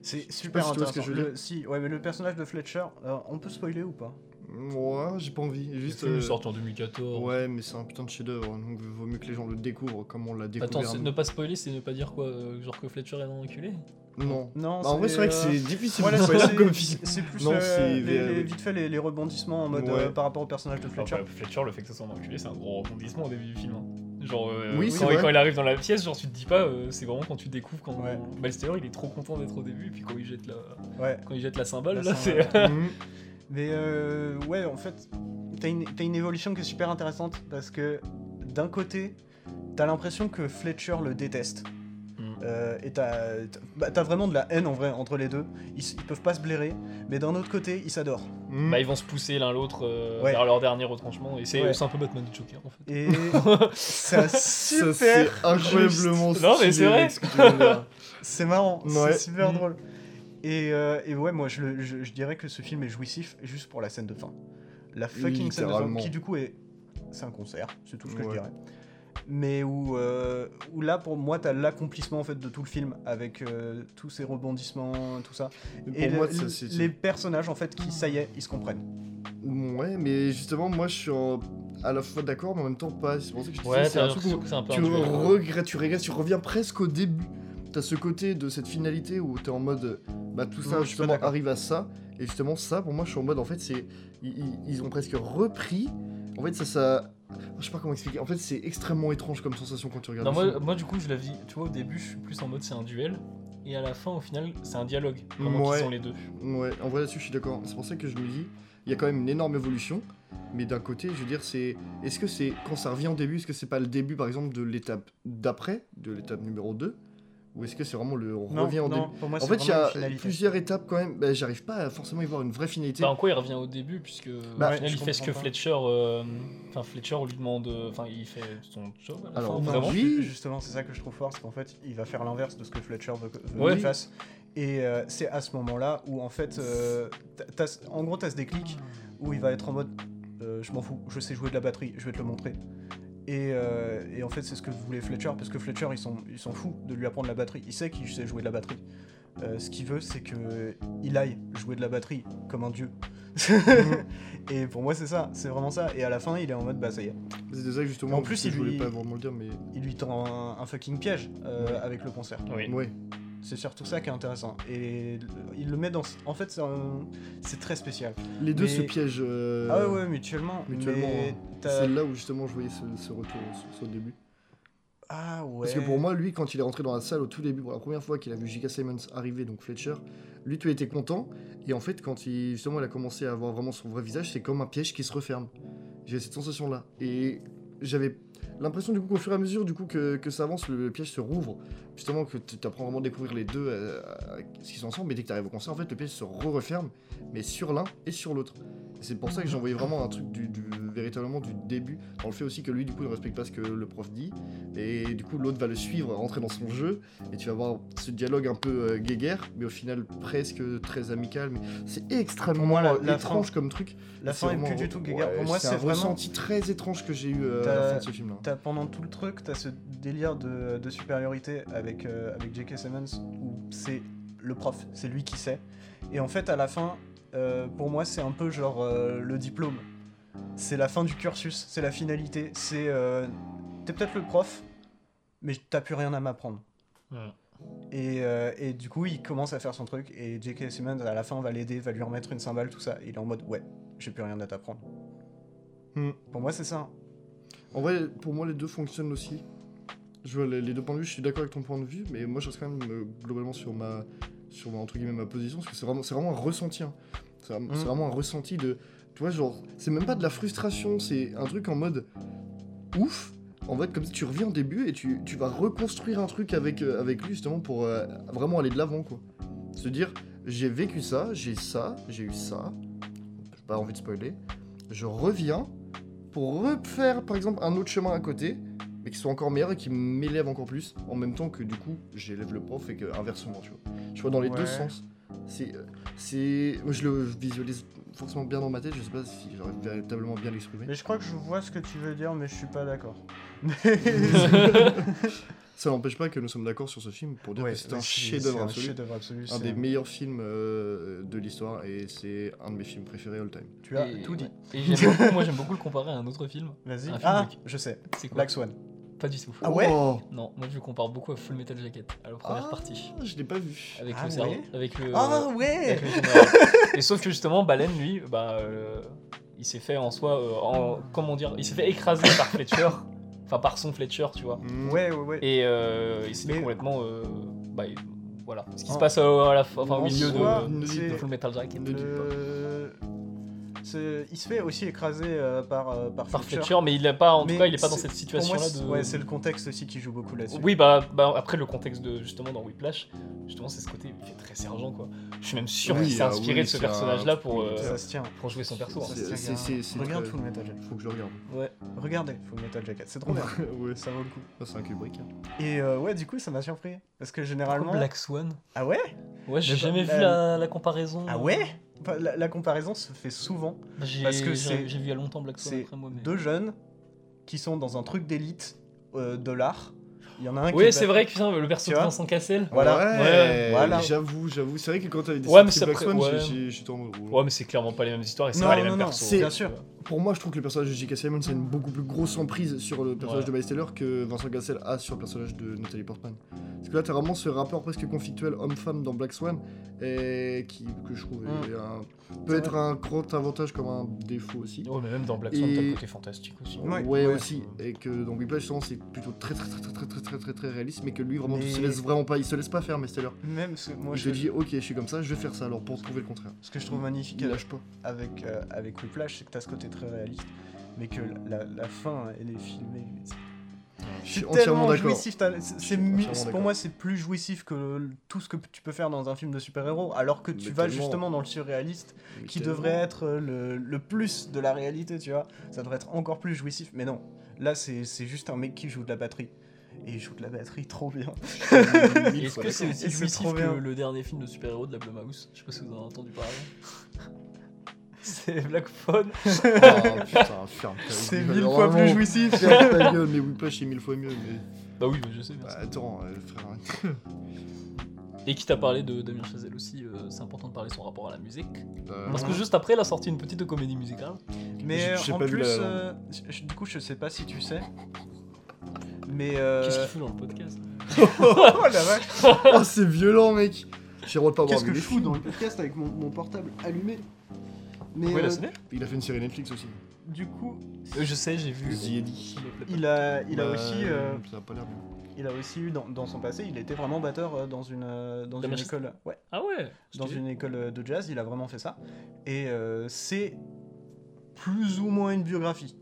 Speaker 1: C'est
Speaker 3: sais pas
Speaker 1: super
Speaker 3: si tu vois
Speaker 1: intéressant.
Speaker 3: ce que je veux
Speaker 1: Le- si, ouais, mais le personnage de Fletcher, euh, on peut spoiler ou pas
Speaker 3: Bah, Moi, j'ai pas envie.
Speaker 2: Le
Speaker 3: Juste.
Speaker 2: film est
Speaker 3: euh,
Speaker 2: sorti en 2014.
Speaker 3: Ouais, mais c'est un putain de chef-d'œuvre, donc vaut mieux que les gens le découvrent comme on l'a découvert.
Speaker 2: Attends, c'est- ne pas spoiler, c'est ne pas dire quoi, euh, genre que Fletcher est un enculé.
Speaker 3: Non.
Speaker 1: Non,
Speaker 3: Bah, en vrai, c'est vrai que
Speaker 1: euh,
Speaker 3: c'est difficile
Speaker 1: Voilà,
Speaker 3: de
Speaker 1: c'est-
Speaker 3: spoiler comme film.
Speaker 1: c'est c'est plus
Speaker 3: Non,
Speaker 1: euh,
Speaker 3: c'est-
Speaker 1: les- les-
Speaker 3: euh,
Speaker 1: vite fait les, les rebondissements en mode
Speaker 3: Ouais.
Speaker 1: euh, par rapport au personnage de Fletcher.
Speaker 2: Enfin, bah, Fletcher, le fait que ça soit un enculé, c'est un gros rebondissement au début du film. hein. Genre, euh,
Speaker 3: Oui, c'est
Speaker 2: quand,
Speaker 3: vrai.
Speaker 2: quand il arrive dans la pièce, genre tu te dis pas, euh, c'est vraiment quand tu découvres quand
Speaker 1: Ouais.
Speaker 2: Miles Taylor il est trop content d'être au début, et puis quand il jette la,
Speaker 1: Ouais.
Speaker 2: quand il jette la
Speaker 3: Oh
Speaker 2: cymbale,
Speaker 1: La
Speaker 2: là c'est.
Speaker 1: cymbale.
Speaker 3: Mhm.
Speaker 1: Mais euh, ouais, en fait, t'as une, t'as une évolution qui est super intéressante parce que d'un côté, t'as l'impression que Fletcher le déteste.
Speaker 2: Mm.
Speaker 1: Euh, et t'as t'as- bah, t'as vraiment de la haine en vrai entre les deux. Ils, s- ils peuvent pas se blairer, mais d'un autre côté, ils s'adorent.
Speaker 3: Mhm.
Speaker 2: Bah, ils vont se pousser l'un l'autre euh,
Speaker 1: Ouais.
Speaker 2: vers leur dernier retranchement, et c'est
Speaker 1: Ouais.
Speaker 2: c'est un peu Batman et Joker en fait.
Speaker 1: Et ça
Speaker 3: Ça,
Speaker 1: super.
Speaker 3: c'est incroyablement
Speaker 2: juste. Non, mais
Speaker 3: stylé,
Speaker 2: c'est vrai.
Speaker 3: mec, ce que tu viens de dire.
Speaker 1: C'est marrant,
Speaker 3: Ouais.
Speaker 1: c'est super
Speaker 2: Mm.
Speaker 1: drôle. Et, euh, et ouais, moi je, le- je- je dirais que ce film est jouissif juste pour la scène de fin. La fucking scène de fin,
Speaker 3: Littéralement.
Speaker 1: qui du coup est. C'est un concert, c'est tout ce que je
Speaker 3: Ouais.
Speaker 1: dirais. Mais où, euh, où là pour moi t'as l'accomplissement en fait de tout le film avec euh, tous ces rebondissements, tout ça.
Speaker 3: Pour
Speaker 1: Et le-
Speaker 3: moi, ça,
Speaker 1: le-
Speaker 3: c'est-
Speaker 1: les personnages en fait qui, ça y est, ils se comprennent.
Speaker 3: Ouais, mais justement, moi, je suis en- à la fois d'accord, mais en même temps pas. C'est pour ça que je te
Speaker 2: Ouais,
Speaker 3: disais, c'est
Speaker 2: t'as
Speaker 3: un truc
Speaker 2: l'impression
Speaker 3: où
Speaker 2: que c'est un peu
Speaker 3: tu,
Speaker 2: un duel.
Speaker 3: regrettes, tu régresses, tu reviens presque au début. T'as ce côté de cette finalité où t'es en mode, bah tout
Speaker 1: Non, je
Speaker 3: ça
Speaker 1: suis pas
Speaker 3: justement
Speaker 1: d'accord.
Speaker 3: arrive à ça. Et justement, ça, pour moi, je suis en mode, en fait, c'est ils, ils- ils ont presque repris. En fait, ça, ça, je sais pas comment expliquer. En fait, c'est extrêmement étrange comme sensation quand tu regardes.
Speaker 2: Non,
Speaker 3: le
Speaker 2: moi,
Speaker 3: film.
Speaker 2: moi, du coup je la vis, tu vois au début je suis plus en mode c'est un duel, et à la fin, au final, c'est un dialogue. Comment
Speaker 3: Ouais.
Speaker 2: qu'ils sont les deux.
Speaker 3: Ouais, en vrai là-dessus je suis d'accord. C'est pour ça que je me dis, il y a quand même une énorme évolution. Mais d'un côté, je veux dire, c'est. Est-ce que c'est. Quand ça revient au début, est-ce que c'est pas le début par exemple de l'étape d'après, de l'étape numéro 2 Ou est-ce que c'est vraiment le. On
Speaker 1: Non,
Speaker 3: revient au
Speaker 1: non,
Speaker 3: début
Speaker 1: pour moi,
Speaker 3: En
Speaker 1: c'est
Speaker 3: fait, il y
Speaker 1: vraiment
Speaker 3: a
Speaker 1: une finalité.
Speaker 3: plusieurs étapes quand même. Bah, J'arrive pas à forcément y voir une vraie finalité.
Speaker 2: Bah, en quoi il revient au début, puisque
Speaker 3: Bah,
Speaker 2: au final,
Speaker 1: je
Speaker 2: il fait ce que
Speaker 1: comprends pas.
Speaker 2: Fletcher. euh, Enfin, Fletcher, on lui demande. euh, Enfin, il fait son job à la
Speaker 3: Alors,
Speaker 2: fin,
Speaker 3: non,
Speaker 2: vraiment.
Speaker 3: oui.
Speaker 1: ju- Justement, c'est ça que je trouve fort, c'est qu'en fait, il va faire l'inverse de ce que Fletcher veut, que- veut
Speaker 2: Ouais.
Speaker 1: qu'il fasse. Et euh, c'est à ce moment-là où, en fait, euh, t'as- t'as- en gros, t'as ce déclic où il va être en mode euh, Je m'en fous, je sais jouer de la batterie, je vais te le montrer. Et, euh, et en fait, c'est ce que voulait Fletcher, parce que Fletcher, il s'en il s'en fout de lui apprendre la batterie. Il sait qu'il sait jouer de la batterie. Euh, ce qu'il veut, c'est que il aille jouer de la batterie comme un dieu. et pour moi, c'est ça, c'est vraiment ça. Et à la fin, il est en mode Bah, ça y est.
Speaker 3: C'est de ça que
Speaker 1: En
Speaker 3: justement. parce
Speaker 1: plus,
Speaker 3: que
Speaker 1: il
Speaker 3: je voulais
Speaker 1: lui-
Speaker 3: pas vraiment le dire, mais.
Speaker 1: Il lui tend un, un fucking piège euh,
Speaker 3: Ouais.
Speaker 1: avec le concert.
Speaker 2: Oui.
Speaker 3: Ouais.
Speaker 1: C'est surtout ça qui est intéressant. Et le- il le met dans. ce- En fait, c'est un- c'est très spécial.
Speaker 3: Les deux
Speaker 1: Mais-
Speaker 3: se piègent. euh,
Speaker 1: Ah ouais, ouais, mutuellement.
Speaker 3: mutuellement,
Speaker 1: mais
Speaker 3: hein.
Speaker 1: t'as-
Speaker 3: C'est là où justement je voyais ce, ce retour, ce- ce début.
Speaker 1: Ah ouais.
Speaker 3: Parce que pour moi, lui, quand il est rentré dans la salle au tout début, pour la première fois qu'il a vu J.K. Simmons arriver, donc Fletcher, lui, tout était content. Et en fait, quand il, justement, il a commencé à avoir vraiment son vrai visage, c'est comme un piège qui se referme. J'ai cette sensation-là. Et j'avais l'impression, du coup, qu'au fur et à mesure du coup, que, que ça avance, le, le piège se rouvre. Justement, que tu apprends vraiment à découvrir les deux, euh, euh, ce qu'ils sont ensemble. Mais dès que tu arrives au concert, en fait, le piège se re-referme, mais sur l'un et sur l'autre. Et C'est pour ça que j'ai envoyé vraiment un truc du, du- véritablement du début. Dans le fait aussi que lui, du coup, ne respecte pas ce que le prof dit. Et du coup, l'autre va le suivre, rentrer dans son jeu, et tu vas avoir ce dialogue un peu euh, guéguerre, mais au final presque très amical. Mais c'est extrêmement
Speaker 1: moi, la-
Speaker 3: euh,
Speaker 1: la
Speaker 3: étrange
Speaker 1: fin-
Speaker 3: comme truc.
Speaker 1: la fin
Speaker 3: C'est
Speaker 1: est
Speaker 3: vraiment-
Speaker 1: plus du tout guéguerre.
Speaker 3: ouais,
Speaker 1: pour moi,
Speaker 3: un
Speaker 1: c'est vraiment.
Speaker 3: ressenti très étrange que j'ai eu euh, à la
Speaker 1: T'as-
Speaker 3: fin de ce film-là.
Speaker 1: T'as pendant tout le truc, t'as ce délire de, de supériorité avec, euh, avec J.K. Simmons où c'est le prof, c'est lui qui sait. Et en fait, à la fin, euh, pour moi, c'est un peu genre euh, le diplôme. C'est la fin du cursus, c'est la finalité. C'est. euh, T'es peut-être le prof, mais t'as plus rien à m'apprendre.
Speaker 2: Ouais.
Speaker 1: Et, euh, et du coup, il commence à faire son truc. Et J.K. Simmons, à la fin, va l'aider, va lui remettre une cymbale, tout ça. Et il est en mode, ouais, j'ai plus rien à t'apprendre.
Speaker 3: Hmm.
Speaker 1: Pour moi, c'est ça.
Speaker 3: En vrai, pour moi, les deux fonctionnent aussi. Je vois les les deux points de vue, je suis d'accord avec ton point de vue, mais moi je reste quand même euh, globalement sur ma, sur ma, entre guillemets, ma position, parce que c'est vraiment, c'est vraiment un ressenti. hein. C'est vraiment,
Speaker 1: Mm.
Speaker 3: c'est vraiment un ressenti de. Tu vois, genre, c'est même pas de la frustration, c'est un truc en mode ouf. En fait, comme si tu reviens au début et tu, tu vas reconstruire un truc avec, euh, avec lui, justement, pour euh, vraiment aller de l'avant, quoi. Se dire, j'ai vécu ça, j'ai ça, j'ai eu ça. J'ai pas envie de spoiler. Je reviens pour refaire par exemple un autre chemin à côté, mais qui soit encore meilleur et qui m'élève encore plus, en même temps que du coup j'élève le prof et que inversement, tu vois. Je vois dans les deux
Speaker 1: Ouais.
Speaker 3: sens. C'est, euh, c'est, moi, je le visualise forcément bien dans ma tête. Je sais pas si j'arrive véritablement bien à l'exprimer.
Speaker 1: Mais je crois que je vois ce que tu veux dire, mais je suis pas d'accord.
Speaker 3: Ça n'empêche pas que nous sommes d'accord sur ce film pour dire que c'est un chef-d'œuvre
Speaker 1: un
Speaker 3: absolu,
Speaker 1: chef-d'œuvre absolu.
Speaker 3: un
Speaker 1: c'est
Speaker 3: des
Speaker 1: un-
Speaker 3: meilleurs films euh, de l'histoire et c'est un de mes films préférés all time.
Speaker 1: Tu as
Speaker 2: Et-
Speaker 1: tout dit.
Speaker 2: ouais. Et j'aime beaucoup- moi, j'aime beaucoup le comparer à un autre film.
Speaker 1: Vas-y.
Speaker 2: Un film
Speaker 1: Ah,
Speaker 2: de-
Speaker 1: je sais.
Speaker 2: C'est quoi
Speaker 1: Black Swan.
Speaker 2: Pas du tout.
Speaker 1: Ah ouais
Speaker 3: Oh,
Speaker 2: Non, moi je le compare beaucoup à Full Metal Jacket, à la première
Speaker 3: Ah.
Speaker 2: partie.
Speaker 3: je l'ai pas vu.
Speaker 2: Avec
Speaker 1: Ah
Speaker 2: le cerveau.
Speaker 1: ouais
Speaker 2: Avec le.
Speaker 1: Ah ouais
Speaker 2: avec le général. Et sauf que justement, Baleine, lui, bah, euh, il s'est fait en soi. euh, en- comment dire Il s'est fait écraser par Fletcher. Enfin, par son Fletcher, tu vois.
Speaker 3: Mm.
Speaker 1: Ouais, ouais, ouais.
Speaker 2: Et euh, il s'est fait
Speaker 1: Mais-
Speaker 2: complètement. euh, bah, il- voilà. Ce qui se
Speaker 1: En-
Speaker 2: passe euh, à la fin- enfin,
Speaker 1: en
Speaker 2: au milieu
Speaker 1: soi,
Speaker 2: de,
Speaker 1: c'est-
Speaker 2: de Full Metal Jacket.
Speaker 3: Ne dites pas.
Speaker 1: Le- c'est- Il se fait aussi écraser euh, par, euh, par,
Speaker 2: Par Fletcher, mais il est pas, en tout
Speaker 1: Mais
Speaker 2: cas, il est pas dans
Speaker 1: c'est-
Speaker 2: cette
Speaker 1: Pour moi,
Speaker 2: situation-là
Speaker 1: c'est-
Speaker 2: de.
Speaker 1: ouais, c'est le contexte aussi qui joue beaucoup là-dessus.
Speaker 2: Oui, bah, bah, après le contexte de justement dans Whiplash, justement c'est ce côté il fait très sergent quoi. Je suis même sûr
Speaker 3: Oui,
Speaker 2: qu'il s'est
Speaker 3: ah
Speaker 2: inspiré
Speaker 3: oui,
Speaker 2: de ce
Speaker 3: c'est
Speaker 2: personnage-là
Speaker 3: un-
Speaker 2: pour, euh,
Speaker 1: ça se tient.
Speaker 2: pour jouer son perso. hein.
Speaker 1: Ça
Speaker 3: C'est-
Speaker 1: se tient,
Speaker 3: c'est-
Speaker 1: gars.
Speaker 3: c'est- c'est
Speaker 1: Regarde
Speaker 3: très-
Speaker 1: Full Metal Jacket.
Speaker 3: Faut que je regarde.
Speaker 2: Ouais.
Speaker 1: Regardez Full Metal Jacket, c'est trop bien.
Speaker 3: ouais,
Speaker 1: ça vaut le coup.
Speaker 3: ça, c'est un Kubrick. hein.
Speaker 1: Et euh, ouais, du coup, ça m'a surpris. Parce que généralement.
Speaker 2: Black Swan.
Speaker 1: Ah ouais
Speaker 2: Ouais, j'ai
Speaker 1: Mais bah,
Speaker 2: jamais vu
Speaker 1: euh,
Speaker 2: la, la comparaison.
Speaker 1: Ah ouais Enfin, la, la comparaison se fait souvent.
Speaker 2: J'ai-
Speaker 1: Parce que
Speaker 2: j'ai-
Speaker 1: c'est-
Speaker 2: J'ai vu il y a longtemps Black Swan
Speaker 1: c'est
Speaker 2: après moi. Mais...
Speaker 1: Deux jeunes qui sont dans un truc d'élite euh, de l'art. Il y en a un qui.
Speaker 2: Oui,
Speaker 1: est
Speaker 2: c'est
Speaker 1: pas-
Speaker 2: vrai que putain, le perso
Speaker 1: Tu
Speaker 2: de
Speaker 1: vois
Speaker 2: Vincent Cassel.
Speaker 1: Voilà.
Speaker 3: Ouais,
Speaker 1: Voilà.
Speaker 3: J'avoue, j'avoue. C'est vrai que quand t'avais des
Speaker 2: Ouais, mais ça
Speaker 3: Black
Speaker 2: pré-
Speaker 3: Swan,
Speaker 2: ouais.
Speaker 3: j'ai- j'ai- j'étais en mode. oh.
Speaker 2: Ouais, mais c'est clairement pas les mêmes histoires et c'est
Speaker 1: Non,
Speaker 2: pas les
Speaker 1: non,
Speaker 2: mêmes
Speaker 1: non,
Speaker 2: persos.
Speaker 1: c'est- bien sûr.
Speaker 3: Pour moi, je trouve que le personnage de J.K. Simmons a une beaucoup plus grosse emprise sur le personnage
Speaker 2: Ouais.
Speaker 3: de Miles Taylor que Vincent Cassel a sur le personnage de Nathalie Portman. Parce que là, t'as vraiment ce rapport presque conflictuel homme-femme dans Black Swan, et qui, que je trouve est un- peut
Speaker 1: Mm. C'est
Speaker 3: être un grand avantage comme un défaut aussi.
Speaker 2: Ouais, Oh, mais même dans Black Swan, t'as
Speaker 3: Et-
Speaker 2: le côté fantastique aussi.
Speaker 1: Ouais.
Speaker 3: ouais, aussi. Et que dans Whiplash, justement, c'est plutôt très très très très très très très très très réaliste, mais que lui vraiment il se
Speaker 1: Mais-
Speaker 3: laisse vraiment pas, il se laisse pas faire, mais c'est l'heure.
Speaker 1: Même ce, moi,
Speaker 3: il
Speaker 1: je,
Speaker 3: te dit ok, je suis comme ça, je vais faire ça alors pour prouver le contraire.
Speaker 1: ce que je trouve magnifique
Speaker 3: Il lâche pas.
Speaker 1: avec, euh, avec Whiplash, c'est que t'as ce côté très réaliste, mais que la, la fin, elle est filmée.
Speaker 3: Je
Speaker 1: C'est
Speaker 3: suis entièrement
Speaker 1: tellement
Speaker 3: d'accord.
Speaker 1: jouissif. t'as- c'est- c'est
Speaker 3: entièrement
Speaker 1: mi- c'est-
Speaker 3: d'accord.
Speaker 1: Pour moi, c'est plus jouissif que le- tout ce que tu peux faire dans un film de super-héros, alors que tu
Speaker 3: Mais
Speaker 1: vas
Speaker 3: tellement.
Speaker 1: justement dans le surréaliste,
Speaker 3: Mais
Speaker 1: qui
Speaker 3: tellement.
Speaker 1: devrait être euh, le, le plus de la réalité, tu vois. Ça devrait être encore plus jouissif, mais non. Là, c'est c'est juste un mec qui joue de la batterie. Et il joue de la batterie trop bien.
Speaker 3: Mille
Speaker 2: Est-ce
Speaker 3: fois
Speaker 2: que c'est
Speaker 3: d'accord.
Speaker 2: aussi
Speaker 1: Et c'est
Speaker 2: jouissif
Speaker 1: trop
Speaker 2: que
Speaker 1: bien.
Speaker 2: le dernier film de super-héros de la Blumhouse Je sais pas si vous en avez entendu parler. c'est Black Phone.
Speaker 3: Ah, putain, ferme ta
Speaker 1: C'est
Speaker 3: gueule,
Speaker 1: mille fois
Speaker 3: vraiment,
Speaker 1: plus jouissif.
Speaker 3: Ferme ta gueule, mais Whiplash est mille fois mieux. Mais...
Speaker 2: Bah oui, bah je sais,
Speaker 3: Bah,
Speaker 2: merci.
Speaker 3: attends, euh, frère.
Speaker 2: Et qui t'a parlé de Damien Chazelle aussi, euh, c'est important de parler de son rapport à la musique.
Speaker 3: euh,
Speaker 2: Parce que juste après, il a sorti une petite comédie musicale.
Speaker 1: Mais
Speaker 3: J'ai- j'ai
Speaker 1: en
Speaker 3: pas vu
Speaker 1: plus,
Speaker 3: la-
Speaker 1: euh, je- je- du coup, je sais pas si tu sais. Mais. euh,
Speaker 2: Qu'est-ce qu'il fout dans le podcast
Speaker 1: Oh la vache
Speaker 3: Oh, c'est violent, mec. J'ai le droit de pas voir
Speaker 1: Qu'est-ce que
Speaker 3: mes
Speaker 1: je fous
Speaker 3: films.
Speaker 1: dans le podcast avec mon, mon portable allumé Mais
Speaker 2: Ouais,
Speaker 1: euh,
Speaker 2: la scène
Speaker 3: Il a fait une série Netflix aussi.
Speaker 1: du coup,
Speaker 2: Je sais, j'ai vu.
Speaker 3: The Eddy.
Speaker 1: il a, il a
Speaker 3: Bah,
Speaker 1: aussi, euh,
Speaker 3: Ça a pas l'air bien.
Speaker 1: il a aussi eu dans, dans son passé, il était vraiment batteur euh, dans une euh, dans
Speaker 2: Dans
Speaker 1: une
Speaker 2: Manchester
Speaker 1: école, ouais,
Speaker 2: Ah ouais
Speaker 1: dans
Speaker 2: stylé.
Speaker 1: une école euh, de jazz. Il a vraiment fait ça. Et euh, c'est plus ou moins une biographie,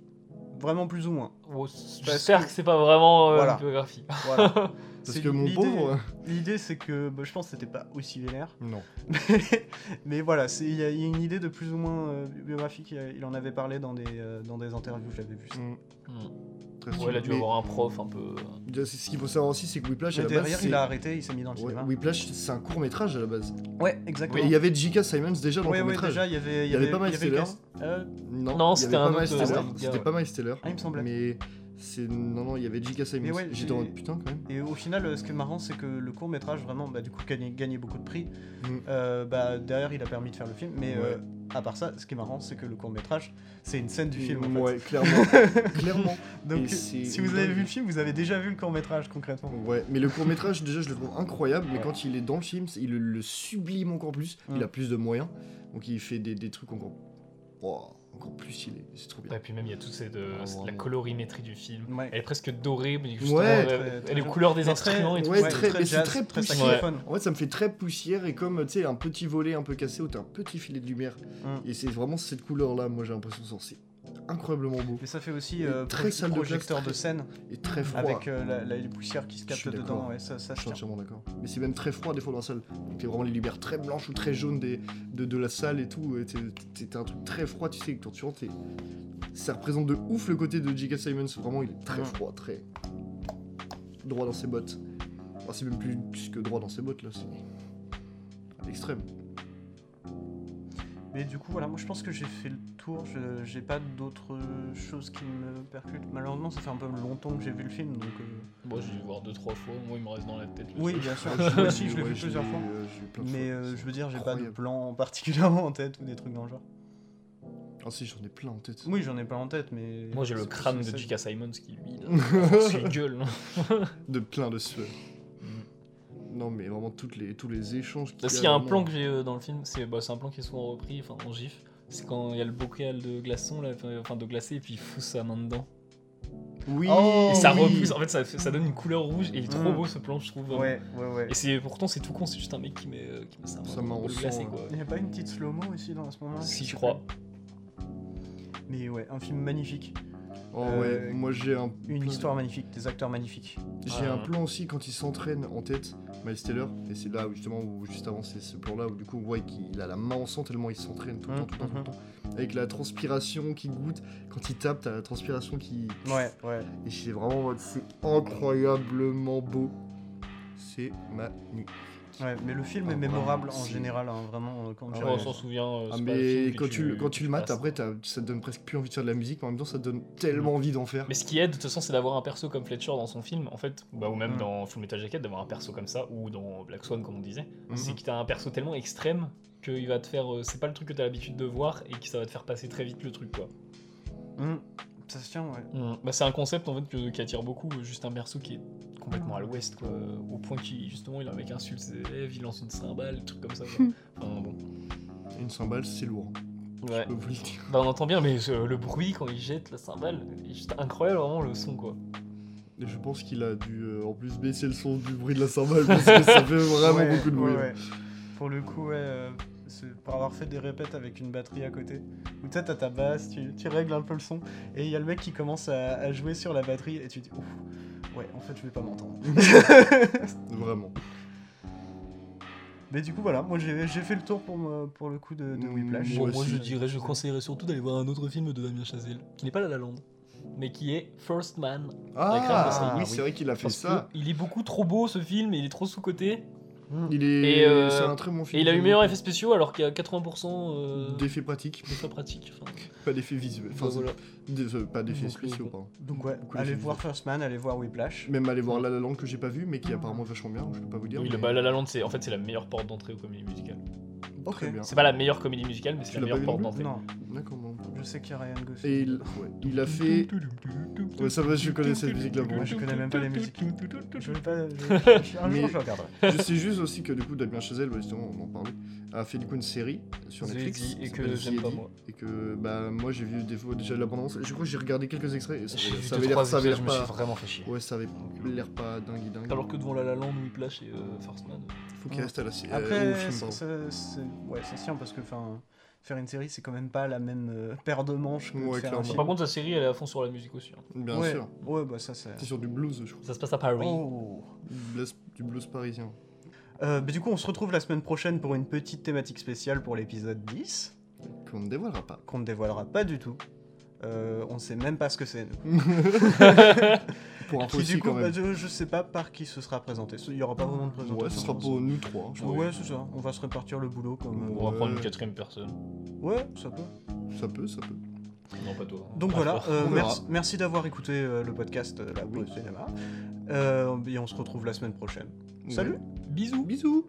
Speaker 1: vraiment plus ou moins.
Speaker 2: Oh,
Speaker 1: que-
Speaker 2: J'espère que c'est pas vraiment euh,
Speaker 1: Voilà.
Speaker 2: une biographie.
Speaker 1: Voilà.
Speaker 3: Parce
Speaker 1: C'est
Speaker 3: que mon
Speaker 1: l'idée-
Speaker 3: pauvre.
Speaker 1: L'idée, c'est que bah, je pense que c'était pas aussi vénère.
Speaker 3: Non.
Speaker 1: Mais, mais voilà, c'est- il y, a il y a une idée de plus ou moins euh, biographique. Il y a- Il en avait parlé dans des, euh, dans des interviews, j'avais vu ça.
Speaker 3: Mm.
Speaker 2: Hmm.
Speaker 3: Très
Speaker 2: Ouais, il a
Speaker 3: stylé.
Speaker 2: dû
Speaker 3: Mais
Speaker 2: avoir un prof un peu. euh,
Speaker 3: déjà, c'est- Ce qu'il faut savoir aussi, c'est que Whiplash,
Speaker 1: Mais
Speaker 3: à la
Speaker 1: derrière,
Speaker 3: base,
Speaker 1: il
Speaker 3: c'est-
Speaker 1: a arrêté, il s'est mis dans le
Speaker 3: Ouais,
Speaker 1: cinéma.
Speaker 3: Whiplash, c'est un court métrage à la base.
Speaker 1: Ouais, exactement.
Speaker 3: Et il y avait J.K. Simons déjà dans
Speaker 1: Ouais,
Speaker 3: le court
Speaker 1: ouais,
Speaker 3: métrage.
Speaker 1: déjà, il y avait,
Speaker 3: Il y avait pas mal
Speaker 1: il y avait le
Speaker 3: Steller.
Speaker 1: cast. Euh,
Speaker 3: Non,
Speaker 2: Non,
Speaker 3: il y
Speaker 2: c'était
Speaker 3: avait
Speaker 2: un
Speaker 3: pas Miles
Speaker 2: autre,
Speaker 3: Teller.
Speaker 2: euh,
Speaker 3: C'était
Speaker 2: ouais.
Speaker 3: pas Miles Teller.
Speaker 1: Ah, il me semblait.
Speaker 3: Mais c'est non non, il y avait J.K. Simons.
Speaker 1: Mais ouais,
Speaker 3: J'étais en
Speaker 1: j'ai-
Speaker 3: mode putain quand même.
Speaker 1: Et au final, euh, ce qui est marrant, c'est que le court métrage, vraiment, bah, du coup, gagnait, gagnait beaucoup de prix.
Speaker 3: Mm.
Speaker 1: Euh, bah, derrière, il a permis de faire le film. Mais
Speaker 3: Ouais.
Speaker 1: euh, à part ça, ce qui est marrant, c'est que le court métrage, c'est une scène du film. En fait.
Speaker 3: Mm, Ouais, clairement. clairement.
Speaker 1: Donc,
Speaker 3: Et c'est
Speaker 1: si vous avez
Speaker 3: dingue.
Speaker 1: vu le film, vous avez déjà vu le court métrage concrètement.
Speaker 3: Ouais, mais le court métrage déjà je le trouve incroyable, mais
Speaker 1: Ouais.
Speaker 3: quand il est dans le film, c'est- il le, le sublime encore plus, il
Speaker 1: Mm.
Speaker 3: a plus de moyens, donc il fait des, des trucs encore, Wow, encore plus stylés, c'est trop bien.
Speaker 2: Et puis même, il y a toute cette, euh,
Speaker 3: Ah,
Speaker 2: cette- la
Speaker 3: vraiment.
Speaker 2: colorimétrie du film.
Speaker 1: Ouais.
Speaker 2: Elle est presque dorée, mais justement,
Speaker 3: Ouais,
Speaker 2: elle-
Speaker 1: très-
Speaker 2: elle,
Speaker 1: très
Speaker 2: est aux
Speaker 1: jaune.
Speaker 2: couleurs des
Speaker 1: Mais
Speaker 2: instruments et tout.
Speaker 3: ouais, très- mais c'est
Speaker 1: jazz,
Speaker 3: très
Speaker 1: très
Speaker 3: poussé.
Speaker 1: saxophone.
Speaker 3: En fait ça me fait très poussière et comme tu sais un petit volet un peu cassé où t'as un petit filet de lumière,
Speaker 1: Mm.
Speaker 3: et c'est vraiment cette couleur là, moi j'ai l'impression que c'est incroyablement beau,
Speaker 1: Mais ça fait aussi
Speaker 3: Et
Speaker 1: euh,
Speaker 3: très
Speaker 1: pro-
Speaker 3: salle de classe,
Speaker 1: projecteur de
Speaker 3: très-
Speaker 1: scène
Speaker 3: et très froid.
Speaker 1: avec euh, la, la- les poussières qui se
Speaker 3: Je suis
Speaker 1: captent
Speaker 3: d'accord.
Speaker 1: dedans. Ouais, ça, ça se
Speaker 3: Je suis
Speaker 1: tient.
Speaker 3: entièrement d'accord. Mais c'est même très froid des fois dans la salle. Donc t'es vraiment les lumières très blanches ou très jaunes des, de, de la salle et tout. et t'es- t'es- T'es un truc très froid, tu sais, que quand tu rentres, t'es- ça représente de ouf le côté de J.K. Simons. Vraiment, il est très
Speaker 1: Ouais.
Speaker 3: froid, très droit dans ses bottes. Enfin, c'est même plus plus que droit dans ses bottes là, c'est extrême.
Speaker 1: Mais du coup, voilà, moi je pense que j'ai fait le tour. Je- J'ai pas d'autres choses qui me percutent. Malheureusement, ça fait un peu longtemps que j'ai vu le film. Donc, euh,
Speaker 2: Moi, j'ai dû le voir deux, trois fois. Moi, il me reste dans la tête. le
Speaker 1: Oui,
Speaker 2: truc.
Speaker 1: bien sûr. Moi aussi, je l'ai
Speaker 3: Ouais,
Speaker 1: vu plusieurs fois.
Speaker 3: euh, je l'ai plein de
Speaker 1: Mais
Speaker 3: fois.
Speaker 1: euh,
Speaker 3: C'est
Speaker 1: je veux dire, j'ai pas de
Speaker 3: incroyable.
Speaker 1: plan particulièrement en tête ou des trucs dans le genre.
Speaker 3: Ah si, j'en ai plein en tête.
Speaker 1: Oui, j'en ai pas en tête, mais.
Speaker 2: Moi, j'ai le
Speaker 1: c'est-
Speaker 2: crâne
Speaker 1: c'est-
Speaker 2: de J.K. Simons qui, lui, là, c'est une gueule. hein.
Speaker 3: De plein de sueurs.
Speaker 1: Mm.
Speaker 3: Non, mais vraiment toutes les, tous les échanges. qu'il
Speaker 2: S'il y a un
Speaker 3: vraiment-
Speaker 2: plan que j'ai euh, dans le film, c'est bah, c'est un plan qui est souvent repris, enfin en gif. C'est quand il y a le bocal de glaçons, là, enfin enfin, de glacé, et puis il fout sa main dedans.
Speaker 3: Oui.
Speaker 1: Oh,
Speaker 2: et ça
Speaker 1: oui.
Speaker 2: repousse, en fait ça, fait- ça donne une couleur rouge, et il est trop
Speaker 1: Mm.
Speaker 2: beau ce plan, je trouve. vraiment.
Speaker 1: Ouais, ouais, ouais.
Speaker 2: Et c'est pourtant c'est tout con, c'est juste un mec qui met, euh, qui met sa main
Speaker 3: Ça
Speaker 2: dans
Speaker 3: m'a- on
Speaker 2: le
Speaker 3: sent,
Speaker 2: glacé
Speaker 3: euh,
Speaker 2: quoi.
Speaker 1: Il y a pas une petite slow-mo aussi dans ce moment
Speaker 2: Si je crois.
Speaker 1: Mais ouais, un film magnifique.
Speaker 3: Oh
Speaker 1: Euh,
Speaker 3: ouais, moi j'ai un
Speaker 1: Une
Speaker 3: plan-
Speaker 1: histoire magnifique, des acteurs magnifiques.
Speaker 3: J'ai un
Speaker 2: Ouais.
Speaker 3: plan aussi quand il s'entraîne en tête, Miles Taylor, et c'est là où justement où juste avant c'est ce plan là où du coup on voit qu'il a la main en sang tellement il s'entraîne tout le temps, tout le temps, tout
Speaker 2: Mmh,
Speaker 3: le temps, avec la transpiration qui goûte, quand il tape t'as la transpiration qui
Speaker 1: Ouais, ouais.
Speaker 3: et c'est vraiment en mode, c'est incroyablement beau, c'est magnifique.
Speaker 1: Ouais, mais le film
Speaker 3: Ah,
Speaker 1: est mémorable
Speaker 3: vraiment,
Speaker 1: en
Speaker 3: c'est-
Speaker 1: général, hein, vraiment. euh, Quand
Speaker 3: Ah
Speaker 1: j'ai
Speaker 2: Ouais,
Speaker 3: ouais.
Speaker 2: on
Speaker 1: regardé.
Speaker 2: s'en souvient. euh,
Speaker 3: Ah
Speaker 2: c'est pas un
Speaker 3: mais
Speaker 2: film que
Speaker 3: quand tu, quand tu le mates
Speaker 2: passes. Mmh.
Speaker 3: après t'as- ça te donne presque plus envie de faire de la musique, mais en même temps ça te donne tellement envie d'en faire.
Speaker 2: Mais ce qui aide de toute façon c'est d'avoir un perso comme Fletcher dans son film en fait, bah, ou même
Speaker 1: Mm.
Speaker 2: dans Full Metal Jacket, d'avoir un perso comme ça, ou dans Black Swan comme on disait.
Speaker 4: Mm-hmm.
Speaker 3: Mhm.
Speaker 2: c'est que t'as un perso tellement extrême qu'il va te faire. euh, c'est pas le truc que t'as l'habitude de voir et que ça va te faire passer très vite le truc quoi.
Speaker 1: Hum, Ça se tient, ouais.
Speaker 4: Mm.
Speaker 2: Bah, c'est un concept en fait que- qui attire beaucoup, euh, juste un perso qui est complètement à l'ouest quoi. euh, Au point qu'il justement il a un mec insulte ses élèves, il lance une cymbale, des trucs comme ça quoi. Enfin bon.
Speaker 3: Une cymbale c'est lourd,
Speaker 2: Ouais.
Speaker 3: je peux vous le dire.
Speaker 2: Bah, on entend bien mais euh, le bruit quand il jette la cymbale, est juste incroyable vraiment le son quoi.
Speaker 3: Et je pense qu'il a dû euh, en plus baisser le son du bruit de la cymbale parce que ça fait vraiment
Speaker 1: Ouais,
Speaker 3: beaucoup de
Speaker 1: ouais,
Speaker 3: bruit. hein.
Speaker 1: ouais. Pour le coup, ouais, euh, c'est- pour avoir fait des répètes avec une batterie à côté, où tu sais, t'as ta basse, tu, tu règles un peu le son, et il y a le mec qui commence à, à jouer sur la batterie, et tu dis, ouf, ouais, en fait, je vais pas m'entendre.
Speaker 3: Vraiment.
Speaker 1: Mais du coup, voilà, moi j'ai j'ai fait le tour pour, me- pour le coup de, de
Speaker 3: Mm,
Speaker 1: Whiplash.
Speaker 3: moi
Speaker 4: Moi, moi,
Speaker 3: aussi.
Speaker 4: je dirais, je conseillerais surtout d'aller voir un autre film de Damien Chazelle, qui n'est pas La La Land, mais qui est First Man.
Speaker 3: Ah,
Speaker 4: Ah,
Speaker 3: oui,
Speaker 4: oui.
Speaker 3: c'est vrai qu'il a fait
Speaker 4: Parce
Speaker 3: ça.
Speaker 4: que il est beaucoup trop beau ce film, et il est trop sous-coté,
Speaker 3: Il est.
Speaker 4: Et, euh,
Speaker 3: C'est un très bon film. Euh,
Speaker 4: et il a eu meilleur effet spéciaux alors qu'il y a 80% euh,
Speaker 3: D'effets pratiques,
Speaker 4: d'effets pratiques. Enfin,
Speaker 3: pas d'effets visuels. Enfin,
Speaker 4: bah, voilà.
Speaker 3: c'est- des- euh, pas d'effets
Speaker 4: Donc,
Speaker 3: spéciaux,
Speaker 4: euh,
Speaker 3: pardon.
Speaker 1: Donc, ouais,
Speaker 3: Beaucoup
Speaker 1: allez
Speaker 3: d'effets
Speaker 1: voir First Man, allez voir Whiplash.
Speaker 3: Même aller voir La La Land que j'ai pas vu, mais qui est apparemment vachement bien, je peux pas vous dire.
Speaker 4: Oui,
Speaker 3: mais
Speaker 4: le
Speaker 2: Bah, La La Land, c'est en fait c'est la meilleure porte d'entrée aux comédies musicales.
Speaker 3: Très
Speaker 1: Ok.
Speaker 3: bien.
Speaker 2: C'est pas la meilleure comédie musicale, mais c'est
Speaker 3: Tu
Speaker 2: la
Speaker 3: l'as pas
Speaker 2: meilleure
Speaker 3: vu
Speaker 2: porte
Speaker 3: non
Speaker 2: d'entrée.
Speaker 1: Non,
Speaker 3: D'accord, bon.
Speaker 1: je sais qu'il y a Ryan Gosling.
Speaker 3: Et il, ouais, il a fait. Ouais, ça va, je connais cette musique-là. bon.
Speaker 1: Moi, je connais même pas les musiques. Je vais pas. je- je- un
Speaker 3: Mais-
Speaker 1: jour, je regarderai.
Speaker 3: je sais juste aussi que du coup Damien Chazelle, bah, justement on en parlait, a fait du coup une série sur
Speaker 2: The
Speaker 3: Netflix
Speaker 2: Eddie, et
Speaker 3: qui
Speaker 2: que
Speaker 3: s'appelle The
Speaker 2: j'aime pas,
Speaker 3: Eddie,
Speaker 2: moi.
Speaker 3: Et que bah moi j'ai vu des fois déjà de l'abondance. Je crois que j'ai regardé quelques extraits et ça,
Speaker 2: J'ai
Speaker 3: avait-
Speaker 2: vu
Speaker 3: ça
Speaker 2: deux,
Speaker 3: avait
Speaker 2: trois
Speaker 3: l'air ça avait
Speaker 2: épisodes, je
Speaker 3: l'air
Speaker 2: me suis
Speaker 3: pas.
Speaker 2: vraiment fait chier.
Speaker 3: Ouais ça avait l'air pas dingue dingue.
Speaker 4: Alors que devant La La Land, Whiplash et euh, First Man.
Speaker 3: faut qu'il reste à la série.
Speaker 1: Après,
Speaker 3: au Euh, film,
Speaker 1: ça-
Speaker 3: pardon.
Speaker 1: ça- c'est ouais, c'est sûr parce que enfin, faire une série, c'est quand même pas la même euh, paire de manches que de
Speaker 3: Ouais,
Speaker 1: faire
Speaker 3: clairement.
Speaker 1: un
Speaker 4: Par
Speaker 1: film.
Speaker 4: contre, sa série, elle est à fond sur la musique aussi. hein.
Speaker 3: Bien
Speaker 1: ouais.
Speaker 3: sûr.
Speaker 1: Ouais, bah ça, c'est.
Speaker 3: C'est sur du blues je crois.
Speaker 4: Ça se passe à Paris.
Speaker 1: Oh.
Speaker 3: Du blues, du blues parisien.
Speaker 1: Euh, bah, du coup, on se retrouve la semaine prochaine pour une petite thématique spéciale pour l'épisode 10,
Speaker 3: Qu'on ne dévoilera pas.
Speaker 1: qu'on ne dévoilera pas du tout. Euh, on ne sait même pas ce que c'est. nous.
Speaker 3: Pour un
Speaker 1: Qui,
Speaker 3: peu aussi
Speaker 1: du coup,
Speaker 3: quand
Speaker 1: bah,
Speaker 3: même.
Speaker 1: je, je sais pas par qui ce sera présenté. Il y aura pas vraiment de présentation.
Speaker 3: Ouais, ce sera
Speaker 1: je
Speaker 3: pour nous trois.
Speaker 1: pense.
Speaker 3: je crois.
Speaker 1: Ouais, c'est ça. On va se répartir le boulot comme. euh,
Speaker 2: On va prendre une
Speaker 3: Ouais.
Speaker 2: quatrième personne.
Speaker 1: Ouais, ça peut.
Speaker 3: Ça peut, ça peut.
Speaker 2: Non, pas toi.
Speaker 1: Donc
Speaker 2: Bref,
Speaker 1: voilà,
Speaker 2: bref.
Speaker 1: euh,
Speaker 3: On verra.
Speaker 1: merci, merci d'avoir écouté euh, le podcast euh, La Pause Cinéma. Euh, et on se retrouve la semaine prochaine. Salut
Speaker 3: Bisous. Bisous.